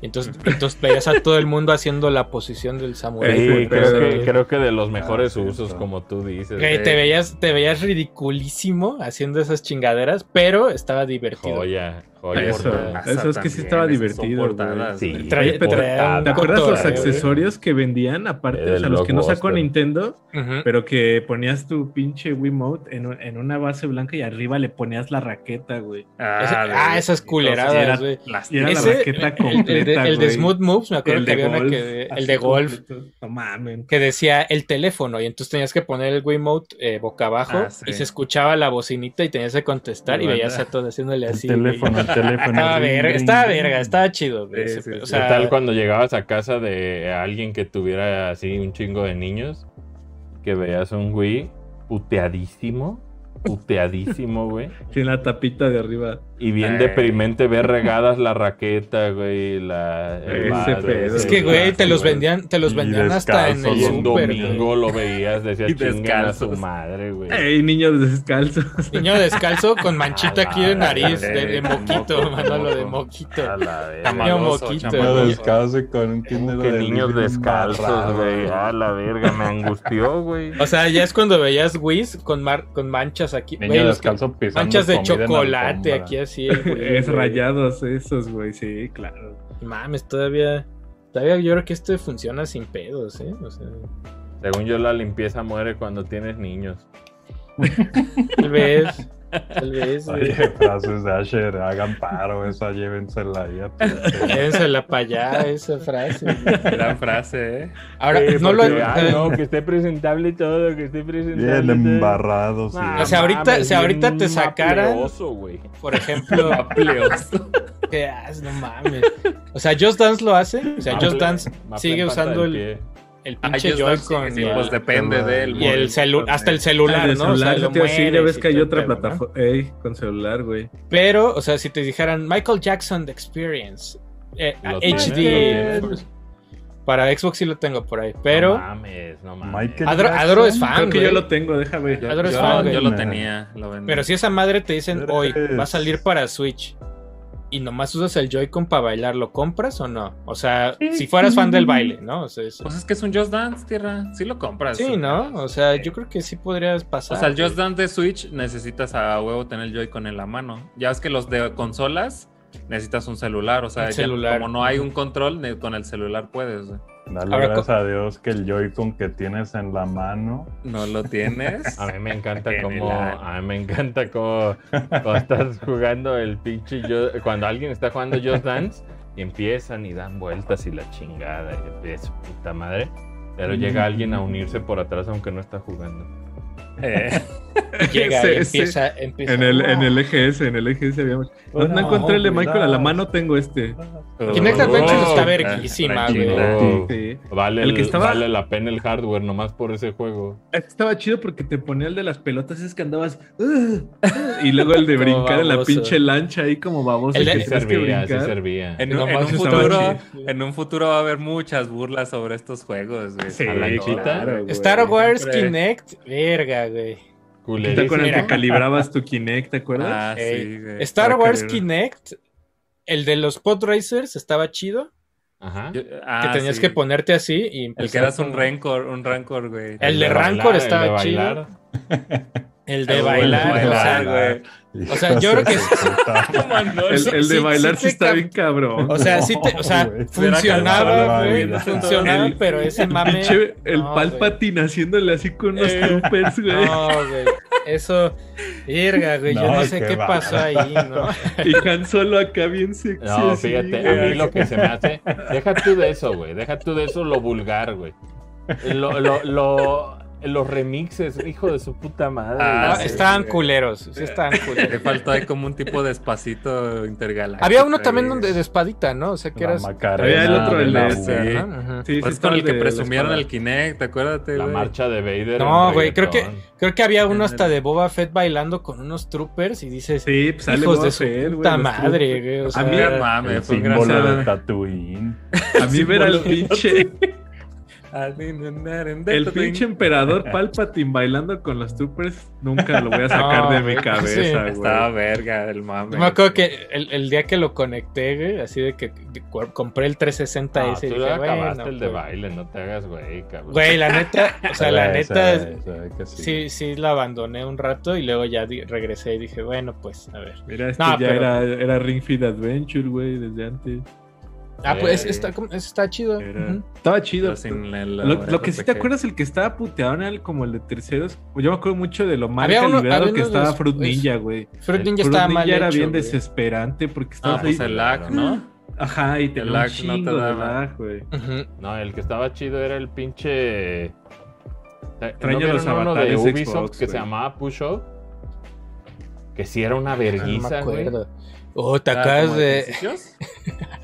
A: Y
D: *laughs*
A: Entonces, entonces veías a todo el mundo haciendo la posición del samurái.
D: Ese
E: Sí, creo
D: pedo,
E: que, creo que de
A: Ah,
E: los mejores
B: sí,
E: usos,
B: está.
E: como tú dices.
A: Güey, te veías, te veías ridiculísimo haciendo esas chingaderas, pero estaba divertido.
E: Joya, joya.
D: Eso.
E: Portada.
D: eso es que sí estaba
C: esas son
D: divertido, güey.
C: portadas,
E: Sí,
C: güey.
A: Traía-
D: Pero,
A: traía un
D: ¿Te acuerdas
A: cotorreo,
D: los
A: güey.
D: accesorios que vendían aparte?
E: Era
D: o sea,
E: el
D: los que no sacó
E: blockbuster.
D: Nintendo,
A: Ujú.
D: pero que ponías tu pinche Wiimote en, un- en una base blanca y arriba le ponías la raqueta, güey.
A: Ese-
C: de-
A: ah, esas
C: entonces,
A: culeradas,
C: era
A: güey.
D: Y era
A: Ese-
D: la raqueta
A: el- el, de-
D: completa,
A: el de
D: güey.
A: Smooth Moves, me acuerdo
D: El
A: que
D: de
A: había una
D: golf,
A: que. El
D: así
A: de golf,
D: completo. No mamen.
A: que decía el teléfono, y entonces tenías que poner el Wiimote eh, boca abajo,
C: Ah, sí.
A: y se escuchaba la bocinita y tenías que contestar, y
C: Igual,
A: veías a
C: ah.
A: todos haciéndole
B: El
A: así. güey.
B: teléfono, el teléfono.
A: Estaba
B: Ring,
A: verga,
B: ring,
A: estaba
B: ring.
A: verga, estaba chido. güey,
C: Sí,
A: ese
C: sí,
A: pedo.
C: sí.
A: O
E: ¿Qué
A: sea,
E: tal cuando llegabas a casa de alguien que tuviera así un chingo de niños? Que veías un Wii puteadísimo, puteadísimo, *laughs* güey.
D: Tiene la tapita de arriba.
E: Y bien
C: Eh.
E: deprimente ver regadas la raqueta, güey, la...
D: Ese
E: vaso,
D: pedo.
A: es que, güey, te los
E: güey.
A: vendían, te los
B: Y
A: vendían hasta en
B: descalzos,
A: el
E: Y un
A: super. güey.
E: domingo lo veías, decía
C: Y
E: chingan a su
C: descalzos.
E: madre, güey.
D: ¡Ey, niños descalzos!
A: Niño descalzo con manchita aquí de nariz, de, de
C: Dale,
A: moquito,
E: moco,
A: Manolo, de
E: moco.
A: moquito.
E: A la verga.
A: Tamaño
C: Chamaloso,
A: moquito,
B: Niño
C: güey.
B: descalzo y con un
E: Como
B: kinder
E: que
B: de
E: niños
B: Living
E: descalzos,
B: embarrado,
E: güey. Ah, A la verga, me angustió, güey.
A: O sea, ya es cuando veías Whis con, mar- con manchas aquí.
B: Niño
A: güey, los que-
B: descalzo pisando
A: manchas de
B: comida en la
A: chocolate
B: alfombra.
A: aquí así. el *laughs* güey,
D: *laughs* es
A: güey.
D: rayados esos, güey. Sí, claro.
A: Mames, todavía. Todavía yo creo que esto funciona sin pedos, ¿eh? O sea,
E: Según yo, la limpieza muere cuando tienes niños.
A: tal vez. Tal vez. eh, güey.
B: Oye, frases de Asher, hagan paro, esa llévensela ahí a tu-
A: Llévensela para allá, esa frase. güey.
C: Gran
A: *laughs*
C: frase, ¿eh?
A: Ahora,
E: Sí,
A: no lo. eh,
E: porque, ah, no, que esté presentable todo, que esté
B: Bien
E: presentable. todo.
B: embarrado, sí.
E: Ah,
A: O sea, ahorita-
E: mames,
A: si ahorita
E: bien
A: te sacaran-
E: mapleoso, güey.
A: Por ejemplo, que, ah, no mames. O sea, Just Dance lo hace. O sea, Just
E: Maple-
A: Dance
E: maple
A: sigue
E: en pata
A: usando
E: del
A: el,
E: pie.
A: el
C: Ah,
A: pinche
C: Just Dance,
A: Joy-Con
C: sí,
A: y,
C: pues
A: el-
C: depende del
A: y el celu- hasta el celular,
D: Ah, de
A: ¿no? O sea,
D: celular,
A: lo
D: yo te iba a decir, ya
A: mueves
D: ves
A: y
D: que hay
A: todo el
D: otra
A: pedo, ¿no?
D: plataforma. Ey, con celular, güey.
A: Pero, o sea, si te dijeran Michael Jackson The Experience eh,
E: Lo tienes, lo
A: HD
E: tienes.
A: para Xbox sí lo tengo por ahí, pero
E: No mames, no mames.
B: Michael
A: Adro, Adro es
B: Jackson.
A: fan,
D: Creo que
A: Ah, güey.
D: yo lo tengo, déjame.
C: Yo,
A: Adoro
C: yo-
A: es fan, güey.
C: yo lo tenía, lo vendí.
A: Pero si esa madre te dicen
B: Pero
A: hoy
B: es-
A: va a salir para Switch y nomás usas el Joy-Con para bailar, ¿lo compras o no? O sea, si fueras fan del baile, ¿no? O sea, es-
C: Pues es que es un Just Dance, tierra. Sí lo compras.
A: sí, ¿no? O sea, yo creo que sí podrías pasar.
C: ah, O sea, el
A: güey.
C: Just Dance de Switch necesitas a huevo tener el Joy-Con en la mano. Ya ves que los de consolas necesitas un celular. O sea,
A: Un
C: ya
A: celular.
C: como no hay un control, ne- con el celular puedes. güey.
B: Dale
A: Ahora,
B: gracias a Dios que el Joy-Con que tienes en la mano.
C: No lo *laughs* tienes.
E: A mí me
A: *laughs*
E: encanta
C: Genial.
E: cómo. A mí me encanta cómo. Cuando estás jugando el pinche. Yo, cuando alguien está jugando Just Dance y empiezan y dan vueltas y la chingada. Y es puta madre. Pero llega alguien a unirse por atrás aunque no está jugando.
C: Eh,
A: Llega y
D: Sí, sí.
A: empieza, empieza-
D: En el, en el EGS, en el EGS habíamos. No, no encontré el de Michael, a la mano tengo este.
A: Kinect
E: Oh,
A: Adventure
C: uh,
A: está
E: oh,
A: verguísima,
C: tranquilo.
A: güey.
E: Oh,
D: Sí.
E: Vale,
D: El
E: el-
D: que estaba-
E: vale la pena el hardware nomás por ese juego.
D: Estaba chido porque te ponía el de las pelotas, es que andabas. *laughs* "Ugh, ugh", y luego el de brincar en la
A: baboso.
D: pinche lancha ahí como baboso.
A: El de-
D: que
E: Sí
D: tenías que
E: servía, sí
D: brincar.
E: servía.
C: En,
D: No
C: un- en un
D: manches, estaba
C: futuro,
A: chido.
C: en un futuro va a haber muchas burlas sobre estos juegos. güey.
D: Sí,
E: A la lanchita.
D: claro, güey.
A: Star Wars
C: Siempre-
A: Kinect, verga, güey.
D: Está con
E: Culerísimo.
D: el que
A: Mira.
D: calibrabas tu Kinect, ¿te acuerdas?
C: Ah, sí,
A: Ey,
C: güey.
A: Star
D: para
A: Wars
D: que-
A: Kinect, el de los Pod Racers estaba chido.
E: Ajá.
C: Yo-
A: que
C: ah,
A: tenías
C: sí.
A: que ponerte así y
C: El
A: empezar
C: que eras un
A: como-
C: rancor, un rancor, güey.
A: El de
E: bailar,
A: Rancor
E: el
A: estaba
E: de
A: chido.
E: bailar.
A: El El de bailar,
B: el de
A: o sea,
B: bailar.
A: O sea, yo creo que sí.
B: sí.
A: ¿cómo no?
D: El,
A: Sí-
D: el de
A: sí- sí
D: bailar sí
A: te
D: está
A: cam-
D: bien cabrón.
A: O sea, sí te, o sea,
B: No, güey.
A: funcionaba,
B: Era
A: güey,
B: calmado, güey.
A: funcionaba,
D: El-
A: pero ese mame...
D: Pinche, el
A: no,
D: Palpatine haciéndole así con unos
A: Eh,
D: troopers,
A: güey.
D: güey.
A: No, güey, eso... Irga, güey, yo
B: No,
A: no sé
B: qué
A: qué pasó ahí, ¿no?
D: Y Han Solo acá bien sexy.
E: No,
D: así,
E: fíjate, a
C: ah,
D: güey.
E: mí lo que se me hace. Deja tú de eso, güey. Deja tú de eso lo vulgar, güey. Lo, lo, lo- los remixes, hijo de su puta madre.
C: Ah,
A: No,
E: güey.
C: sí.
A: estaban culeros, sí estaban
C: Le
A: culeros.
C: faltó ahí como un tipo de espacito intergaláctico.
A: Había uno también
C: ahí.
A: donde de espadita, ¿no? O sea, que
B: La
A: eras...
B: Macarena,
D: el otro, el
B: la
D: de- este,
B: Wii.
C: sí.
A: Ajá, ajá.
D: Sí, sí,
C: Pues
D: está
C: con el
D: el
C: que
D: de la
C: presumieron
D: espada.
C: el Kinect, acuérdate,
E: La
C: güey?
E: marcha de Vader.
A: No,
E: en
A: güey, creo que-
E: reggaetón.
A: Creo que había uno hasta de Boba Fett bailando con unos troopers y dices,
D: Sí, pues sale
A: hijos de
D: Boba
A: su
D: Fett, güey,
A: puta
D: los
A: madre, güey. O sea,
C: A mí,
D: Había-
C: mame,
B: El
C: Ah, fue
B: símbolo de
C: gracioso.
B: Tatooine.
D: troopers. A mí ver al pinche,
C: Ah,
D: el pinche emperador Palpatine bailando con los troopers, nunca lo voy a sacar
A: No,
D: de mi
A: güey, sí.
D: cabeza, güey.
C: Estaba verga el mame.
A: Yo me acuerdo que el, el día que lo conecté, güey, así de que de- cu- compré el 360
E: No,
A: ese.
E: Ah, tú
A: y
E: ya
A: dije,
E: acabaste
A: bueno,
E: el de
A: pues,
E: baile, no te hagas, güey, cabrón.
A: Güey, la neta, o sea, la
B: *laughs* Se ve,
A: neta,
B: se ve, se ve que sí.
A: sí, sí la abandoné un rato y luego ya di- regresé y dije, bueno, pues, a ver.
D: Mira, este
A: No,
D: ya
A: pero-
D: era, era Ring Fit Adventure, güey, desde antes.
A: Ah, pues
E: Sí.
A: está, como- está chido.
D: Era-
A: ujú.
D: Estaba chido.
C: Pero sin el-
D: Lo, lo que sí te
C: RPG.
D: acuerdas, el que estaba puteado era el- como el de terceros. pues, Yo me acuerdo mucho de lo mal
A: Había uno-
D: calibrado
A: había
D: que
A: uno de
D: estaba
A: los-
D: Fruit
A: pues,
D: Ninja, güey.
A: Fruit Ninja
D: Fruit
A: estaba
D: Ninja
A: mal
D: era
A: hecho,
D: bien
A: güey.
D: desesperante porque
C: Ah,
D: estabas
C: pues
D: ahí.
C: el lag, ¿no?
D: Ajá, y tenía
C: lag
D: un
C: no te
D: chingo de
C: daba.
D: lag, güey.
A: Ujú.
E: No, el que estaba chido era el pinche. eh,
D: Extraño
E: vieron
D: los
E: uno de
D: avatares
E: Ubisoft
D: Xbox,
E: que se
D: güey.
E: llamaba Push Up? Que sí era una
A: Ah, No me
E: verguiza, güey.
A: acuerdo. Oh, te
C: Ah,
A: acabas
C: como de
A: de...
C: ejercicios.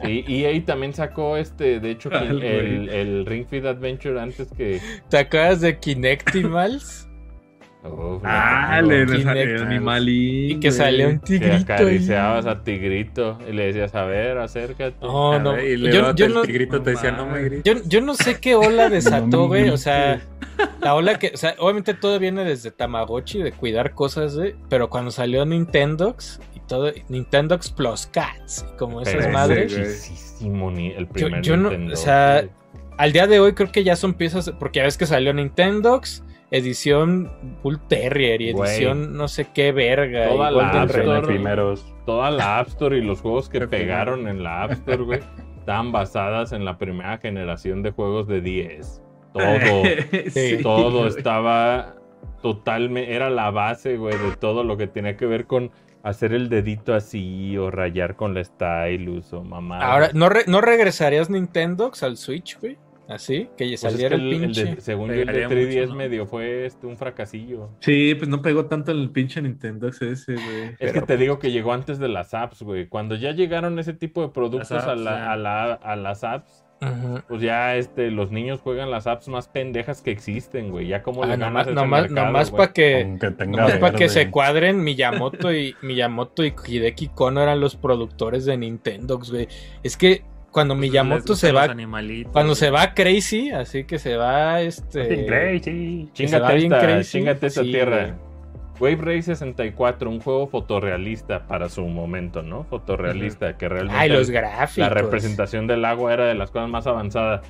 E: Y EA también sacó este, de hecho,
D: *laughs*
E: que
D: Al
E: el,
D: güey.
E: el- el Ring Fit Adventure antes que.
A: ¿Te acabas de Kinectimals?
E: Uf,
D: Ah,
E: no,
D: le
E: güey,
D: el
A: Kinect,
D: animalín.
A: y que salió un
E: Que
A: tigrito.
E: acariciabas a Tigrito y le decías, a ver, acércate.
A: No, no.
C: A ver, Ah, Y
A: yo-
C: luego
A: yo
C: el
A: no-
C: tigrito te decía,
D: No
C: no me
D: mames.
A: Yo,
C: grites.
A: yo no sé qué ola desató,
B: No
A: güey.
B: me
A: o sea, la ola que. O sea, obviamente todo viene desde Tamagotchi, de cuidar cosas, güey. Pero cuando salió Nintendox y todo. Nintendox Plus Cats, y como esas
E: Pero
D: ese,
A: madres.
D: güey.
E: muchísimo ni- el primer
A: yo no-
E: Nintendo,
A: o sea,
E: güey.
A: Al día de hoy creo que ya son piezas. Porque ya ves que salió Nintendox, edición Bull Terrier y
E: Güey.
A: edición no sé qué verga. y
E: Toda la
A: Golden
E: App
B: Los
A: Red.
E: Store.
B: primeros.
E: toda la App Store y los juegos que
C: Qué feo.
E: pegaron en la App Store,
C: *laughs*
E: güey, estaban basadas en la primera generación de juegos de 10.
D: *laughs*
C: *laughs*
E: Todo,
A: Sí,
E: todo
D: güey.
E: estaba totalmente, era la base, güey, de todo lo que tenía que ver con hacer el dedito así o rayar con la stylus o mamá. Pues
A: Ahora, ¿no, re- ¿no regresarías Nintendox al Switch, güey? Así, que
E: Pues es
A: saliera
E: que
A: el
E: el- el de-
A: pinche.
E: según yo, el de
C: Pegaría
E: 3DS
C: mucho, ¿no?
E: medio fue este, un fracasillo.
D: Sí, pues no pegó tanto en el pinche Nintendo ese, güey.
E: Es que te
C: pues
E: digo que llegó antes de las apps, güey. Cuando ya llegaron ese tipo de productos
C: Las
E: a,
C: apps,
E: la-
C: ya.
E: a la- a las apps,
A: Ujú.
E: pues ya este, los niños juegan las apps más pendejas que existen, güey. Ya como
A: Ah,
E: le
A: nomás,
E: ganas ese
A: nomás,
E: mercado,
A: nomás
E: güey.
A: para que,
B: Aunque tenga
A: nomás pa' que
B: verde.
A: se cuadren Miyamoto y Miyamoto y Hideki Kono eran los productores de Nintendo, güey. Es que cuando
C: Pues les
A: Miyamoto
C: gustan
A: se
C: los
A: va,
C: animalitos,
A: cuando
C: güey.
A: se va crazy, así que se va
B: Sí,
A: este
B: crazy.
A: que se va
E: Chingate
A: bien
E: esta,
A: crazy.
E: chingate esta
A: Sí,
E: tierra. Wave Race 64, un juego fotorrealista para su momento, ¿no? Fotorrealista, que realmente
A: ay, los
E: la
A: gráficos.
E: representación del agua era de las cosas más avanzadas.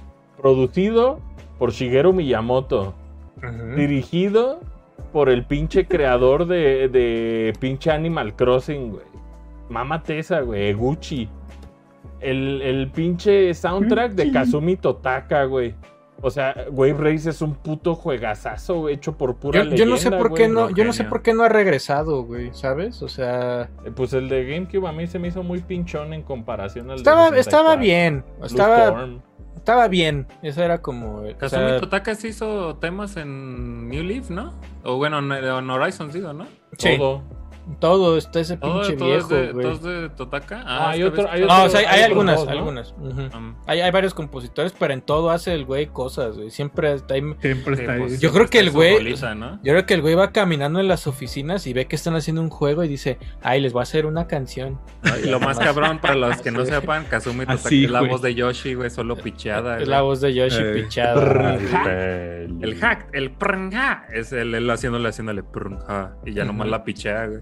E: Producido por Shigeru Miyamoto,
A: Ujú.
E: dirigido por el pinche creador de, de pinche Animal Crossing, güey. Mámate esa, güey. Gucci. El, el pinche soundtrack de Kazumi Totaka, güey. O sea, Wave Race es un puto juegazazo güey, hecho por pura
A: Yo, yo no sé
E: leyenda,
A: por qué
E: güey.
A: no,
C: no,
A: yo no sé
C: genio.
A: por qué no ha regresado, güey, ¿sabes? O sea,
E: Eh, Pues el de GameCube a mí se me hizo muy pinchón en comparación al de
A: estaba,
E: 64.
A: estaba bien,
E: Blue
A: estaba,
E: Storm.
A: estaba bien. Eso era como o
C: Kazumi
A: sea,
C: Totaka sí hizo temas en New Leaf, ¿no? O bueno, en, eh, en Horizons digo, ¿no?
A: sí, todo.
E: Todo.
A: está ese
C: Todo,
A: pinche
C: todo
A: viejo,
C: es de,
A: güey.
C: todo es de Totaka.
E: Ah, hay
C: esta
E: otro-
C: vez-
E: hay otro-
A: No, o sea, hay, hay
E: otros
A: algunas,
E: dos, ¿no?
A: algunas. ujú.
C: Um,
A: hay, hay varios compositores, pero en todo hace el güey cosas, güey. Siempre está ahí-
D: Siempre
C: sí,
D: está ahí.
C: pues,
A: Yo creo que el
C: su
A: güey-
C: bolita, ¿no?
A: Yo creo que el güey va caminando en las oficinas y ve que están haciendo un juego y dice, ay, les voy a hacer una canción.
C: *laughs* Y lo más cabrón para los que
A: *laughs*
C: no
A: Sí.
C: sepan, Kazumi Totaka
D: Así,
C: es la
D: güey.
C: voz de Yoshi, güey, solo picheada.
A: es
C: güey.
A: la voz de Yoshi
D: Eh. *laughs*
A: pichada.
B: Ay, pel-
C: El hack, el prnja, es el él haciéndole, haciéndole prnja, y ya nomás
A: Ujú.
C: la pichea, güey.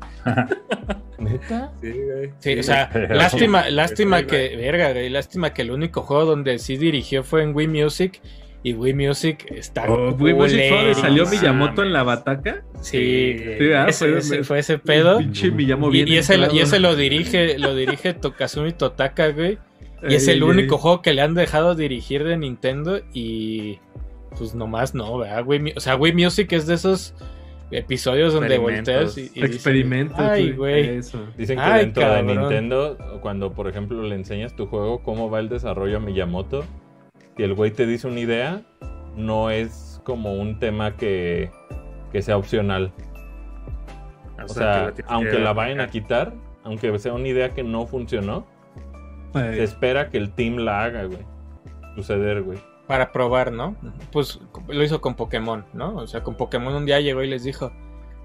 E: ¿Neta?
C: Sí, güey.
A: Sí, o sea,
B: Pero-
D: *laughs*
A: lástima, lástima
C: Sí,
A: que, verga, güey, lástima que el único juego donde sí dirigió fue en Wii Music Y Wii Music está.
D: Oh, Wii Music fue donde
A: culerísimo.
D: salió Miyamoto en la bataca.
A: Sí,
D: Sí, ¿verdad?
A: ese-
D: Fue-
A: ese- fue ese pedo.
D: Pinche Miyamoto
A: Y,
D: bien.
A: y ese, y
D: entrado.
A: ese lo dirige, lo dirige Tokazumi Totaka, güey. Y es
D: Ey,
A: el
D: ey,
A: único
D: ey.
A: juego que le han dejado dirigir de Nintendo y pues nomás no, ¿verdad? Wii Mu- o sea, Wii Music es de esos episodios donde
C: Experimentos.
A: volteas y, y dices,
D: Experimentos. eh".
A: Ay, güey.
D: Eso.
E: Dicen que
A: Ay,
E: dentro de
A: cabrón.
E: Nintendo, cuando por ejemplo le enseñas tu juego, cómo va el desarrollo a Miyamoto, si el güey te dice una idea, no es como un tema que, que sea opcional. O sea,
C: que la tienes
E: aunque
C: que-
E: la vayan a quitar, aunque sea una idea que no funcionó, se
D: Ay,
E: espera que el team la haga, güey. Suceder, güey.
A: Para probar, ¿no? Pues lo hizo con Pokémon, ¿no? O sea, con Pokémon un día llegó y les dijo,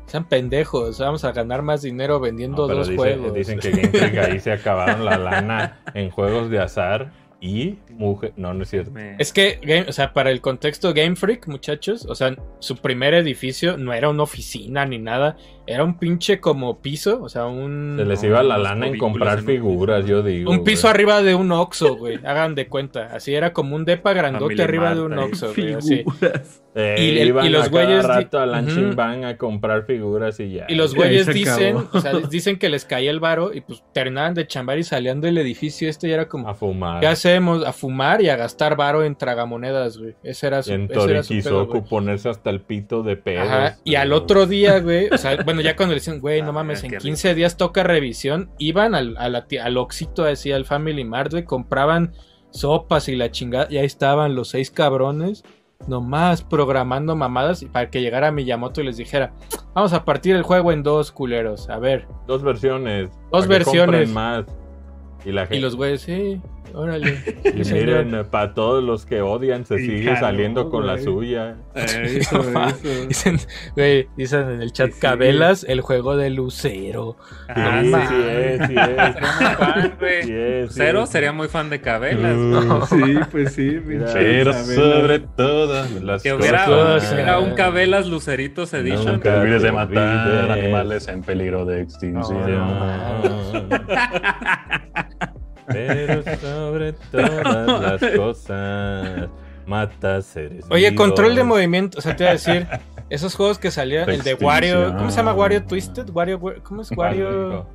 A: sean pendejos, vamos a ganar más dinero vendiendo
E: No, pero
A: dos
E: dice-
A: juegos.
E: Dicen que Game Freak ahí se acabaron la lana en juegos de azar y mujer. No, no es cierto.
C: Me-
A: Es que, Game- o sea, para el contexto Game Freak, muchachos, o sea, su primer edificio no era una oficina ni nada, era un pinche como piso, o sea, un...
E: Se les iba la
C: unos
E: lana en
C: cubículos
E: comprar
C: en un-
E: figuras, yo digo.
A: Un piso
E: güey.
A: arriba de un Oxxo,
E: *laughs*
A: güey. Hagan de cuenta. Así era como un depa grandote
C: Familia
A: arriba de un
C: Marta, ¿eh?
A: Oxxo, güey. así.
D: Figuras.
E: Eh,
A: Y le-
E: iban
A: y los
E: a cada
A: güeyes di-
E: rato a Lanchin
A: Ujú.
E: Bang a comprar figuras y ya.
A: Y los
D: Ahí
A: güeyes
D: se
A: dicen,
D: acabó.
A: o sea, dicen que les caía el varo y pues terminaban de chambar y salían del edificio este y era
E: a
A: como,
E: fumar.
A: ¿qué hacemos? A fumar y a gastar varo en tragamonedas, güey. Ese era
E: Y
A: su,
E: en
A: ese era su pedo,
E: Torikizoku
A: güey.
E: ponerse hasta el pito de pedos. eh,
A: Ajá, y al otro día, güey, o sea, bueno, ya cuando le decían, güey, no
C: Ah,
A: mames,
C: qué
A: en
C: rico.
A: 15 días toca revisión, iban al, a la ti- al Oxito, así, al Family Mart, güey, compraban sopas y la chingada, y ahí estaban los seis cabrones, nomás programando mamadas y para que llegara Miyamoto y les dijera, vamos a partir el juego en dos culeros, a ver,
E: Dos versiones.
A: Dos
E: para que compren
A: versiones.
E: más. Y la gente.
A: y los güeyes, sí, órale,
E: y
A: sí, señor".
E: miren, para todos los que odian, se
C: Sí,
E: sigue
C: claro,
E: saliendo con la
D: güey.
E: suya.
A: *laughs*
D: Eso, eso.
A: Dicen, güey, dicen en el chat,
C: Sí, sí.
A: cabelas, el juego de Lucero.
C: Ah,
E: sí,
C: sí,
E: sí es, sí es.
C: Sería muy fan,
E: *laughs*
C: güey.
E: Sí es, sí
C: Cero
E: es.
C: sería muy fan de Cabelas. güey.
D: Uh, Sí, pues sí. pinche
E: Pero
D: Isabela.
B: sobre todas las
C: Que
A: hubiera-
B: cosas.
A: Sí.
C: Era un Cabelas Luceritos Edition.
E: Nunca.
B: Nunca olvides de
E: te
B: matar
E: olvides.
B: animales en peligro de extinción.
E: *laughs* Pero sobre todas las cosas, mata seres.
A: Oye,
E: vivos.
A: control de movimiento, o sea, te iba a decir, esos juegos que salían, el de
B: Extinción.
A: Wario, ¿cómo se llama Wario Twisted? Wario, Wa- ¿cómo es Wario?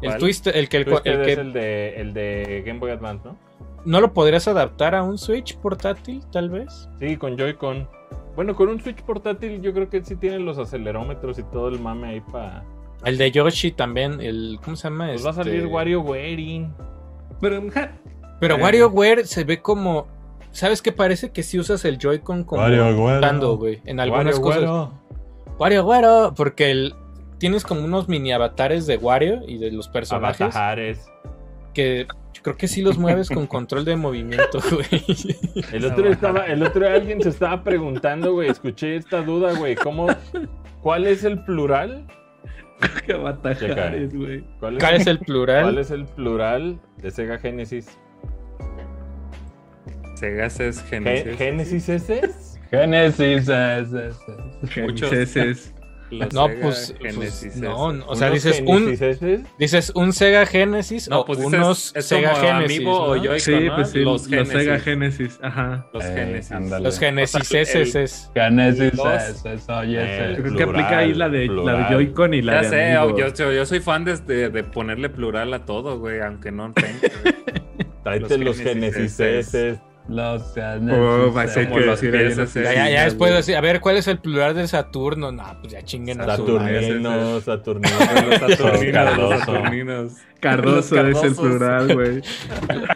A: El
C: ¿Cuál?
A: Twisted, el que, el,
E: Twisted
A: el que
E: es el de, el de Game Boy Advance, ¿no?
A: no lo podrías adaptar a un Switch portátil, tal vez.
E: Sí, con Joy-Con. Bueno, con un Switch portátil yo creo que sí tienen los acelerómetros y todo el mame ahí para...
A: El de Yoshi también, el ¿cómo se llama?
E: Pues va a salir
A: Este,
E: Wario Wearing.
D: Pero, ja,
A: Pero
C: Eh.
A: WarioWare se ve como ¿Sabes qué parece que si usas el Joy-Con como
B: Wario, güero.
A: dando, güey, en algunas
E: Wario
A: cosas.
E: Güero.
A: Wario Wario, porque el tienes como unos mini avatares de Wario y de los personajes. *laughs*
E: Avatares.
A: que yo creo que sí los mueves con control de movimiento, güey. *laughs*
E: El otro, día estaba, el otro día alguien se estaba preguntando, güey, escuché esta duda, güey, ¿cómo, ¿cuál es el plural?
D: qué avatares, güey.
E: ¿Cuál
A: ¿Cuál
E: es,
A: es el plural?
E: cuál es el plural de Sega Genesis?
C: Segas es
E: Ge-
C: Genesis.
E: ¿Genesis ese es?
B: Genesis. es, es,
C: Muchos.
D: Ese es-
C: Los
A: No,
C: Sega
A: pues,
C: Genesis
A: pues, no,
C: es.
A: no, o sea,
E: ¿Unos
A: dices un
E: Genesis eses?
A: dices un Sega Genesis
C: No,
A: o
C: pues dices,
A: unos
C: es
A: Sega
C: como
A: Genesis,
C: Amiibo o
A: ¿no?
C: Joy-Con,
D: Sí,
C: ¿no?
D: pues sí, los,
C: los Genesis.
D: Sega Genesis. Ajá.
C: Los
B: Eh,
C: Genesis.
B: ándale.
A: Los Genesis esos es.
B: Genesis.
C: Los-
B: es, es, oye, es, es.
E: El
D: Yo Eh, creo que
E: plural,
D: aplica ahí la de, la de
E: plural.
D: Joy-Con y la
C: ya
D: de
C: sé,
D: Amiibo.
C: yo, yo- yo soy fan de, de- de ponerle plural a todo, güey, aunque no tenga. güey.
E: Tráete
C: Los
E: los
C: Genesis
E: Genesis
C: eses.
E: eses.
B: Los
D: Oh,
B: pues,
D: va a ser
C: Como
D: que
C: los
D: decir ahí en la
C: PS,
A: Ya,
D: oficina,
A: ya, ya después
D: güey.
A: así, a ver, ¿cuál es el plural de Saturno? No, pues ya chinguen a su madre.
E: Saturnino, Saturnino,
C: *laughs* Los Saturninos, los
E: Cardoso.
C: Saturninos.
D: *laughs* Cardoso
C: Los
D: es el
C: Cardosos.
D: plural,
E: *laughs*
D: güey.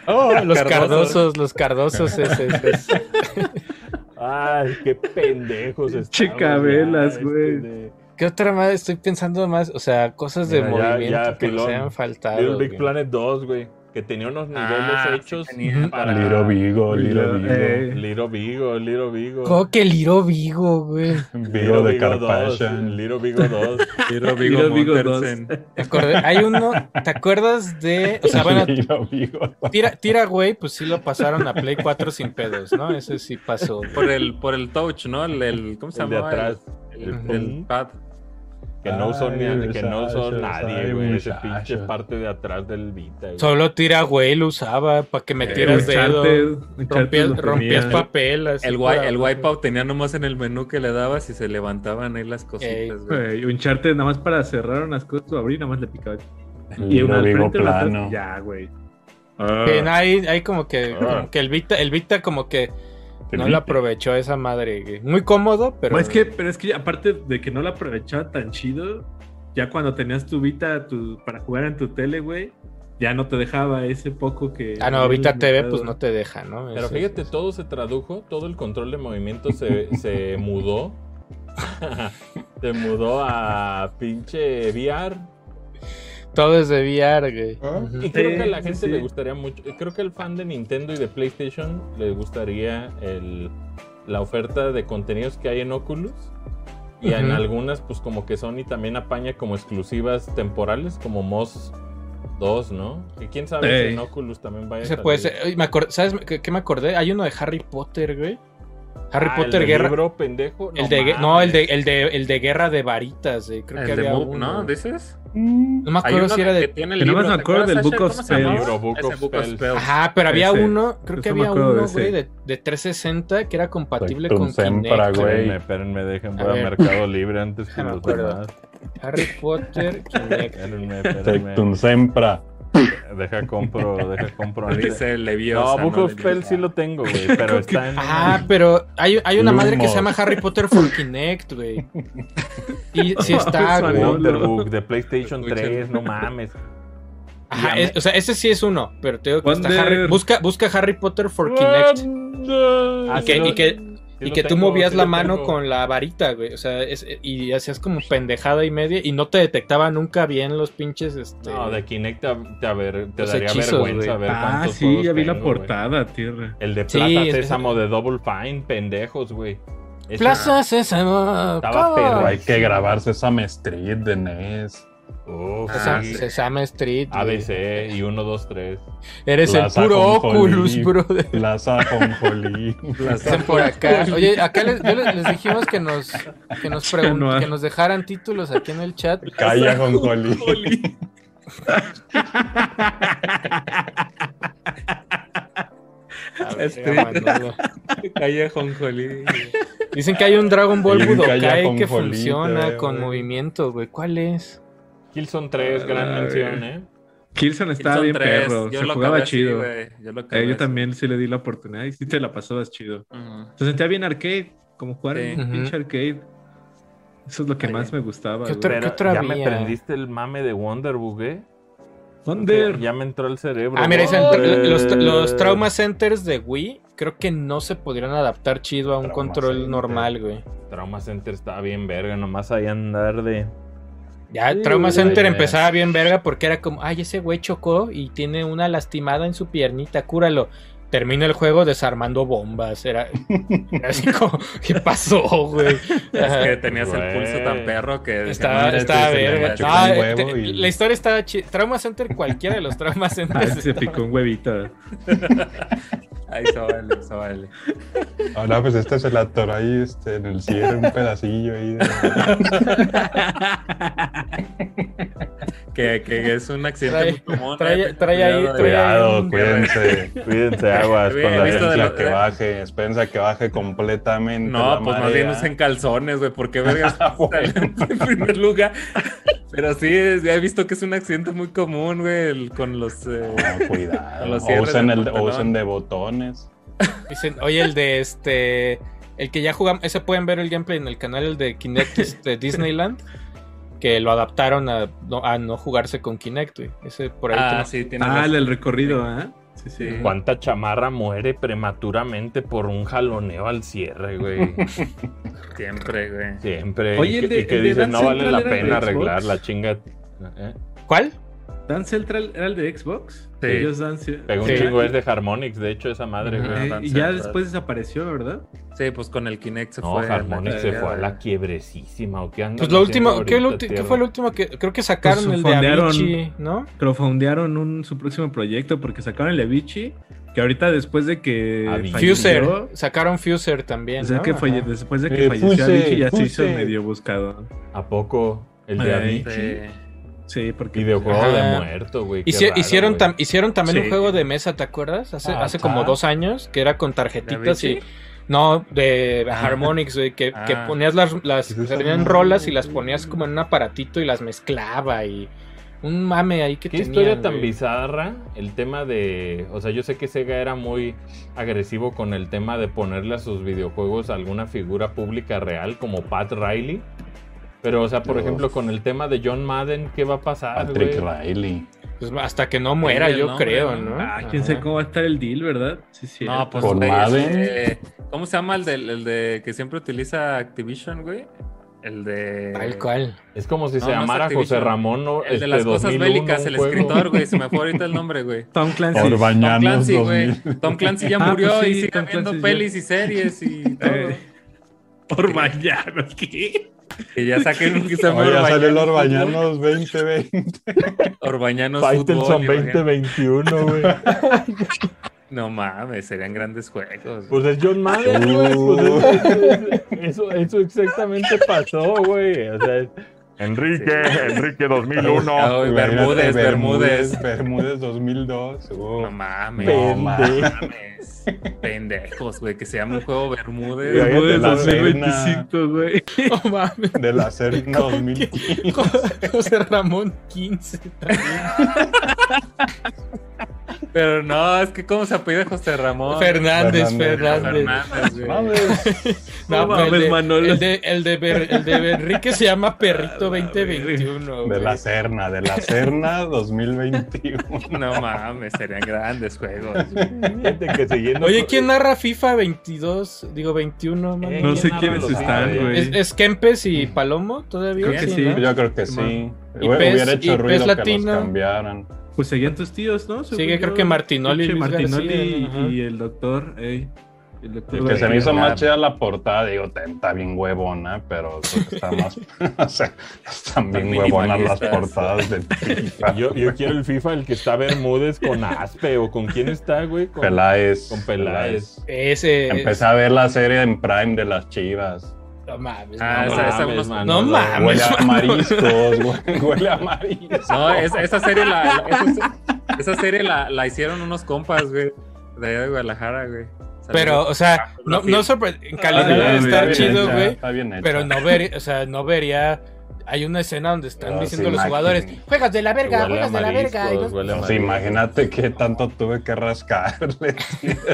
A: Oh, los
C: Cardoso.
A: cardosos, los cardosos esos es.
E: Ay, qué pendejos estamos.
D: Chicabelas,
E: ya,
D: güey.
E: este, de-
A: ¿Qué otra más? Estoy pensando más, o sea, cosas de
E: Mira, ya-
A: movimiento
E: ya,
A: que nos
E: pilón.
A: hayan faltado.
E: Little Big
A: güey.
E: Planet 2, güey. Que tenía unos niveles
C: Ah, sí
E: hechos.
C: tenía para-
B: Liro Vigo, Liro
D: Liro-
B: Vigo.
D: eh.
E: Liro Vigo, Liro Vigo.
A: ¿Cómo que Liro Vigo, güey?
B: Vigo de Carpachan.
E: Liro Vigo
A: *laughs*
E: 2.
C: Little Vigo
D: Little Vigo
C: Mortensen.
A: Me acordé- Hay uno, ¿te acuerdas de? O sea, bueno,
B: Liro Vigo.
A: tira, tira, güey, pues sí lo pasaron a Play 4 sin pedos, ¿no? Ese sí pasó.
C: Por el, por el touch, ¿no? El, el- ¿Cómo se
E: El de
C: llama?
E: atrás.
C: El,
A: El
C: el pad.
E: Que no son,
B: Ay,
E: ni- que no
B: muchachos,
E: son nadie,
B: ay,
E: güey. Esa
B: muchachos.
E: pinche parte de atrás del Vita, güey.
A: Solo tira, güey, lo usaba para que metieras
D: Eh,
A: dedo. Rompías, rompías papel. así
C: El, wi-
A: para-
C: el wipeout tenía nomás en el menú que le dabas y se levantaban ahí las
A: Ey.
C: cositas, güey.
D: un charter nada más para cerrar unas cosas o abrir, nada más le picaba. Y
B: Y
D: una
B: no
D: al
B: digo
D: frente, una atrás,
B: plano.
D: Ya, güey. Ah.
A: Sí, no, ahí, ahí como que,
E: Ah.
A: como que el Vita, el Vita como que no
B: Felipe.
A: lo aprovechó esa madre. güey. Muy cómodo, pero.
D: Pero es que, pero es que aparte de que no la aprovechaba tan chido, ya cuando tenías tu Vita tu, para jugar en tu tele, güey, ya no te dejaba ese poco que.
A: Ah, no, Vita TV pues no te deja, ¿no?
E: Pero
A: Eso-
E: fíjate, todo se tradujo, todo el control de movimiento se, *laughs* se mudó. se mudó a pinche VR.
A: Todo es de VR, güey.
E: Y creo
D: Sí,
E: que a la
D: sí,
E: gente
D: sí.
E: le gustaría mucho. eh, Creo que al fan de Nintendo y de PlayStation le gustaría el, la oferta de contenidos que hay en Oculus. Y en
A: Ujú.
E: algunas, pues como que Sony también apaña como exclusivas temporales, como Moss 2, ¿no? Que quién sabe si
D: Ey.
E: en Oculus Eh, también vaya a
A: Ese puede
E: salir.
A: ser. Oye, me acor- ¿Sabes qué, qué me acordé? Hay uno de Harry Potter, güey. Harry
E: Ah,
A: Potter
E: el de
A: Guerra.
E: libro, pendejo.
A: el de, gue- no, el de,
E: mames.
A: el de, el de Guerra de Varitas, güey. Creo que
C: El de
A: había
C: Book,
A: uno,
C: ¿no?
A: güey.
C: ¿Dices?
A: No me
C: Hay
A: acuerdo
C: uno
A: si era
C: que
A: de.
C: tiene el
D: Que nomás
C: libro,
D: me
C: ¿te
D: acuerdo
C: acuerdas,
D: del
C: Asher?
D: Book of
C: ¿Cómo se llamaba?
E: Spells. Libro, Book
C: Ese
E: of
C: Book of
E: Spells.
C: Spells.
A: Ajá, pero había
D: Ese.
A: uno, creo que
D: Eso me
A: había
D: acuerdo de
A: uno, güey,
D: ese.
A: de, de 360 que era compatible
B: Soy
A: con
B: tu Sempra,
A: Kinect.
B: güey.
E: Espérenme, espérenme, dejen
A: A
E: voy a
A: ver.
E: Mercado
A: *laughs*
E: Libre antes que
A: Ya me
E: los
A: acuerdo.
E: demás.
A: Harry Potter, Kinect.
E: Espérenme,
B: Tectum
E: espérenme.
B: Sempra.
E: Deja compro, deja compro.
C: No
E: antes.
C: dice Leviosa.
E: No, Book of Spell sí lo
A: *laughs*
E: tengo, güey, pero está en...
A: Ah, pero hay, hay una madre que se llama
B: Lumos.
A: Harry Potter for Kinect, güey. Y sí está,
D: Suena
A: güey.
E: Wonder Book
A: *laughs*
E: de PlayStation
C: Escuchen.
E: 3, no mames.
A: Ajá, es- o sea, ese sí es uno, pero te digo que está
D: Wonder-
A: Harry, busca, busca Harry Potter for Kinect.
E: Ah,
A: Y que-
E: sí lo-
A: y que-
E: sí
A: Y
E: lo
A: que tú
E: tengo,
A: movías
E: sí
A: la
E: lo
A: mano
E: tengo.
A: con la varita, güey. O sea, es- y hacías como pendejada y media y no te detectaba nunca bien los pinches, este...
E: No, de Kinect te, te aver- te
A: Los
E: daría
A: hechizos,
E: vergüenza
A: güey.
E: ver
D: Ah,
E: cuántos
D: sí,
E: juegos
D: ya vi la
E: tengo, güey.
D: portada, tierra.
E: El de
A: Sí,
E: Plaza
A: es-
E: Sésamo de Double Fine, pendejos, güey. Ese-
A: Plaza Sésamo.
E: Estaba
A: ¿cómo?
E: perro,
B: Pero
E: güey.
B: hay que grabarse esa Street de NES.
E: Uf,
A: Sesam-
E: sí.
A: Sesame Street. güey.
E: ABC y 1, 2, 3.
A: Eres
B: Plaza
A: el puro
B: Jonjolí.
A: Oculus, brother.
B: Plaza
C: *laughs*
B: Conjolí.
A: Dicen por acá. Oye, acá les, yo les, les dijimos que nos, que, nos pregun-
D: Chanoa.
A: que nos dejaran títulos aquí en el chat.
B: Calla Conjolí. *laughs*
C: Este-
A: Mira, Manolo.
C: Calle Jonjolí.
A: Dicen que hay un Dragon Ball
B: Hay un
A: Budokai
B: callejón
A: que
B: jolito,
A: funciona
B: eh,
A: con
B: güey.
A: movimientos, güey. ¿Cuál es?
E: Kilson 3, gran
D: Ay.
E: mención, ¿eh?
D: Kilson estaba
C: Son
D: bien
C: tres,
D: perro,
C: yo
D: se
C: lo
D: jugaba
C: acabé así,
D: chido.
C: güey, yo lo
D: Eh,
C: acabé
D: yo
C: así.
D: también sí le di la oportunidad y sí te la pasabas chido.
C: Ujú.
D: Se sentía bien arcade, como jugar en
C: Sí.
D: un pinche arcade. Eso es lo que
C: Oye,
D: más me gustaba.
A: ¿qué
D: güey.
A: otra-
E: Pero
A: otra
E: ya me
A: había?
E: prendiste el mame de Wonder Book, ¿eh?
D: Wonder.
E: Ya me entró el cerebro.
A: Ah, mira, dicen
E: Wonder.
A: los, los Trauma Centers de Wii. Creo que no se podrían adaptar chido a un
B: Trauma
A: control
B: Center.
A: normal, güey.
E: Trauma Center estaba bien verga, nomás ahí andar de...
A: Ya,
E: Sí,
A: Trauma
E: güey.
A: Center
E: Ay,
A: empezaba bien verga porque era como, ay, ese güey chocó y tiene una lastimada en su piernita, cúralo. Termina el juego desarmando bombas. Era, *laughs* era así como, ¿qué pasó, güey?
C: Es
A: Ajá.
C: que tenías
E: Güey.
C: el pulso tan perro que.
A: Estaba,
C: decían,
A: estaba
C: "Madre,
A: verga.
C: se le
B: machucó
A: No,
B: un huevo
A: te-
B: y-
A: La historia estaba chida. Trauma Center, cualquiera de los Trauma
D: Ah,
A: Centers.
D: se picó un huevito.
C: machucó". Ahí se vale, se vale.
B: Ahora pues este se la atoró ahí este, en el cierre, un pedacillo ahí. de-
C: Que, que es un accidente
A: Trae-
C: muy común.
A: trae-
C: eh,
A: trae ahí-
C: cuidado,
A: trae-
B: Cuidado,
C: eh.
B: cuídense.
E: Cuídense aguas
C: Güey,
E: con la
C: he visto de
E: gente.
B: Espérense
C: lo-
B: a que baje, espérense a que baje completamente.
C: No,
B: la
C: pues más
E: ¿ah?
C: bien
B: marea.
C: usen calzones,
E: *laughs*
C: güey, porque vergas *laughs* salen en primer lugar. Pero sí, es- ya he visto que es un accidente muy común, güey, el- con los. eh,
B: No, cuidado.
C: *laughs* Los
B: O
C: cierres
B: usen,
C: del
B: el, o
C: pantalón.
B: usen de botones.
A: Dicen, oye, el de este. El que ya jugamos. Ese pueden ver el gameplay en el canal, el de Kinect de Disneyland. Que lo adaptaron a no, a no jugarse con Kinect, güey. Ese por ahí.
C: ah,
A: tengo-
C: sí, tiene.
D: Ah,
C: razón.
D: el recorrido, ¿ah? Sí, sí.
C: Sí.
E: ¿Cuánta chamarra muere prematuramente por un jaloneo al cierre, güey?
A: *laughs*
C: Siempre, güey.
E: Siempre.
D: Oye,
E: y
D: el
E: que,
D: de-
E: y que
D: el de
E: dices,
D: Dance
E: no vale
D: Central
E: la
D: era de
E: pena
D: Xbox".
E: arreglar la chinga. ¿eh?
A: ¿Cuál?
D: ¿Dan Central era el de Xbox?
C: Sí.
D: Ellos dan. Ce-
E: Pegó un
A: Sí.
E: chingo es de Harmonix, de hecho, esa madre,
C: Ujú.
E: güey.
D: Eh,
C: Dan
D: y ya
C: Central.
D: después desapareció, ¿verdad?
C: Sí, pues con el Kinect se
E: No,
C: fue. a la
E: Harmonix se fue a
C: chingada.
E: la quiebrecísima. ¿o qué andan
A: Pues lo
E: haciendo
A: último. ¿qué,
E: ahorita,
A: ulti- qué
E: tierra?
A: fue lo último que.? Creo que sacaron
D: Pues,
A: el de
D: fondearon-
A: Avicii, ¿no?
D: Pero fundearon un, su próximo proyecto porque sacaron el Avicii, que ahorita después de que
E: Avicii.
A: Fuser. Sacaron Fuser también.
D: O sea
A: ¿no?
D: Pues que falle-
A: Ajá.
D: después de que
B: Eh,
D: falleció
B: Fuser,
D: Avicii ya se hizo
B: Fuser.
D: medio buscado.
E: ¿A poco? El de
D: Ay.
E: Avicii.
C: Este,
D: Sí, porque.
E: Videojuego
A: Ajá.
E: de muerto, güey. qué
A: Hici-
E: raro,
A: hicieron,
E: güey.
A: tam- hicieron también
D: Sí.
A: un juego de mesa, ¿te acuerdas? Hace,
E: Ah,
A: hace
E: ta.
A: como dos años, que era con tarjetitas
C: Avicii?
A: y... No, de Harmonix, güey, que, que
C: Ah.
A: ponías las... las
E: Eso está
A: tenían
E: muy
A: rolas y
E: bien,
A: las
E: güey.
A: ponías como en un aparatito y las mezclaba y... Un mame ahí que
E: Qué
A: tenían,
E: historia tan
A: güey.
E: bizarra el tema de... O sea, yo sé que Sega era muy agresivo con el tema de ponerle a sus videojuegos alguna figura pública real como Pat Riley. Pero, o sea, por
B: Uf.
E: ejemplo, con el tema de John Madden, ¿qué va a
C: Ah,
E: pasar,
B: Patrick
E: güey?
B: Riley.
A: Pues hasta que no muera,
C: Cambia el
A: yo
C: nombre,
A: creo, ¿no?
C: ¿no?
D: Ah, quién
A: Ajá.
D: sabe cómo va a estar el deal, ¿verdad? Sí, sí.
C: No, pues
B: Con
C: güey,
B: Madden.
C: este, ¿Cómo se llama el, del, el de que siempre utiliza Activision, güey? El de.
A: Tal
E: *laughs*
A: cual.
E: Es como si
C: No,
E: se
C: no es
E: llamara José
C: Activision.
E: Ramón. ¿no?
C: El de
E: Este,
C: las cosas
E: 2001,
C: bélicas,
E: un
C: el
E: juego.
C: escritor, güey. Se me fue ahorita el nombre, güey.
D: Tom Clancy.
C: Tom
B: Orbañanos
C: Clancy,
B: 2000.
C: güey. Tom Clancy ya
D: Ah,
C: murió
D: pues sí,
C: y sigue
D: Tom
C: viendo
D: Clancy ya-
C: pelis y
D: *laughs*
C: series y todo.
D: Eh, Por mañana, ¿qué?
C: Que ya saquen un que se llama
B: Oye, ya salió el
C: Orbañanos
B: Orbañanos 2020.
C: Fútbol. Orbañanos Fútbol,
E: Faitelson
C: y Orbañanos-
E: 2021, güey.
C: No mames, serían grandes juegos. güey.
E: Pues es John Madden, güey.
B: Uh.
E: *laughs* pues es- eso, eso exactamente pasó, güey. O sea, es-
F: Enrique, Enrique 2001.
C: Ah, güey,
B: Imagínate,
C: Bermúdez, Bermúdez.
B: Bermúdez 2002. Uh,
C: No mames.
B: Pe-
E: pendejo.
B: No, mames.
C: mames. Pendejos, güey, que se llama un juego
B: Y
C: Bermúdez.
B: ahí
D: Después de
B: la
D: 2025, güey.
A: Oh, mames. *laughs*
B: de la Serna 2000.
A: José Ramón 15.
C: Pero no, es que cómo se apellida José Ramón.
A: Fernández,
B: Fernández.
A: Fernández.
C: Fernández, güey.
B: Mames.
A: No, pero
D: No mames,
A: el, de,
D: Manolo.
A: el de el de Ber- el de Berrique se llama Perrito 2021.
B: De
A: güey.
B: la Serna, de la Serna 2021.
C: *laughs* No mames, serían grandes juegos.
E: Fíjate que siguiendo
A: Oye,
E: con-
A: ¿quién narra FIFA 22? Digo 21, mami.
D: No
E: Eh, ¿quién
D: sé
E: narra
D: quiénes
E: los
D: están,
E: videos?
D: güey.
A: ¿Es, es Kempes y Palomo todavía?
D: Creo que sí.
A: ¿no?
B: Yo creo que sí.
A: Y
B: Hue-
A: pez-
B: Hubiera hecho
A: y
B: ruido
A: pez
B: que los
A: latino.
B: cambiaran.
D: Pues seguían tus tíos, ¿no? Según
A: Sigue,
D: yo,
A: creo que Martinoli y
D: pinche
A: Luis
D: Martinoli
A: García,
D: y,
A: ¿no? Ajá.
D: y el doctor, ey. El doctor
B: El que se me
D: García.
B: hizo
E: claro.
B: más chida la portada, digo, está- está bien huevona, pero está más. o sea, están bien huevonas las
C: minimalistas.
B: portadas de FIFA.
E: *laughs* Yo, yo quiero el FIFA, el que está Bermúdez con Aspe o con quién está, güey. Con-
B: Peláez.
E: Con Peláez.
A: Ese.
B: Empecé a ver la serie en Prime de las chivas.
A: No mames.
C: Ah,
A: no
C: esa-
A: mames.
C: esa unos-
E: Manolo,
A: No mames.
B: Huele a
A: Mano.
B: mariscos,
E: *laughs*
B: güey, huele a mariscos.
C: No, es- esa serie la, la- esa, esa serie la, la hicieron unos compas, güey. De allá de Guadalajara, güey. Saludos.
A: Pero, o
B: Ah,
A: sea,
B: pues,
A: no, no sorpre- En
B: Está
A: calidad
B: bien,
A: de
B: está
A: estar
B: bien
A: chido,
B: hecha,
A: güey.
B: Está bien hecha.
A: Pero no vería, o sea, no vería. Hay una escena donde están
B: No,
A: diciendo
B: Ah, sí,
A: los
B: imagínate.
A: jugadores: Juegas de la verga,
E: Huele a
A: juegas de la verga. y no-
E: mariscos, huele a
B: O sea,
E: mariscos.
B: imagínate qué tanto tuve que rascarle.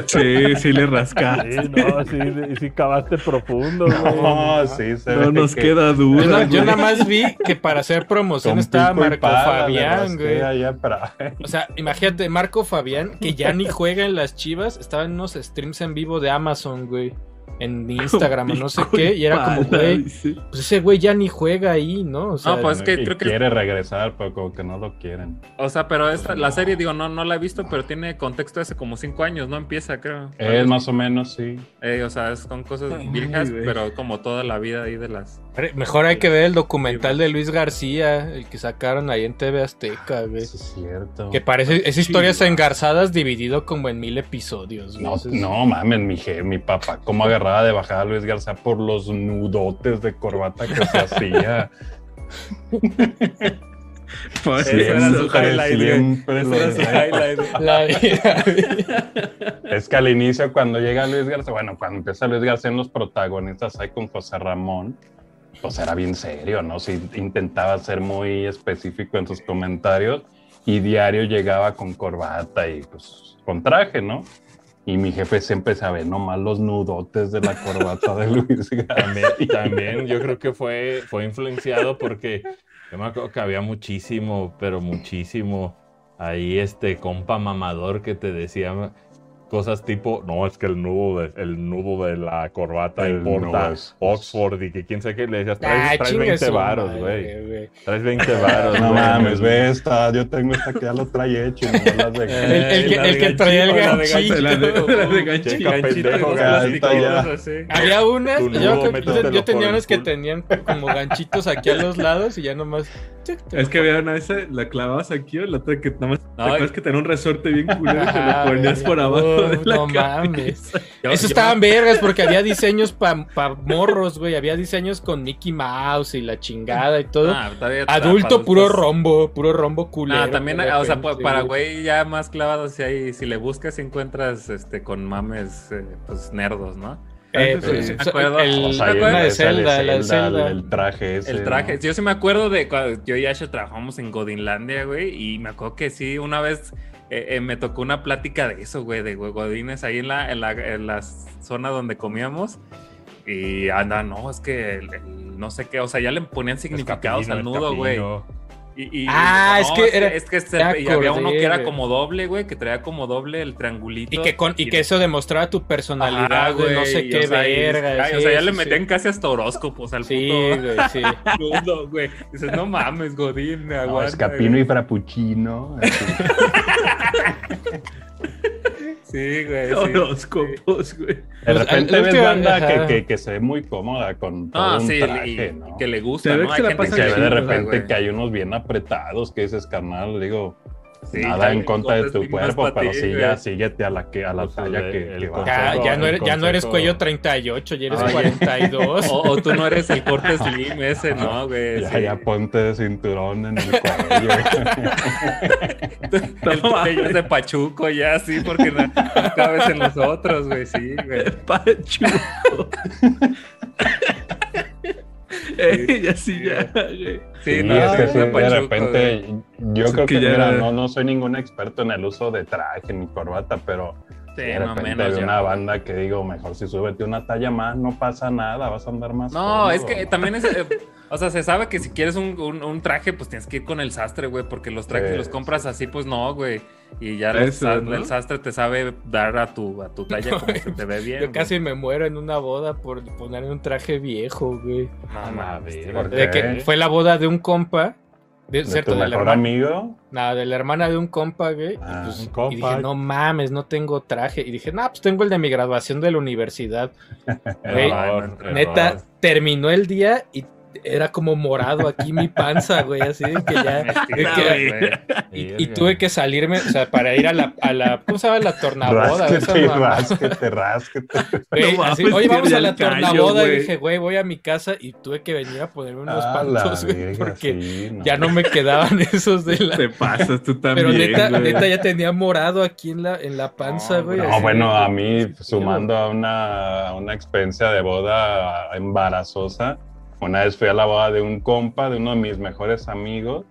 D: Sí, sí
B: *laughs*
D: le rasca.
E: Sí, no, sí, sí cavaste profundo, güey.
B: No, sí, se
D: No
B: ve
D: nos
B: que
D: queda
A: Yo, na-
D: duda.
A: yo
D: *laughs*
A: nada más vi que para hacer promoción
B: con
A: estaba
B: pico y
A: Marco
B: pala le
A: Fabián,
B: rasqué
A: güey.
B: allá para-
A: O sea, imagínate, Marco Fabián, que ya ni juega en las chivas, estaba en unos streams en vivo de Amazon, güey. En Instagram, o no sé qué. Y era como, güey, pues ese güey ya ni juega ahí, ¿no? O sea,
C: No, pues es que
B: que
C: creo que.
B: quiere regresar, pero como que no lo quieren.
C: O sea, pero esta, la serie, digo, no, no la he visto, pero tiene contexto hace como cinco años, ¿no? Empieza, creo.
B: Es más o menos, sí.
C: Eh, o sea, son cosas
D: Ay,
C: viejas,
D: güey.
C: pero como toda la vida ahí de las.
A: re- mejor hay que ver el documental de Luis García, el que sacaron ahí en TV Azteca, güey.
B: Eso es cierto.
A: Que parece, es historias engarzadas dividido como en mil episodios. güey.
B: No,
A: Entonces,
B: no mames, mi, je- mi papá, cómo agarraba de bajada a Luis Garza por los nudotes de corbata que se hacía.
A: *laughs*
D: Pues
C: Ese era su highlight, güey.
B: siempre lo era.
A: la-
B: Es que al inicio, cuando llega Luis Garza, bueno, cuando empieza Luis Garza en los protagonistas ahí con José Ramón, pues era bien serio, ¿no? Si intentaba ser muy específico en sus comentarios y diario llegaba con corbata y pues con traje, ¿no? Y mi jefe siempre sabe nomás los nudotes de la corbata de Luis
A: *laughs*
B: Garza.
E: También, también yo creo que fue, fue influenciado porque yo me acuerdo que había muchísimo, pero muchísimo ahí este compa mamador que te decía cosas tipo, no, es que el nudo de, el nudo de la corbata
B: El nudo
E: importa
B: es-
E: Oxford y que quién sabe qué le decías,
A: Ah,
E: traes, traes
A: chingue
E: 20
A: su
E: varos,
A: madre,
E: güey. Traes 20 varos.
B: No
E: güey.
B: mames, ve esta, yo tengo esta que ya lo trae hecho y no
A: *laughs*
B: las dejé.
A: El, el que,
C: la
A: el
C: de
A: que traía el
C: ganchito,
A: ganchito.
D: La
C: la de
D: de, la de ganchito.
E: Checa, pendejo,
B: los
E: ganchito.
B: plásticos.
A: Había unas,
E: Tu
A: yo,
E: nudo,
A: creo que-
E: métetelo
A: yo tenía
E: por el
A: unas que
E: culo.
A: tenían como ganchitos aquí a
C: *laughs*
A: los lados y ya nomás.
D: Es que había una vez la clavabas aquí o la otra que nada más. ¿Te
C: Ay.
D: acuerdas que tenía un resorte bien culero que
A: Ajá,
D: lo ponías
A: güey.
D: por abajo lado de la
A: no
D: cabeza.
A: mames.
C: *laughs* Yo-
A: Eso
C: yo-
A: estaban vergas porque había diseños para morros, güey. Había diseños con Mickey Mouse y la chingada y todo.
C: Ah, todavía está
A: Adulto,
C: para
A: puro
C: adultos.
A: rombo, puro rombo culero.
C: Ah, también,
A: de
C: o sea,
A: repente,
C: pa- para güey ya más clavado, si, hay, si le buscas, si encuentras este, con mames, eh, pues nerdos, ¿no?
A: Eh,
D: Sí,
A: pues,
C: sí, me
A: so-
C: acuerdo.
A: el-
B: O sea,
C: ¿te
B: y
C: acuerdas?
A: la de
B: sale
A: Zelda, la de
B: Zelda,
A: Zelda.
B: El traje ese.
C: El traje.
B: ¿no?
C: Yo sí me acuerdo de cuando yo y Asha trabajamos en Godinlandia, güey, y me acuerdo que sí, una vez eh, eh, me tocó una plática de eso, güey, de güey, Godines ahí en la, en, la, en la zona donde comíamos. Y anda, no, es que el- el no sé qué, o sea, ya le ponían significados
E: Escapino,
C: al nudo, güey.
E: escapino.
C: Y, y-
A: Ah, es que era-
C: es que se-
A: ya
C: y había uno que era
A: acordé,
C: como doble, güey, que traía como doble el triangulito.
A: Y que, con, y que eso demostraba tu personalidad,
C: Ajá,
A: güey, no sé
C: y,
A: qué
C: o sea, y-
A: verga.
C: ay,
A: sí,
C: o sea, ya
A: sí,
C: le
A: sí.
C: metían casi hasta horóscopos al
A: Sí,
C: puto
A: güey, sí.
C: nudo, güey. Dices, no mames, Godín,
B: No,
C: aguanta.
B: escapino
C: güey".
B: y frappuccino. así.
C: Sí, güey, sí.
D: Horóscopos, güey.
B: De
A: Pues,
B: repente
A: al
B: ves
A: último,
B: banda
A: ajá.
B: que, que, que se ve muy cómoda con todo
C: Ah,
B: un
C: sí,
B: traje,
C: y,
B: ¿no?
C: y que le
D: Se
C: gusta,
D: ve
C: ¿no?
D: que se la
B: Y
D: pasan
B: que ve de
D: chido,
B: repente
C: güey.
B: que hay unos bien apretados que dices, carnal, digo,
C: Sí,
B: nada en
C: también
B: contra de
C: entonces,
B: tu
C: sí, más
B: cuerpo,
C: pa'
B: pero
C: ti,
B: sí,
C: güey.
B: ya síguete a la, que, a la
E: Pues,
B: talla
E: el-
B: que,
E: el
B: que va.
A: Ya,
E: Consejo,
A: ya no eres,
E: el
A: ya no eres
E: consejo.
A: cuello 38, ya eres
C: Oye.
A: 42.
C: *laughs* O, o tú no eres
B: *laughs*
C: el corte slim ese, ¿no, güey?
B: Ya,
C: Sí.
B: ya ponte de cinturón
C: *laughs*
B: en el cuello.
C: El cabello es de pachuco ya, sí, porque no, no cabes en los otros, güey, sí, güey.
D: Pachu. Eh, ya sí, ya, güey.
C: Sí,
B: Sí,
C: no,
B: es que
C: es
B: sí,
C: de
B: de
C: pachuco, güey.
B: repente, yo
D: Es
B: creo
D: que
B: que,
D: ya-
B: mira, no, no soy ningún experto en el uso de traje ni corbata, pero
C: Sí,
B: de
C: no
B: repente
C: menos
B: hay
C: yo.
B: una banda que digo, mejor si súbete una talla más, no pasa nada, vas a andar más
C: No,
B: cómodo,
C: es que
B: Oh, ¿no?
C: también es. eh, o sea, se sabe que si quieres un, un- un traje, pues tienes que ir con el sastre, güey, porque los trajes
B: Sí,
C: los compras así, pues no, güey. Y ya los
D: Eso,
C: sa-
D: ¿no?
C: el sastre te sabe dar a tu, a tu talla como se te ve bien.
A: Yo
C: güey.
A: casi me muero en una boda por ponerme un traje viejo, güey.
C: No mames, este
B: ver, ¿por
C: tío.
A: De
B: Ok.
A: que fue la boda de un compa. De,
B: ¿De
A: cierto,
B: tu
A: de la,
B: mejor
A: hermana,
B: amigo.
A: no, de la hermana de un compa, güey. y
B: Ah,
A: pues-
E: un
A: y
E: compa.
A: dije, no mames, no tengo traje. Y dije, no, pues tengo el de mi graduación de la universidad. Güey,
E: Error, error.
A: Neta, terminó el día y era como morado aquí mi panza, güey, así de que
C: *laughs*
A: ya.
C: Sí,
A: Es que-
C: güey.
A: Y, y tuve que salirme, o sea, para ir a la, a la ¿cómo se llama? La tornaboda. esa
B: Rásquete, *laughs*
A: mamá.
B: rásquete, rásquete.
A: Güey,
D: No
A: así,
D: mames,
A: Oye,
D: tío,
A: vamos
D: ya
A: a la
D: le callo,
A: tornaboda.
D: güey.
A: Y dije, güey, voy a mi casa y tuve que venir a ponerme *laughs* unos
B: Ah, la
A: pantos, güey,
B: verga,
A: porque
B: sí,
A: ya no me quedaban *laughs* esos de la.
D: Te pasas tú también.
A: Pero neta,
D: güey.
A: neta ya tenía morado aquí en la, en la panza,
C: No,
A: güey.
C: no,
B: No,
A: así.
B: bueno, a mí, pues, sumando a una, a una experiencia de boda embarazosa, una vez fui a la boda de un compa, de uno de mis mejores amigos,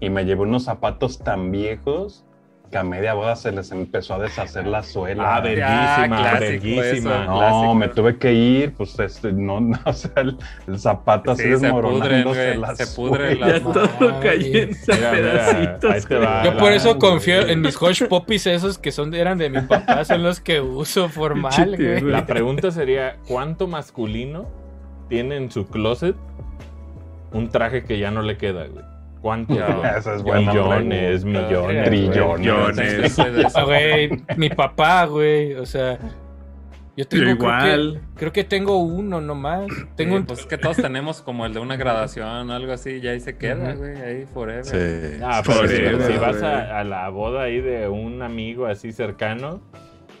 B: y me llevé unos zapatos tan viejos que a media boda se les empezó a deshacer la suela.
E: Ah, verguísima,
C: clásico
E: verguísima.
C: eso,
B: No,
C: clásico.
B: me tuve que ir, pues este, no, *laughs* no, o sea, el, el zapato así
C: Sí, se pudren,
B: desmoronándose
C: güey.
B: la
C: Se
B: suela.
C: pudren
D: Ya
C: las.
D: todo cayéndose a
E: Mira, mira, ahí
D: pedacitos.
E: te va.
A: Yo por eso
B: güey.
A: confío en mis Hush Poppies esos que son, eran de mi papá, son los que uso formal,
D: Pinche
A: güey.
D: tierra.
E: La pregunta sería, ¿cuánto masculino tiene en su closet un traje que ya no le queda, güey? ¿Cuánto?
C: Ya,
E: güey?
B: *laughs* esa es buena
E: millones,
B: pregunta.
E: millones,
B: Trillones.
E: millones.
C: Yo soy de
A: Ah,
C: eso.
A: güey, mi papá, güey, o sea, yo tengo
D: Pero
A: creo que-
D: igual. Eh,
A: Creo que, tengo uno nomás. *laughs* Tengo
C: Sí,
A: un- Ah,
C: pues es que todos tenemos como el de una graduación o algo así, y ahí se queda,
A: Ujú.
C: güey, ahí forever.
G: Sí.
E: Ah, pero
D: Sí,
E: si,
D: güey.
E: si vas a, a la boda ahí de un amigo así cercano,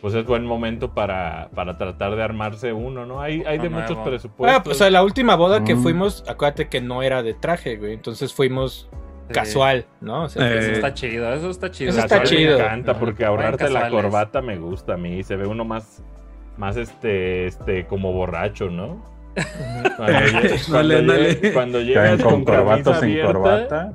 E: pues es buen momento para, para tratar de armarse uno, ¿no? Hay, hay de
C: Uno
E: muchos
C: nuevo.
E: presupuestos.
A: Ah, pues a la última boda que
B: Mm.
A: fuimos, acuérdate que no era de traje, güey, entonces fuimos
C: Sí.
A: casual, ¿no? O sea,
D: Eh,
C: Eso está chido, eso está chido.
A: Eso está
E: Casual
A: chido.
E: Me encanta porque ahorrarte la
C: Casuales.
E: corbata me gusta a mí. Se ve uno más, más este, este, como borracho, ¿no?
A: *laughs*
E: Cuando, lle- cuando
D: Ándale,
E: lle-
D: ándale.
E: cuando
B: Caen
E: llegas
B: con
E: con,
B: corbata
E: camisa
B: sin
E: abierta,
B: corbata.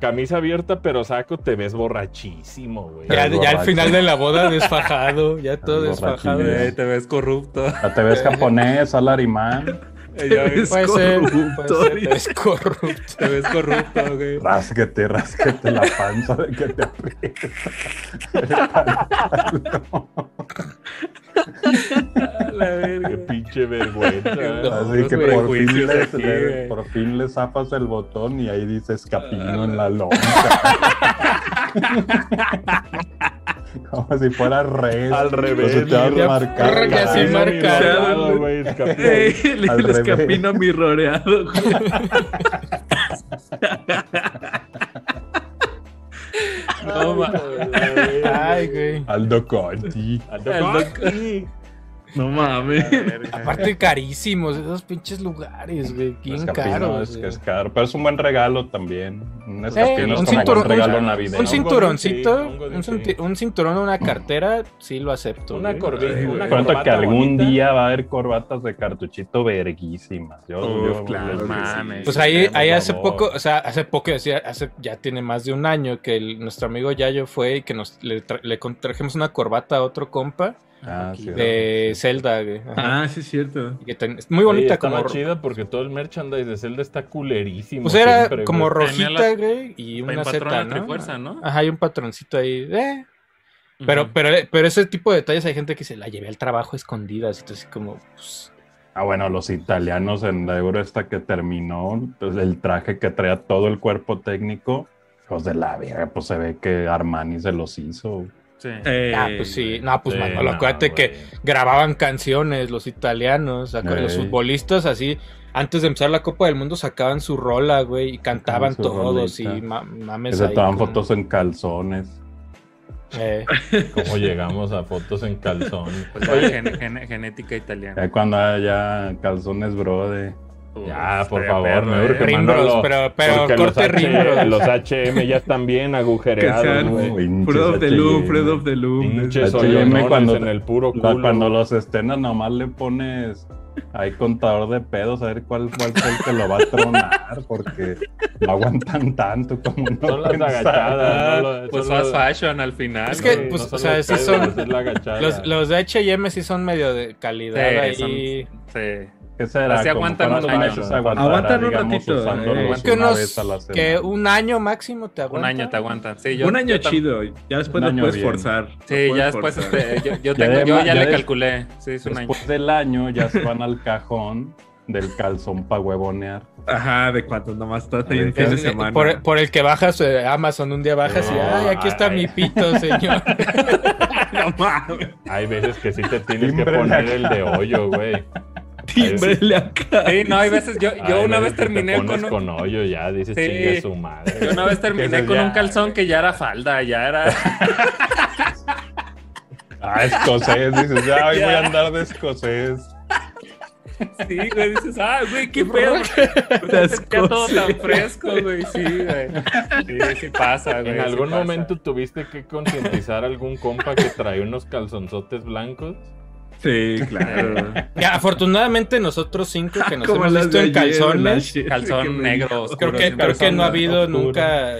E: camisa abierta pero saco, te ves borrachísimo, güey.
A: ya, ya al
B: borracho.
A: final de la boda desfajado, ya todo
B: El
A: desfajado.
B: borrachín,
C: Ey, Eh, te
E: *laughs*
C: ves corrupto. *laughs*
B: Ya te ves japonés, alarimán,
C: Ey, ya ves,
A: Puede ser,
D: corrupto.
A: puede ser, es corrupto.
C: te ves corrupto, güey.
B: rásquete, rásquete la panza de que te aprieta.
C: A la verga.
E: Qué pinche vergüenza.
A: *laughs* No.
B: Así
C: los
B: que por fin,
C: prejuicios
B: le,
C: aquí,
B: le-
C: güey.
B: por fin le zapas el botón y ahí dice escapino en la lonja. *laughs* Como si fuera rey.
E: Al revés,
B: Pues te vas
A: mira.
B: marcando.
A: Porque así
B: Ay,
A: marca.
E: mira, dorado, güey,
D: Eh, *laughs*
E: escapé.
D: le
B: Al
D: el
B: revés.
D: escapino mi roreado, güey.
A: No, ma- Ay, güey.
B: Aldo Conti.
G: No mames.
A: Aparte, carísimos esos pinches lugares, güey. Bien
B: Escapino,
A: caros.
B: es
A: güey.
B: que es caro, pero es un buen regalo también. Un escapino
A: un
B: es como
A: cinturón-
B: un regalo
E: un-
B: navideño.
A: Un cinturoncito,
E: Sí, hongo de
A: un,
E: sí.
A: cinti- un cinturón o una cartera, sí lo acepto.
E: Una
A: güey.
E: cordi-
D: Ay,
E: una
D: güey.
B: Cuenta que
E: corbata
B: algún
E: bonita.
B: día va a haber corbatas de cartuchito verguísimas. Yo,
D: Uf,
B: yo-
D: claro,
B: yo-
C: mames.
A: Pues ahí,
B: Por
A: ahí hace
B: favor.
A: poco, o sea, hace poco, decía, hace, ya tiene más de un año que el- nuestro amigo Yayo fue y que nos, le, tra- le con- trajimos una corbata a otro compa
B: Ah, sí,
A: de Zelda, güey. Ajá.
D: Ah, sí, es cierto.
A: Y que ten- es muy
E: Oye,
A: bonita,
E: estaba
A: como,
E: chida porque todo el merchandise de Zelda está culerísimo.
A: pues era
E: siempre,
A: como
E: güey.
A: rojita,
C: Tenía la-
A: güey, y una
C: patrona
A: Z,
C: de
A: ¿no?
C: Trifuerza, ¿no?
A: Ajá, hay un patroncito ahí, eh. Pero,
C: Ujú.
A: pero, pero ese tipo de detalles hay gente que se la llevé al trabajo escondidas, entonces como, pues,
B: Ah, bueno, los italianos en la euro esta que terminó, pues, el traje que traía todo el cuerpo técnico, pues de la verga, pues se ve que Armani se los hizo.
C: Sí.
A: ah, pues sí, no, pues
E: Sí,
A: Manolo,
E: no,
A: acuérdate
E: güey.
A: que grababan canciones los italianos, acá los
B: Ey.
A: futbolistas así, antes de empezar la Copa del Mundo sacaban su rola, güey, y cantaban
B: su
A: todos
B: rolita.
A: y ma-
B: Que
A: mames
B: se
A: ahí
B: toman
A: con-
B: fotos en calzones.
A: eh,
E: ¿Cómo llegamos a fotos en calzón?
C: Pues era gen- gen- genética italiana.
B: Ya cuando haya calzones, bro, de...
E: Ya,
C: Uf,
E: por
C: estaría
E: favor,
C: perro,
E: me
C: ¿eh?
E: urge.
A: Rimbros,
E: Manolo,
A: pero, pero
E: Porque
A: corte
E: los, H-
A: rimbros.
E: *laughs* los HM ya están bien agujereados,
D: Que sean-
E: güey.
D: Fred of the Loom, Fred of the Loom.
E: Pinches
B: HM
E: hoyonones
B: cuando-
E: en el puro
B: O sea,
E: culo.
B: cuando los estrenas nomás le pones ahí contador de pedos a ver cuál, cuál fue el que lo va a tronar, porque no aguantan tanto como no
E: Son las
B: pensaron.
E: agachadas. no lo-
C: Pues
E: son
C: fast
E: los-
C: fashion al final.
A: Es
E: no,
A: que,
E: güey,
A: pues,
E: son
A: o sea,
E: los
A: sí son-
E: pedos, es la agachada.
A: los, los de H&M sí son medio de calidad ahí.
C: Sí, son- sí.
B: ¿Qué será?
C: Así
B: Como
C: aguantan
B: cuántos
C: unos años.
B: meses aguantará,
D: Aguantan un
B: digamos,
D: ratito,
B: usándolos
D: eh.
B: una
A: Es que unos,
B: vez a la
A: que
B: semana?
A: un año máximo te aguanta.
C: Un año te aguantan. Sí, yo,
D: un año
C: yo tam-
D: chido. Ya después
B: Un
D: lo
B: año
D: puedes
B: bien.
D: forzar. Lo
C: Sí,
D: puedes
C: ya después
D: forzar.
C: este, yo,
E: *laughs*
C: yo
B: Ya
C: tengo,
B: de
C: yo
B: ma-
C: ya
B: ya
C: le
B: de-
C: calculé. Sí, es un año.
B: Después del año ya se van al cajón del calzón para huevonear.
D: Ajá, de cuando nomás estás ahí en
B: Ay,
D: fin de
A: Es-
D: semana.
A: Por, e- por el que bajas eh, Amazon un día bajas y
E: No,
A: ay aquí está
E: ay.
A: mi pito señor
D: *laughs* No mames.
E: Hay veces que sí te tienes que
B: Timbre
E: poner
B: la-
E: el de hoyo, güey.
D: Tímbrele acá.
C: Sí, no, hay veces yo, yo
E: Hay
C: una
E: veces
C: vez
E: que te
C: terminé
E: pones
C: con un,
E: con hoyo ya, dices
C: Sí.
E: chingue su madre.
C: yo
E: *laughs*
C: una vez terminé
E: Dices,
C: con
E: ya,
C: un calzón que ya era falda, ya era
B: Ah, escocés, dices, ya hoy voy a andar de escocés.
C: Sí, güey, dices, ah, güey, qué pedo. *laughs*
D: Las
C: Está todo
D: cosas.
C: tan fresco, güey. Sí, güey. Sí, sí pasa, güey.
E: En
C: sí
E: algún
C: pasa.
E: momento tuviste que concientizar a algún compa que trae unos calzonzotes blancos.
D: Sí, claro.
A: *laughs* Ya, afortunadamente nosotros cinco que *laughs* nos
D: Como
A: hemos
D: las
A: visto
D: de
A: en
D: ayer, la
A: calzones,
D: shit.
C: Calzón
D: Qué
C: negro,
D: rico.
C: oscuro,
A: creo que,
C: siempre
A: creo que no ha
C: calzón
A: habido
E: oscuro.
A: nunca...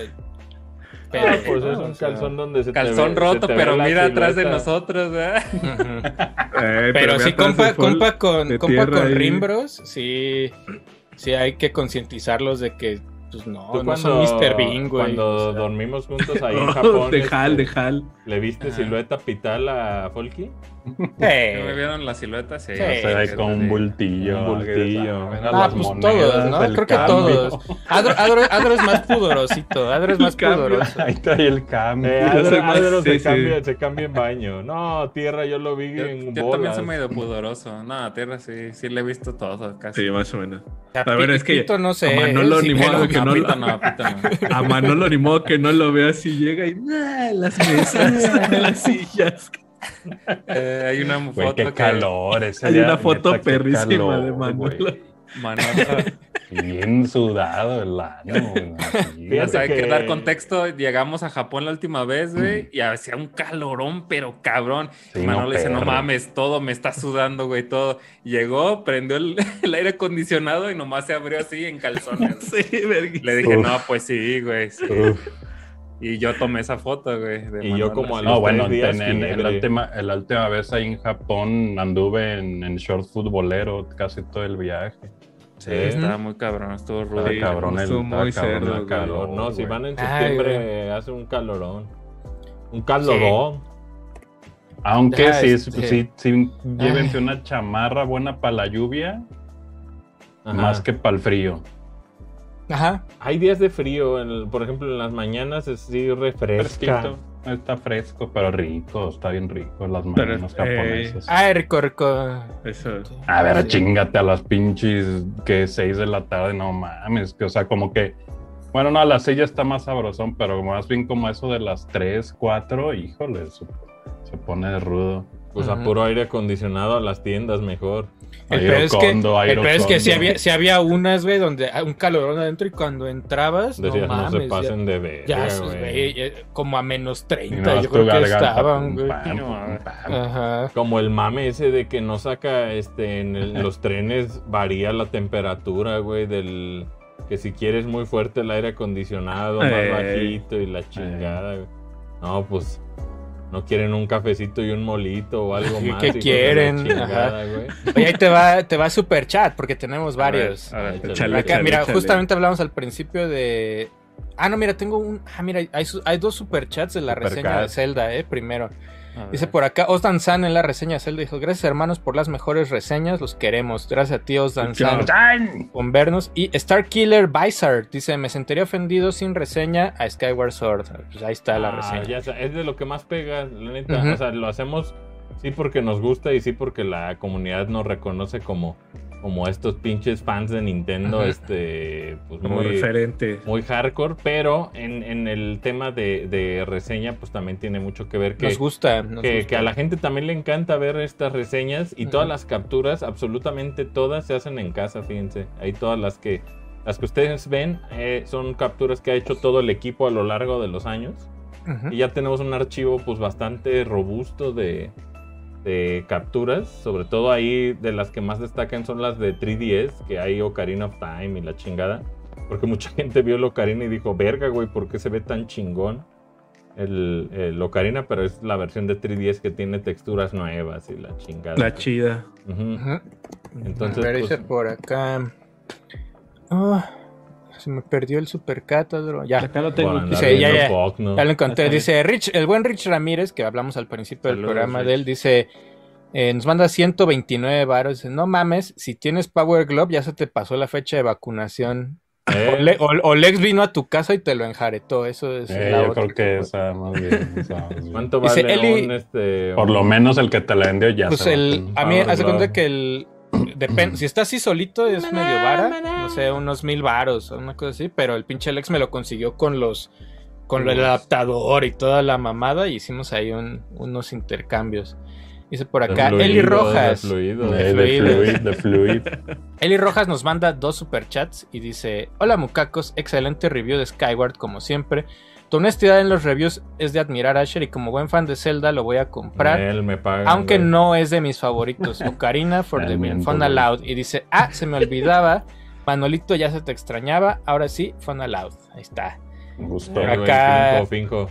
A: Pero,
E: Ah, pues es
A: ¿no?
E: un
A: O sea,
E: calzón donde se te
C: Calzón
E: ve- se
C: roto,
E: te ve
C: pero
E: la
C: mira atrás de
E: silueta.
C: nosotros, ¿verdad?
A: ujú.
D: Eh,
A: Pero
D: ve
A: sí,
D: atrás
A: compa,
D: de Paul.
A: compa con,
D: de
A: compa
D: tierra
A: con
D: ahí.
A: rimbros, sí, sí hay que concientizarlos de que, pues no,
E: Tú
A: no son Mr. Bean, güey.
E: Cuando
A: o sea.
E: dormimos
D: *laughs*
E: juntos ahí en
D: Oh,
E: Japón.
D: de
E: este,
D: Hal, de Hal.
E: ¿Le viste
C: Ajá.
E: silueta pital a Folky?
C: ¿No me
A: *laughs* Eh,
C: vieron la silueta? Sí.
A: Sí.
B: Se ve con un bultillo.
E: Un bultillo.
B: Ah,
A: Ah, pues todos, ¿no?
B: el
A: Creo que
B: cambio.
A: todos. Adro, Adro- Adro es más pudorosito, *laughs* Adro es más pudoroso.
B: Ahí *laughs* trae el cambio.
E: Eh,
D: Yo soy
E: Adro,
D: más-
E: Adro se,
D: sí, sí.
E: cambia, se cambia en baño. No, tierra, yo lo vi
C: Yo,
E: en
C: yo también
E: bolas.
C: soy medio pudoroso. No, tierra sí, sí le he visto todo casi.
D: Sí, más o menos.
A: A
D: ver, es que
A: no sé.
D: a Manolo
A: sí,
D: ni
A: pero-
D: modo que
C: no,
D: no lo-
C: pito no, pito no.
D: A Manolo ni modo que no lo vea si llega y nah, las mesas, *laughs* las sillas.
C: Eh, hay una
B: Güey,
C: foto
B: qué
C: que
B: calor. ese
D: Hay
B: día,
D: una foto
B: neta, qué
D: perrísima de
B: calor,
D: Manolo. *laughs*
B: güey.
C: Manolo-
B: Bien sudado el ano. güey, así,
C: Ya
E: Fíjate
C: sabes, hay que
E: que-
C: dar contexto. Llegamos a Japón la última vez, güey, y hacía un calorón, pero cabrón.
B: Sí,
C: y Manolo
B: no,
C: dice, no
B: perro.
C: mames, todo me está sudando, güey, todo. Llegó, prendió el, *laughs* el aire acondicionado y nomás se abrió así en calzones.
D: Sí, vergüenza.
C: Le dije,
B: Uf.
C: no, pues sí, güey. sí".
B: Uf.
C: Y yo tomé esa foto, güey. de
E: Y yo
C: Manolo,
E: como
C: así.
E: Los
B: No, bueno,
E: tres días
B: en, en- en la
E: fiebre.
B: última, en la última vez ahí en Japón anduve en, en short futbolero casi todo el viaje.
C: Sí,
E: Eh,
C: estaba muy cabrón, estuvo rudo.
B: Estaba
D: Sí,
B: cabrón el
D: estuvo muy
B: estaba cabrón el
D: cerdo, güey.
E: calor.
B: calor,
E: No, si
B: güey.
E: van en
A: Ay,
E: septiembre
A: güey.
E: hace un calorón. Un calorón.
B: Aunque
A: Ah,
B: sí,
A: este-
B: sí, sí, llévense una chamarra buena para la lluvia,
E: Ajá.
B: más que para el frío.
A: Ajá.
E: Hay días de frío, en el- por ejemplo, en las mañanas es sí refresca.
B: Fresquito, está fresco, pero rico, está bien rico las
D: Pero,
B: manos
D: eh,
B: japonesas.
A: Ay, rico, rico.
D: Eso.
B: A ver,
A: Sí.
B: chingate a las pinches que 6 de la tarde, no mames, que o sea, como que Bueno, no, la silla está más sabrosón, pero más bien como eso de las 3, 4, híjole, se, se pone rudo.
E: Pues a
A: Ajá.
E: puro aire acondicionado a las tiendas mejor.
A: El
B: Airo
A: peor es que,
B: Kondo,
A: el
B: Airo
A: peor es que
B: Kondo.
A: si, había, si había unas, güey, donde hay un calorón adentro y cuando entrabas,
E: Decías,
A: no
E: no,
A: mames.
E: se pasen de verga,
A: ya, ya,
E: güey".
A: güey, ya- como a menos
B: Y
A: 30,
B: nada
A: yo
B: más
A: creo
B: tu
A: que
B: garganta,
A: estaban,
B: pum,
A: güey. eh,
B: pam,
C: No,
B: pum,
C: a ver.
B: pam.
A: Ajá.
E: Como el mame ese de que no saca este en el- los
A: *laughs*
E: trenes varía la temperatura, güey, del que si quieres muy fuerte el aire acondicionado, más
D: Ey.
E: bajito y la chingada. güey. No, pues no quieren un cafecito y un molito o algo
A: Sí, *laughs*
E: más.
A: ¿qué
E: hijos de la
A: quieren?
E: chingada, güey.
A: Oye, ahí te va, te va super chat porque tenemos
B: A ver,
A: varios.
B: a ver,
E: Échale,
B: échale.
A: Acá,
D: échale,
A: mira,
D: échale.
A: justamente hablamos al principio de. Ah, no, mira, tengo un. Ah, mira, hay, su- hay dos superchats de la reseña de
E: Superchat.
A: Zelda, eh, primero.
C: A
A: Dice
C: ver.
A: por acá, Osdan San en la reseña de Zelda dijo: Gracias, hermanos, por las mejores reseñas, los queremos. Gracias a ti, Osdan San,
B: ¡Tan!
A: con vernos. Y Star Killer Bizard dice: Me sentiría ofendido sin reseña a Skyward Sword. Pues ahí está la
E: Ah,
A: reseña.
E: ya sa- es de lo que más pega, la neta.
A: Ujú.
E: O sea, lo hacemos sí porque nos gusta y sí porque la comunidad nos reconoce como, como estos pinches fans de Nintendo,
A: Ajá.
E: este, pues
D: Como
E: muy,
D: referente.
E: muy hardcore, pero en, en el tema de, de reseña, pues también tiene mucho que ver que,
A: nos gusta. nos
E: que,
A: gusta.
E: que a la gente también le encanta ver estas reseñas y todas
A: Ujú.
E: las capturas, absolutamente todas, se hacen en casa, fíjense. Ahí todas las que las que ustedes ven eh, son capturas que ha hecho todo el equipo a lo largo de los años.
A: Ujú.
E: Y ya tenemos un archivo pues bastante robusto de, de capturas. Sobre todo ahí de las que más destacan son las de 3DS, que hay Ocarina of Time y la chingada. Porque mucha *laughs* gente vio el Ocarina y dijo, verga, güey, ¿por qué se ve tan chingón el, el Ocarina? Pero es la versión de 3DS que tiene texturas nuevas y la chingada.
D: La chida.
E: Ujú.
A: Ujú.
E: Entonces,
A: a ver,
E: pues-
A: dice por acá. Ah, se me perdió el supercátedro. Ya,
D: Acá lo
E: Por
D: tengo.
E: andar
A: pues, Dice, ya, ya.
E: viendo Puck, ¿no?
A: ya lo encontré.
D: Está
A: Dice Rich, el buen Rich Ramírez, que hablamos al principio del
E: Saludos,
A: programa
E: Rich.
A: de él, dice. eh, nos manda 129 varos. Dice, no mames, si tienes Power Glove ya se te pasó la fecha de vacunación.
E: Eh,
A: O, Le- o- o Lex vino a tu casa y te lo enjaretó. Eso es.
B: Eh,
A: la
B: yo
A: otra.
B: creo que esa más bien.
E: *laughs*
B: esa más bien.
E: ¿Cuánto
A: Dice,
E: vale
A: Eli-
E: un, este,
B: Por lo menos el que te la vendió ya.
A: Pues
B: se
A: el,
B: va
A: a mí,
E: Power
A: hace cuenta
E: Glove.
A: que el. Depende, si está así solito es medio vara, no sé, unos mil varos o una cosa así, pero el pinche Lex me lo consiguió con los. con el adaptador y toda la mamada y hicimos ahí un- unos intercambios. Dice por acá,
E: de
A: Eli
E: fluidos, de
A: Rojas.
E: fluidos?
B: con- Eh, de
A: fluido.
B: fluid, de fluid.
A: Eli Rojas nos manda dos superchats y dice: Hola mucacos, excelente review de Skyward como siempre. Tu honestidad en los reviews es de admirar Asher y como buen fan de Zelda lo voy a comprar.
E: Él me paga.
A: Aunque
E: güey.
A: no es de mis favoritos. Ocarina for the Win,
B: Realmente,
A: Fun
B: güey.
A: Aloud. Y dice, ah, se me olvidaba. Manolito ya se te extrañaba. Ahora sí, Fun Aloud. Ahí está.
B: Me
E: Sí,
B: gustó.
E: güey,
A: Acá-
E: finjo, finjo.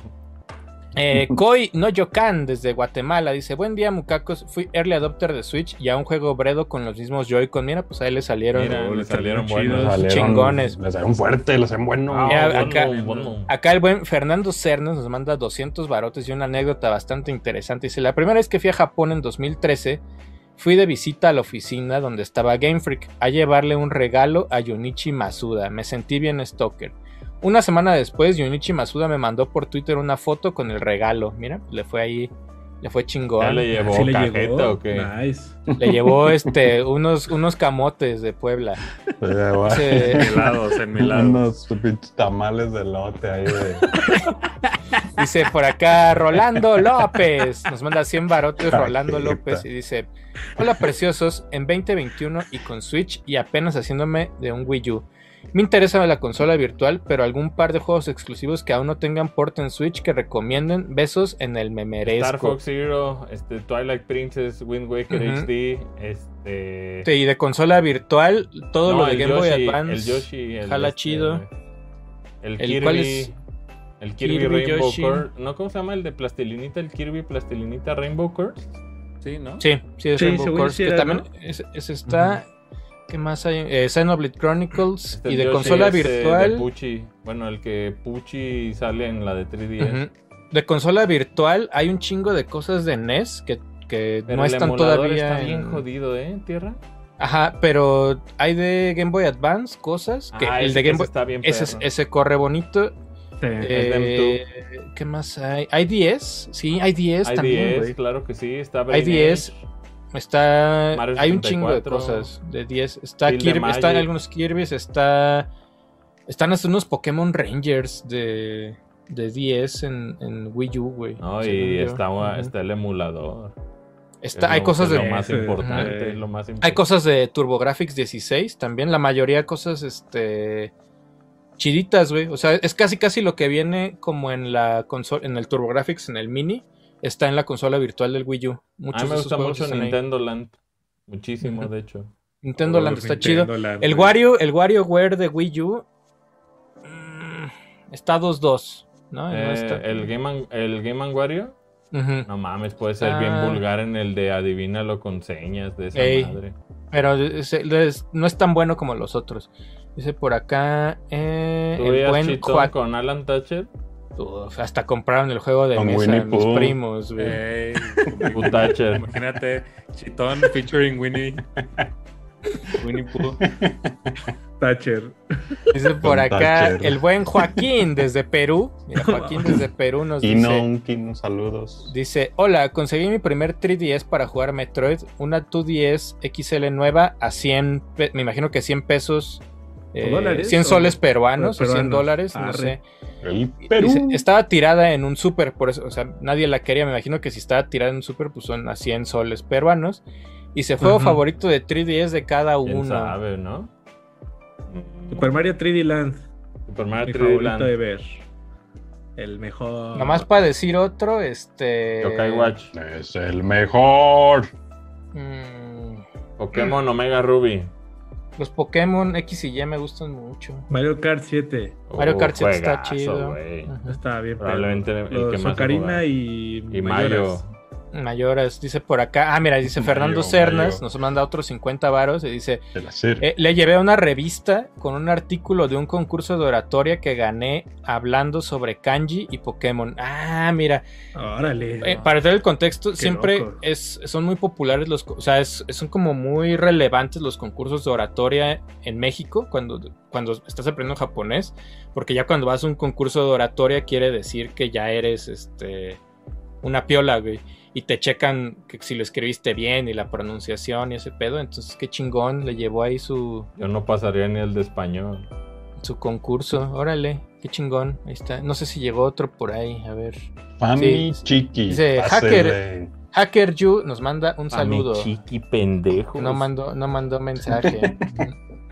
A: Eh, Koi Noyokan desde Guatemala dice: Buen día, mucacos. Fui early adopter de Switch y a un juego bredo con los mismos Joy-Con. Mira, pues ahí le salieron.
E: Mira,
C: no,
E: le
C: están
E: salieron
C: muy chidos.
E: buenos.
B: Salieron-
A: Chingones.
B: Les salieron fuerte, les salieron bueno.
A: Ya,
E: Ah,
A: acá-
E: bueno, bueno.
A: Acá el buen Fernando Cernes nos manda 200 barotes y una anécdota bastante interesante. Dice, la primera vez que fui a Japón en 2013, fui de visita a la oficina donde estaba Game Freak a llevarle un regalo a Yunichi Masuda. Me sentí bien stalker. Una semana después, Yunichi Masuda me mandó por Twitter una foto con el regalo. Mira, le fue ahí, le fue
E: ¿Ya
A: chingón.
E: le
A: Le,
E: llevó
D: ¿Sí le
E: cajeta
D: llegó?
E: o qué?
D: Nice.
A: llevó este, unos, unos camotes de
E: *laughs*
A: Puebla.
B: Eh, güey.
A: Dice,
C: Helados, en mi lado.
B: Unos pinches tamales de lote
A: *laughs*
B: ahí de.
A: Pues Dice por acá Rolando López. Nos manda 100 barotes Rolando
B: Cajeta.
A: López y dice, hola preciosos, en 2021 y con Switch y apenas haciéndome de un Wii U. Me interesa la consola virtual, pero algún par de juegos exclusivos que aún no tengan port en Switch que recomienden. Besos en el me
E: Star
A: merezco.
E: Fox Zero, este, Twilight Princess, Wind Waker
A: Ujú.
E: HD, este...
A: Sí, Y de consola virtual, todo
E: no,
A: lo de
E: el
A: Game
E: Yoshi,
A: Boy Advance.
E: El Yoshi, el este,
A: jala chido.
E: El
A: ¿El
E: Kirby...
A: cuál es?
E: El Kirby,
A: Kirby,
E: Rainbow
A: Yoshi.
E: Curse. ¿No? ¿Cómo se llama el de plastilinita? El Kirby plastilinita Rainbow Curse.
C: Sí, ¿no?
A: Sí, sí, es
D: Sí,
A: Rainbow
D: según
A: Curse.
D: sí
A: que
D: era,
A: también
D: ¿no?
A: es- ese está. ¿Qué más hay? Eh, Xenoblade Chronicles.
E: Este
A: y de
E: Yoshi
A: consola
E: ese
A: virtual.
E: De Pucci. Bueno, el que Pucci sale en la de 3DS.
A: Ujú. De consola virtual hay un chingo de cosas de NES que, que
E: Pero
A: no
E: el
A: están
E: emulador
A: todavía.
E: Está
A: en-
E: bien jodido, ¿eh, Tierra?
A: Ajá, pero hay de Game Boy Advance cosas que
E: Ah,
A: el
E: ese-
A: de Game
E: ese
A: Boy
E: está bien
A: ese,
E: perro.
A: ese corre bonito.
D: Sí.
A: Eh, ¿Qué más hay? Hay 10, sí, hay 10
E: Hay
A: también.
E: 10,
A: güey.
E: claro que sí, está
A: Hay 10. Está,
E: Mario
A: hay un chingo de
E: 64.
A: cosas de 10. Está
E: Field de
A: Kirby, están
E: Magic.
A: algunos Kirby's, está Están hasta unos Pokémon Rangers de, de 10 en, en Wii U, güey.
E: No,
A: según
E: y
A: yo.
E: está,
A: Ujú.
E: está el emulador.
A: Está-
E: Es
A: hay
E: lo-
A: cosas
E: es
A: de
E: Lo más
D: Sí, sí,
E: importante,
D: ajá.
E: es lo más
A: Hay
E: importante.
A: cosas de TurboGrafx 16 también, la mayoría cosas este chiditas, güey. O sea, es casi casi lo que viene como en la consola en el TurboGrafx en el mini, está en la consola virtual del Wii U. Muchos
E: A mí
A: de
E: Ah, me
A: esos
E: gusta
A: juegos
E: mucho
A: están ahí.
E: Nintendo Land. Muchísimo, de hecho.
A: Nintendo Land
D: Oh,
A: está
D: Nintendo
A: chido.
D: Land,
A: El
D: güey.
A: Wario, el WarioWare de Wii U mm, está 2-2, Ah, ¿no? No
E: Eh,
A: está-
E: el, Game and, el Game and Wario,
A: Ujú.
E: no mames, puede ser
A: Ah.
E: bien vulgar en el de adivínalo con señas de esa
A: Ey.
E: madre.
A: Pero es- es- no es tan bueno como los otros. Dice por acá eh,
E: ¿Tú
A: el
E: veías
A: buen
E: Chitón
A: Joaquín.
E: con Alan Thatcher?
A: Uf, hasta compraron el juego de
B: Con
A: mesa
B: Winnie
A: mis
B: Pooh.
A: primos, güey.
D: Eh.
C: Ey,
E: Pooh
A: *laughs*
E: Thatcher.
C: Imagínate, Chitón featuring Winnie. Winnie Pooh.
D: Thatcher.
A: Dice por
B: Con
A: acá
B: Thatcher.
A: el buen Joaquín desde Perú.
D: *laughs*
A: Mira, Joaquín desde Perú nos
B: Kino,
A: dice,
B: un Kino, saludos.
A: dice, hola, conseguí mi primer 3DS para jugar Metroid, una 2DS XL nueva a 100, pe- me imagino que 100 pesos, eh,
D: ¿Dólares
A: 100
D: o-
A: soles peruanos,
D: o
A: o 100
D: peruanos?
A: dólares, no
D: Arre.
A: sé.
B: El Perú.
A: Dice, estaba tirada en un súper, por eso, o sea, nadie la quería. Me imagino que si estaba tirada en un súper, pues son a 100 soles peruanos. Y se fue
D: Ujú.
A: favorito de 3DS de cada
E: ¿Quién
A: uno.
E: sabe, no?
D: Super Mario 3D Land.
E: Super Mario
D: mi
E: 3D
D: favorito
E: Ah, Land.
D: de ver. El mejor.
A: Nomás para decir otro, este.
E: Yokai Watch.
B: Es el mejor.
A: mm,
E: Pokémon Omega Ruby.
A: los Pokémon X y Y me gustan mucho.
D: Mario Kart 7.
A: Mario
E: Oh,
A: Kart 7 está
E: juegazo,
A: chido.
E: güey.
A: Ujú.
D: Estaba bien.
E: Probablemente el
D: Los
E: que más. he jugado.
D: Ocarina y,
E: Y Mario.
D: Mayoras.
A: Mayoras, dice por acá. Ah, mira, dice Fernando
B: Mayo,
A: Cernas,
B: Mayo.
A: nos manda otros 50 varos y dice:
B: De la sir.
A: Eh, le llevé una revista con un artículo de un concurso de oratoria que gané hablando sobre kanji y Pokémon. Ah, mira.
D: Órale.
A: Eh, para dar el contexto, siempre
D: loco.
A: es, son muy populares los... co- O sea, es- son como muy relevantes los concursos de oratoria en México cuando, cuando estás aprendiendo japonés. Porque ya cuando vas a un concurso de oratoria quiere decir que ya eres este una piola, güey. Y te checan que si lo escribiste bien y la pronunciación y ese pedo. Entonces, qué chingón, le llevó ahí su,
E: Yo no pasaría ni el de español.
A: su concurso. Órale, qué chingón. Ahí está. No sé si llegó otro por ahí. A ver.
B: Fami
A: Eh, sí.
B: Chiqui.
A: Dice,
B: pásele.
A: Hacker Yu nos manda un saludo.
E: A mi chiqui pendejo.
A: No mandó, no mandó mensaje. Ah,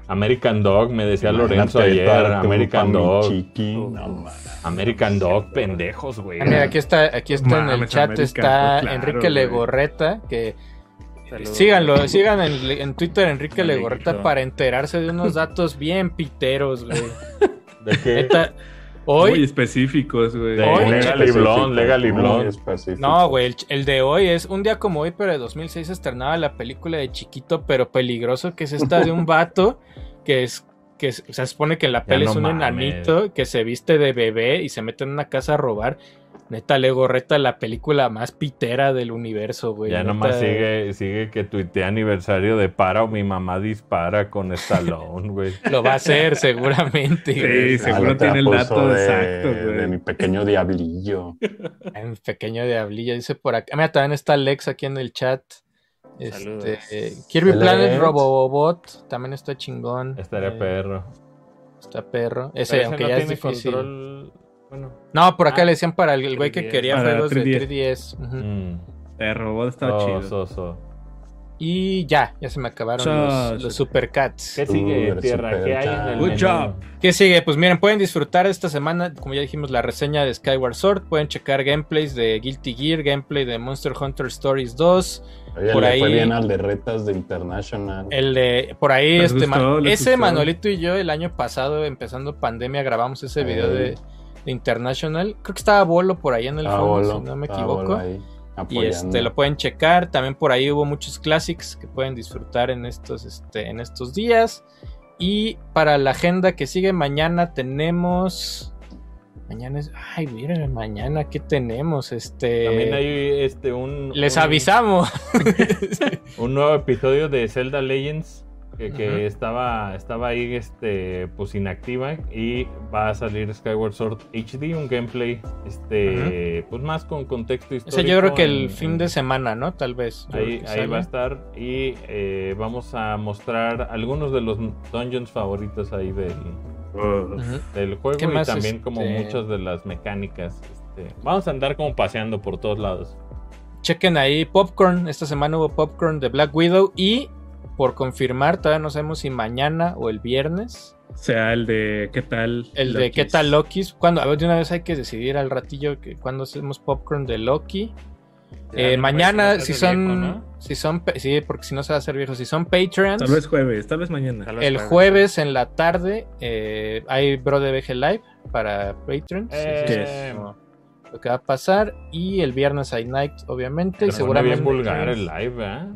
E: American Dog, me decía Lorenzo
B: Imagínate,
E: ayer.
B: tal, tú,
E: American
B: Fami
E: Dog.
B: Chiqui.
C: Uf.
B: No, mames.
E: American Dog, pendejos, güey.
A: Ah, Mira, aquí está, aquí está en el
D: Mames,
A: chat,
D: América,
A: está
D: pues, claro,
A: Enrique
D: güey.
A: Legorreta, que
C: Saludos.
A: síganlo, sigan en, en Twitter Enrique
C: Enrique.
A: Legorreta para enterarse de unos datos bien piteros, güey.
D: *laughs*
E: ¿De
A: *laughs*
E: qué?
A: Neta,
D: Muy
A: hoy,
D: específicos, güey.
E: De
A: Hoy-
E: Legal y Blonde, Legal y Blonde.
A: no, pues, güey, el, el de hoy es un día como hoy, pero de 2006 se estrenaba la película de Chiquito, pero peligroso, que es esta
E: *laughs*
A: de un vato que es que es- o sea, se supone que en la peli
E: no
A: es un
E: mames.
A: enanito que se viste de bebé y se mete en una casa a robar. Neta, Legorreta, la película más pitera del universo, güey.
E: Ya
A: neta.
E: nomás sigue, sigue que tuitea aniversario de para o mi mamá dispara con Stallone, güey.
A: Lo va a
E: *laughs*
A: hacer seguramente. güey.
D: Sí, seguro tiene el dato exacto, güey.
B: De mi pequeño
A: *laughs*
B: diablillo.
A: Ay, mi pequeño diablillo. Dice por acá. Ah, Mira, también está Lex aquí en el chat.
C: Saludos.
A: Este, eh, Kirby Planet
B: Lex.
A: Robobot también está chingón.
E: Estaría
A: Eh,
E: perro.
A: Está perro. Ese,
E: Pero ese
A: aunque
E: no
A: ya es
E: tiene
A: difícil.
E: control. Bueno.
A: No, por acá
E: Ah,
A: le decían para el el güey que
C: 3DS.
A: quería
D: Para
A: juegos de
D: 3DS.
A: 3DS. Ujú.
E: mm.
D: El robot estaba
E: Oh,
D: chido.
E: so, so.
A: Y ya, ya se me acabaron
D: So-
A: los, los Supercats.
E: ¿Qué sigue,
B: Super,
E: Tierra? ¿Qué
B: super
E: hay en el
B: Good
E: menú?
D: job.
A: ¿Qué sigue? Pues miren, pueden disfrutar esta semana, como ya dijimos, la reseña de Skyward Sword. Pueden checar gameplays de Guilty Gear, gameplay de Monster Hunter Stories 2.
B: Oye,
A: Por
B: le fue
A: ahí-
B: bien al de retas de International.
A: El de, por ahí,
D: Les
A: este,
D: gustó,
A: ma-
D: les
A: ese
D: gustó.
A: Manuelito y yo el año pasado, empezando pandemia, grabamos ese video
B: Ey.
A: de, de International. Creo que estaba Bolo por ahí en el
B: Estaba
A: fondo,
B: Bolo,
A: si no me
B: estaba
A: equivoco.
B: Bolo ahí,
A: Y este, lo
B: apoyando.
A: pueden checar. También por ahí hubo muchos clásicos que pueden disfrutar en estos, este, en estos días. Y para la agenda que sigue mañana tenemos. Mañana es. Ay, miren, mañana, ¿qué tenemos? Este.
E: También hay este, un.
A: Les
E: un-
A: avisamos. *laughs*
E: un nuevo episodio de Zelda Legends que, que
A: Ujú.
E: estaba, estaba ahí este, pues inactiva y va a salir Skyward Sword HD, un gameplay este, pues más con contexto histórico.
A: Ese yo creo que el
E: en-
A: fin
E: en-
A: de semana, ¿no? Tal vez. Yo
E: Ahí,
A: creo que
E: ahí va a
A: sale.
E: estar y eh, vamos a mostrar algunos de los dungeons favoritos ahí del, del juego
A: ¿Qué
E: y
A: más,
E: también como
A: este?
E: muchas de las mecánicas. este, vamos a andar como paseando por todos lados.
A: Chequen ahí Popcorn. Esta semana hubo Popcorn de Black Widow y por confirmar, todavía no sabemos si mañana o el viernes.
D: O sea, el de qué tal.
A: El de qué tal Loki. Cuando, a ver, de una vez hay que decidir al ratillo que cuando hacemos Popcorn de Loki. Eh, mañana, si son, si son, pa- sí, porque si no se va a hacer viejo, si son Patreons,
D: Tal vez jueves, tal vez mañana.
C: Tal vez
A: el jueves en la tarde eh, hay Bro de BG Live para Patreons.
E: Eh,
D: sí, sí.
E: bueno,
A: Lo que va a pasar. Y el viernes hay Night, obviamente. Y
E: bien
A: seguramente.
E: vulgar eh, el live, ¿verdad?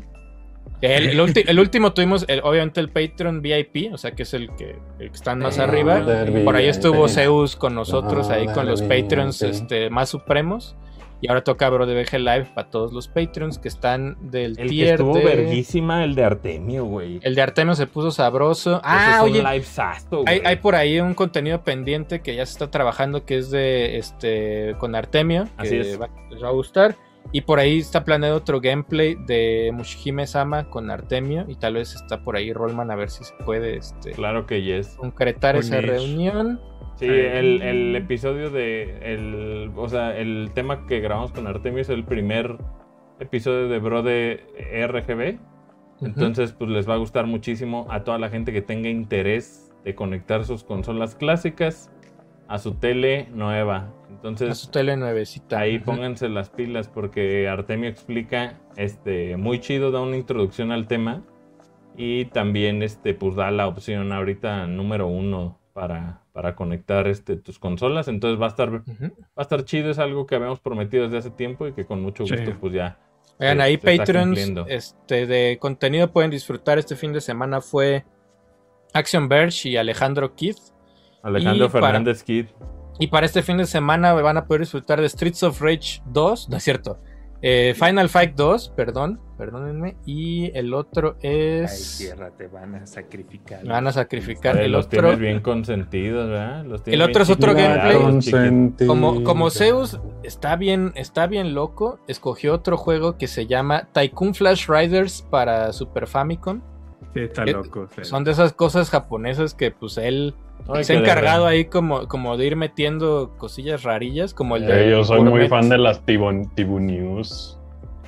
A: El, el ulti- el último tuvimos, el- obviamente, el Patreon VIP, o sea, que es el que, el que están más
E: Eh,
A: arriba.
B: Derby,
A: Por ahí
B: eh,
A: estuvo
B: eh.
A: Zeus con nosotros,
B: Ah,
A: ahí con los
B: Derby,
A: Patreons
B: sí.
A: este, más supremos. Y ahora toca Bro de BG Live para todos los Patreons que están del
E: El que
A: tier
E: estuvo
A: de-
E: verguísima, el de Artemio, güey.
A: El de Artemio se puso sabroso.
E: Ese
A: Ah,
E: es
A: oye,
E: un live sasto, güey.
A: hay, hay por ahí un contenido pendiente que ya se está trabajando que es de este con Artemio. Que
E: Así es.
A: Va, les va a gustar. Y por ahí está planeado otro gameplay de Mushihime Sama con Artemio. Y tal vez está por ahí Rollman a ver si se puede este,
E: Claro que yes.
A: concretar esa
C: Unir.
A: reunión.
E: Sí, el, el episodio de. El, o sea, el tema que grabamos con Artemio es el primer episodio de Bro de RGB.
A: Ujú.
E: Entonces, pues les va a gustar muchísimo a toda la gente que tenga interés de conectar sus consolas clásicas a su tele nueva.
A: A
E: Entonces,
A: su tele nuevecita.
E: ahí
A: Ujú.
E: pónganse las pilas porque Artemio explica este muy chido, da una introducción al tema y también este pues da la opción ahorita número uno para, para conectar este tus consolas. Entonces va a estar, va
A: Ujú.
E: a estar chido, es algo que habíamos prometido desde hace tiempo y que con mucho
D: Sí.
E: gusto, pues ya.
A: Vean,
E: se-
A: ahí
E: se está
A: Patreons
E: cumpliendo.
A: este, de contenido pueden disfrutar. Este fin de semana fue Action Verge y Alejandro Keith.
E: Alejandro
A: Y para-
E: Fernández Kid.
A: Y para este fin de semana van a poder disfrutar de Streets of Rage 2, no es cierto. eh, Final Fight 2, perdón, perdónenme. Y el otro
C: Ay,
A: es.
C: tierra, te van a sacrificar.
A: Me van a sacrificar.
E: Oye,
A: El
E: eh, los
A: otro.
E: tienes bien consentidos, ¿verdad? Los
A: El otro es otro gameplay.
E: gameplay.
A: Como, como Zeus está bien, está bien loco, escogió otro juego que se llama Tycoon Flash Riders para Super Famicom.
D: Sí, está
A: Eh,
D: loco. sí.
A: Son de esas cosas japonesas que pues él se ha encargado ahí como, como de ir metiendo cosillas rarillas, como el de...
B: Eh, yo soy muy
A: Gourmet.
B: fan de las Tibu, Tibu News.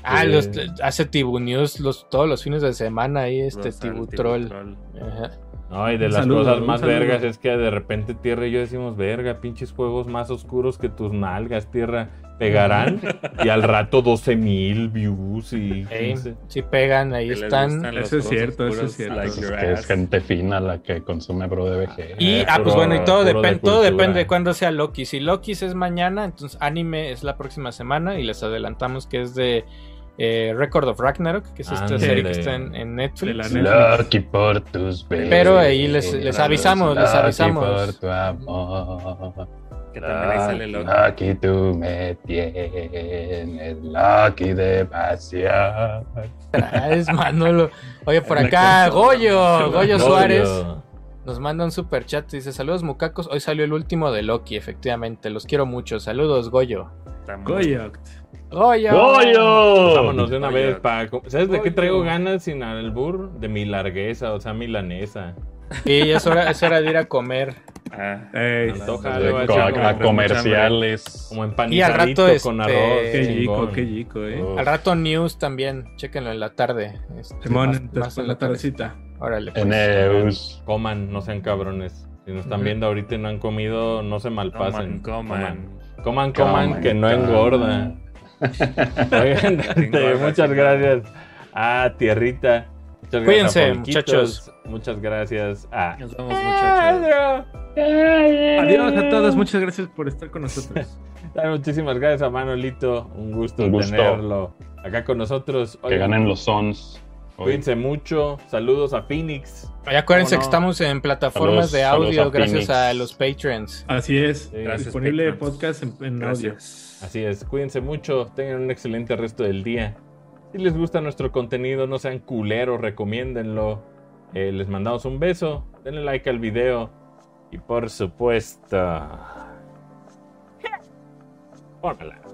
A: Ah,
E: Eh,
A: los, hace Tibu News los, todos los fines de semana ahí, este
C: Los
A: Tibu
C: anti-
A: Troll.
C: troll.
A: Ajá.
E: No, y de
D: Un
E: las
D: saludo,
E: cosas
D: un
E: más
D: saludo.
E: vergas es que de repente Tierra y yo decimos, verga, pinches juegos más oscuros que tus nalgas, Tierra, pegarán y al rato 12 mil views y...
A: Ey,
E: 15.
A: sí pegan, ahí
C: Que les gustan
A: están.
C: las
D: Eso es
C: cosas
D: cierto, eso es
C: oscuras,
D: cierto.
C: like
B: Pues es
C: your
B: que es
C: ass.
B: gente fina la que consume Bro de BG.
A: Y,
E: Eh,
A: ah, pues
E: puro-
A: bueno, y todo,
E: puro de
A: depende todo
E: cultura.
A: depende de cuándo sea Loki. Si Loki es mañana, entonces anime es la próxima semana y les adelantamos que es de eh, Record of Ragnarok, que es esta
E: Ándale.
A: serie que está en, en Netflix.
D: De la Netflix.
B: Lucky por tus besos.
A: Pero ahí les- les avisamos, les
B: Lucky
A: avisamos.
B: por tu amor.
C: Que también ahí sale Loki.
D: Ah,
B: Lucky tú me tienes. Lucky de pasión.
A: Traes, Manolo. Oye, por
C: Una
A: acá,
C: cosa-
A: Goyo, Goyo
E: No,
A: Suárez
E: yo-
A: nos manda un super chat. Dice: Saludos, mucacos. Hoy salió el último de Loki, efectivamente. Los quiero mucho. Saludos, Goyo.
C: Está muy-
D: Goyot.
A: Goyo.
E: Vámonos de una
C: Oye.
E: vez, pa. ¿Sabes de qué
A: Oye.
E: traigo ganas sin albur? De mi largueza, o sea, milanesa.
A: Sí, ya es hora, es hora de ir a comer.
C: Ah,
D: Ey,
E: Me antoja, le voy
B: De
E: a
B: co-
E: echar
B: a,
E: como-
B: comerciales.
E: Como
A: Y al rato,
E: empanizadito con
A: este,
E: arroz.
D: qué
E: chingón.
D: yico, qué yico, eh.
B: Uf.
A: Al rato, news también. Chéquenlo en la tarde. Este,
D: Simón,
A: más-
D: entonces,
A: más
D: por
A: en la tardecita. Órale. pues.
B: En Eus.
E: Coman, no sean cabrones. Si nos están
A: Ujú.
E: viendo ahorita y no han comido, no se malpasen.
C: coman, coman.
E: Coman, coman, que no engorda. *laughs*
B: *laughs*
E: Oigan, este,
C: engorda,
E: muchas
C: sí.
E: gracias a Tierrita. Muchas gracias
A: Cuídense,
E: a Polquitos.
A: muchachos.
E: Muchas gracias a
C: Nos vemos, muchachos.
D: Adiós a todos, muchas gracias por estar con nosotros.
A: *laughs*
E: Ay, Muchísimas gracias a Manolito. Un gusto,
B: Un gusto.
E: tenerlo acá con nosotros.
B: Que
E: Oigan,
B: ganen los sons. Hoy.
E: Cuídense mucho. Saludos a Phoenix.
A: Y acuérdense
C: ¿Cómo no?
A: que estamos en plataformas
B: Saludos-
A: de
B: saludos
A: audio
B: a
A: gracias
B: Phoenix.
A: a los Patreons.
D: Así es.
E: Sí.
C: Gracias,
D: Disponible
C: Patreons.
D: podcast en, en audio.
C: Gracias.
E: Así es, cuídense mucho, tengan un excelente resto del día. Si les gusta nuestro contenido, no sean culeros, recomiéndenlo. Eh, les mandamos un beso, denle like al video *laughs* y por supuesto... Póngala.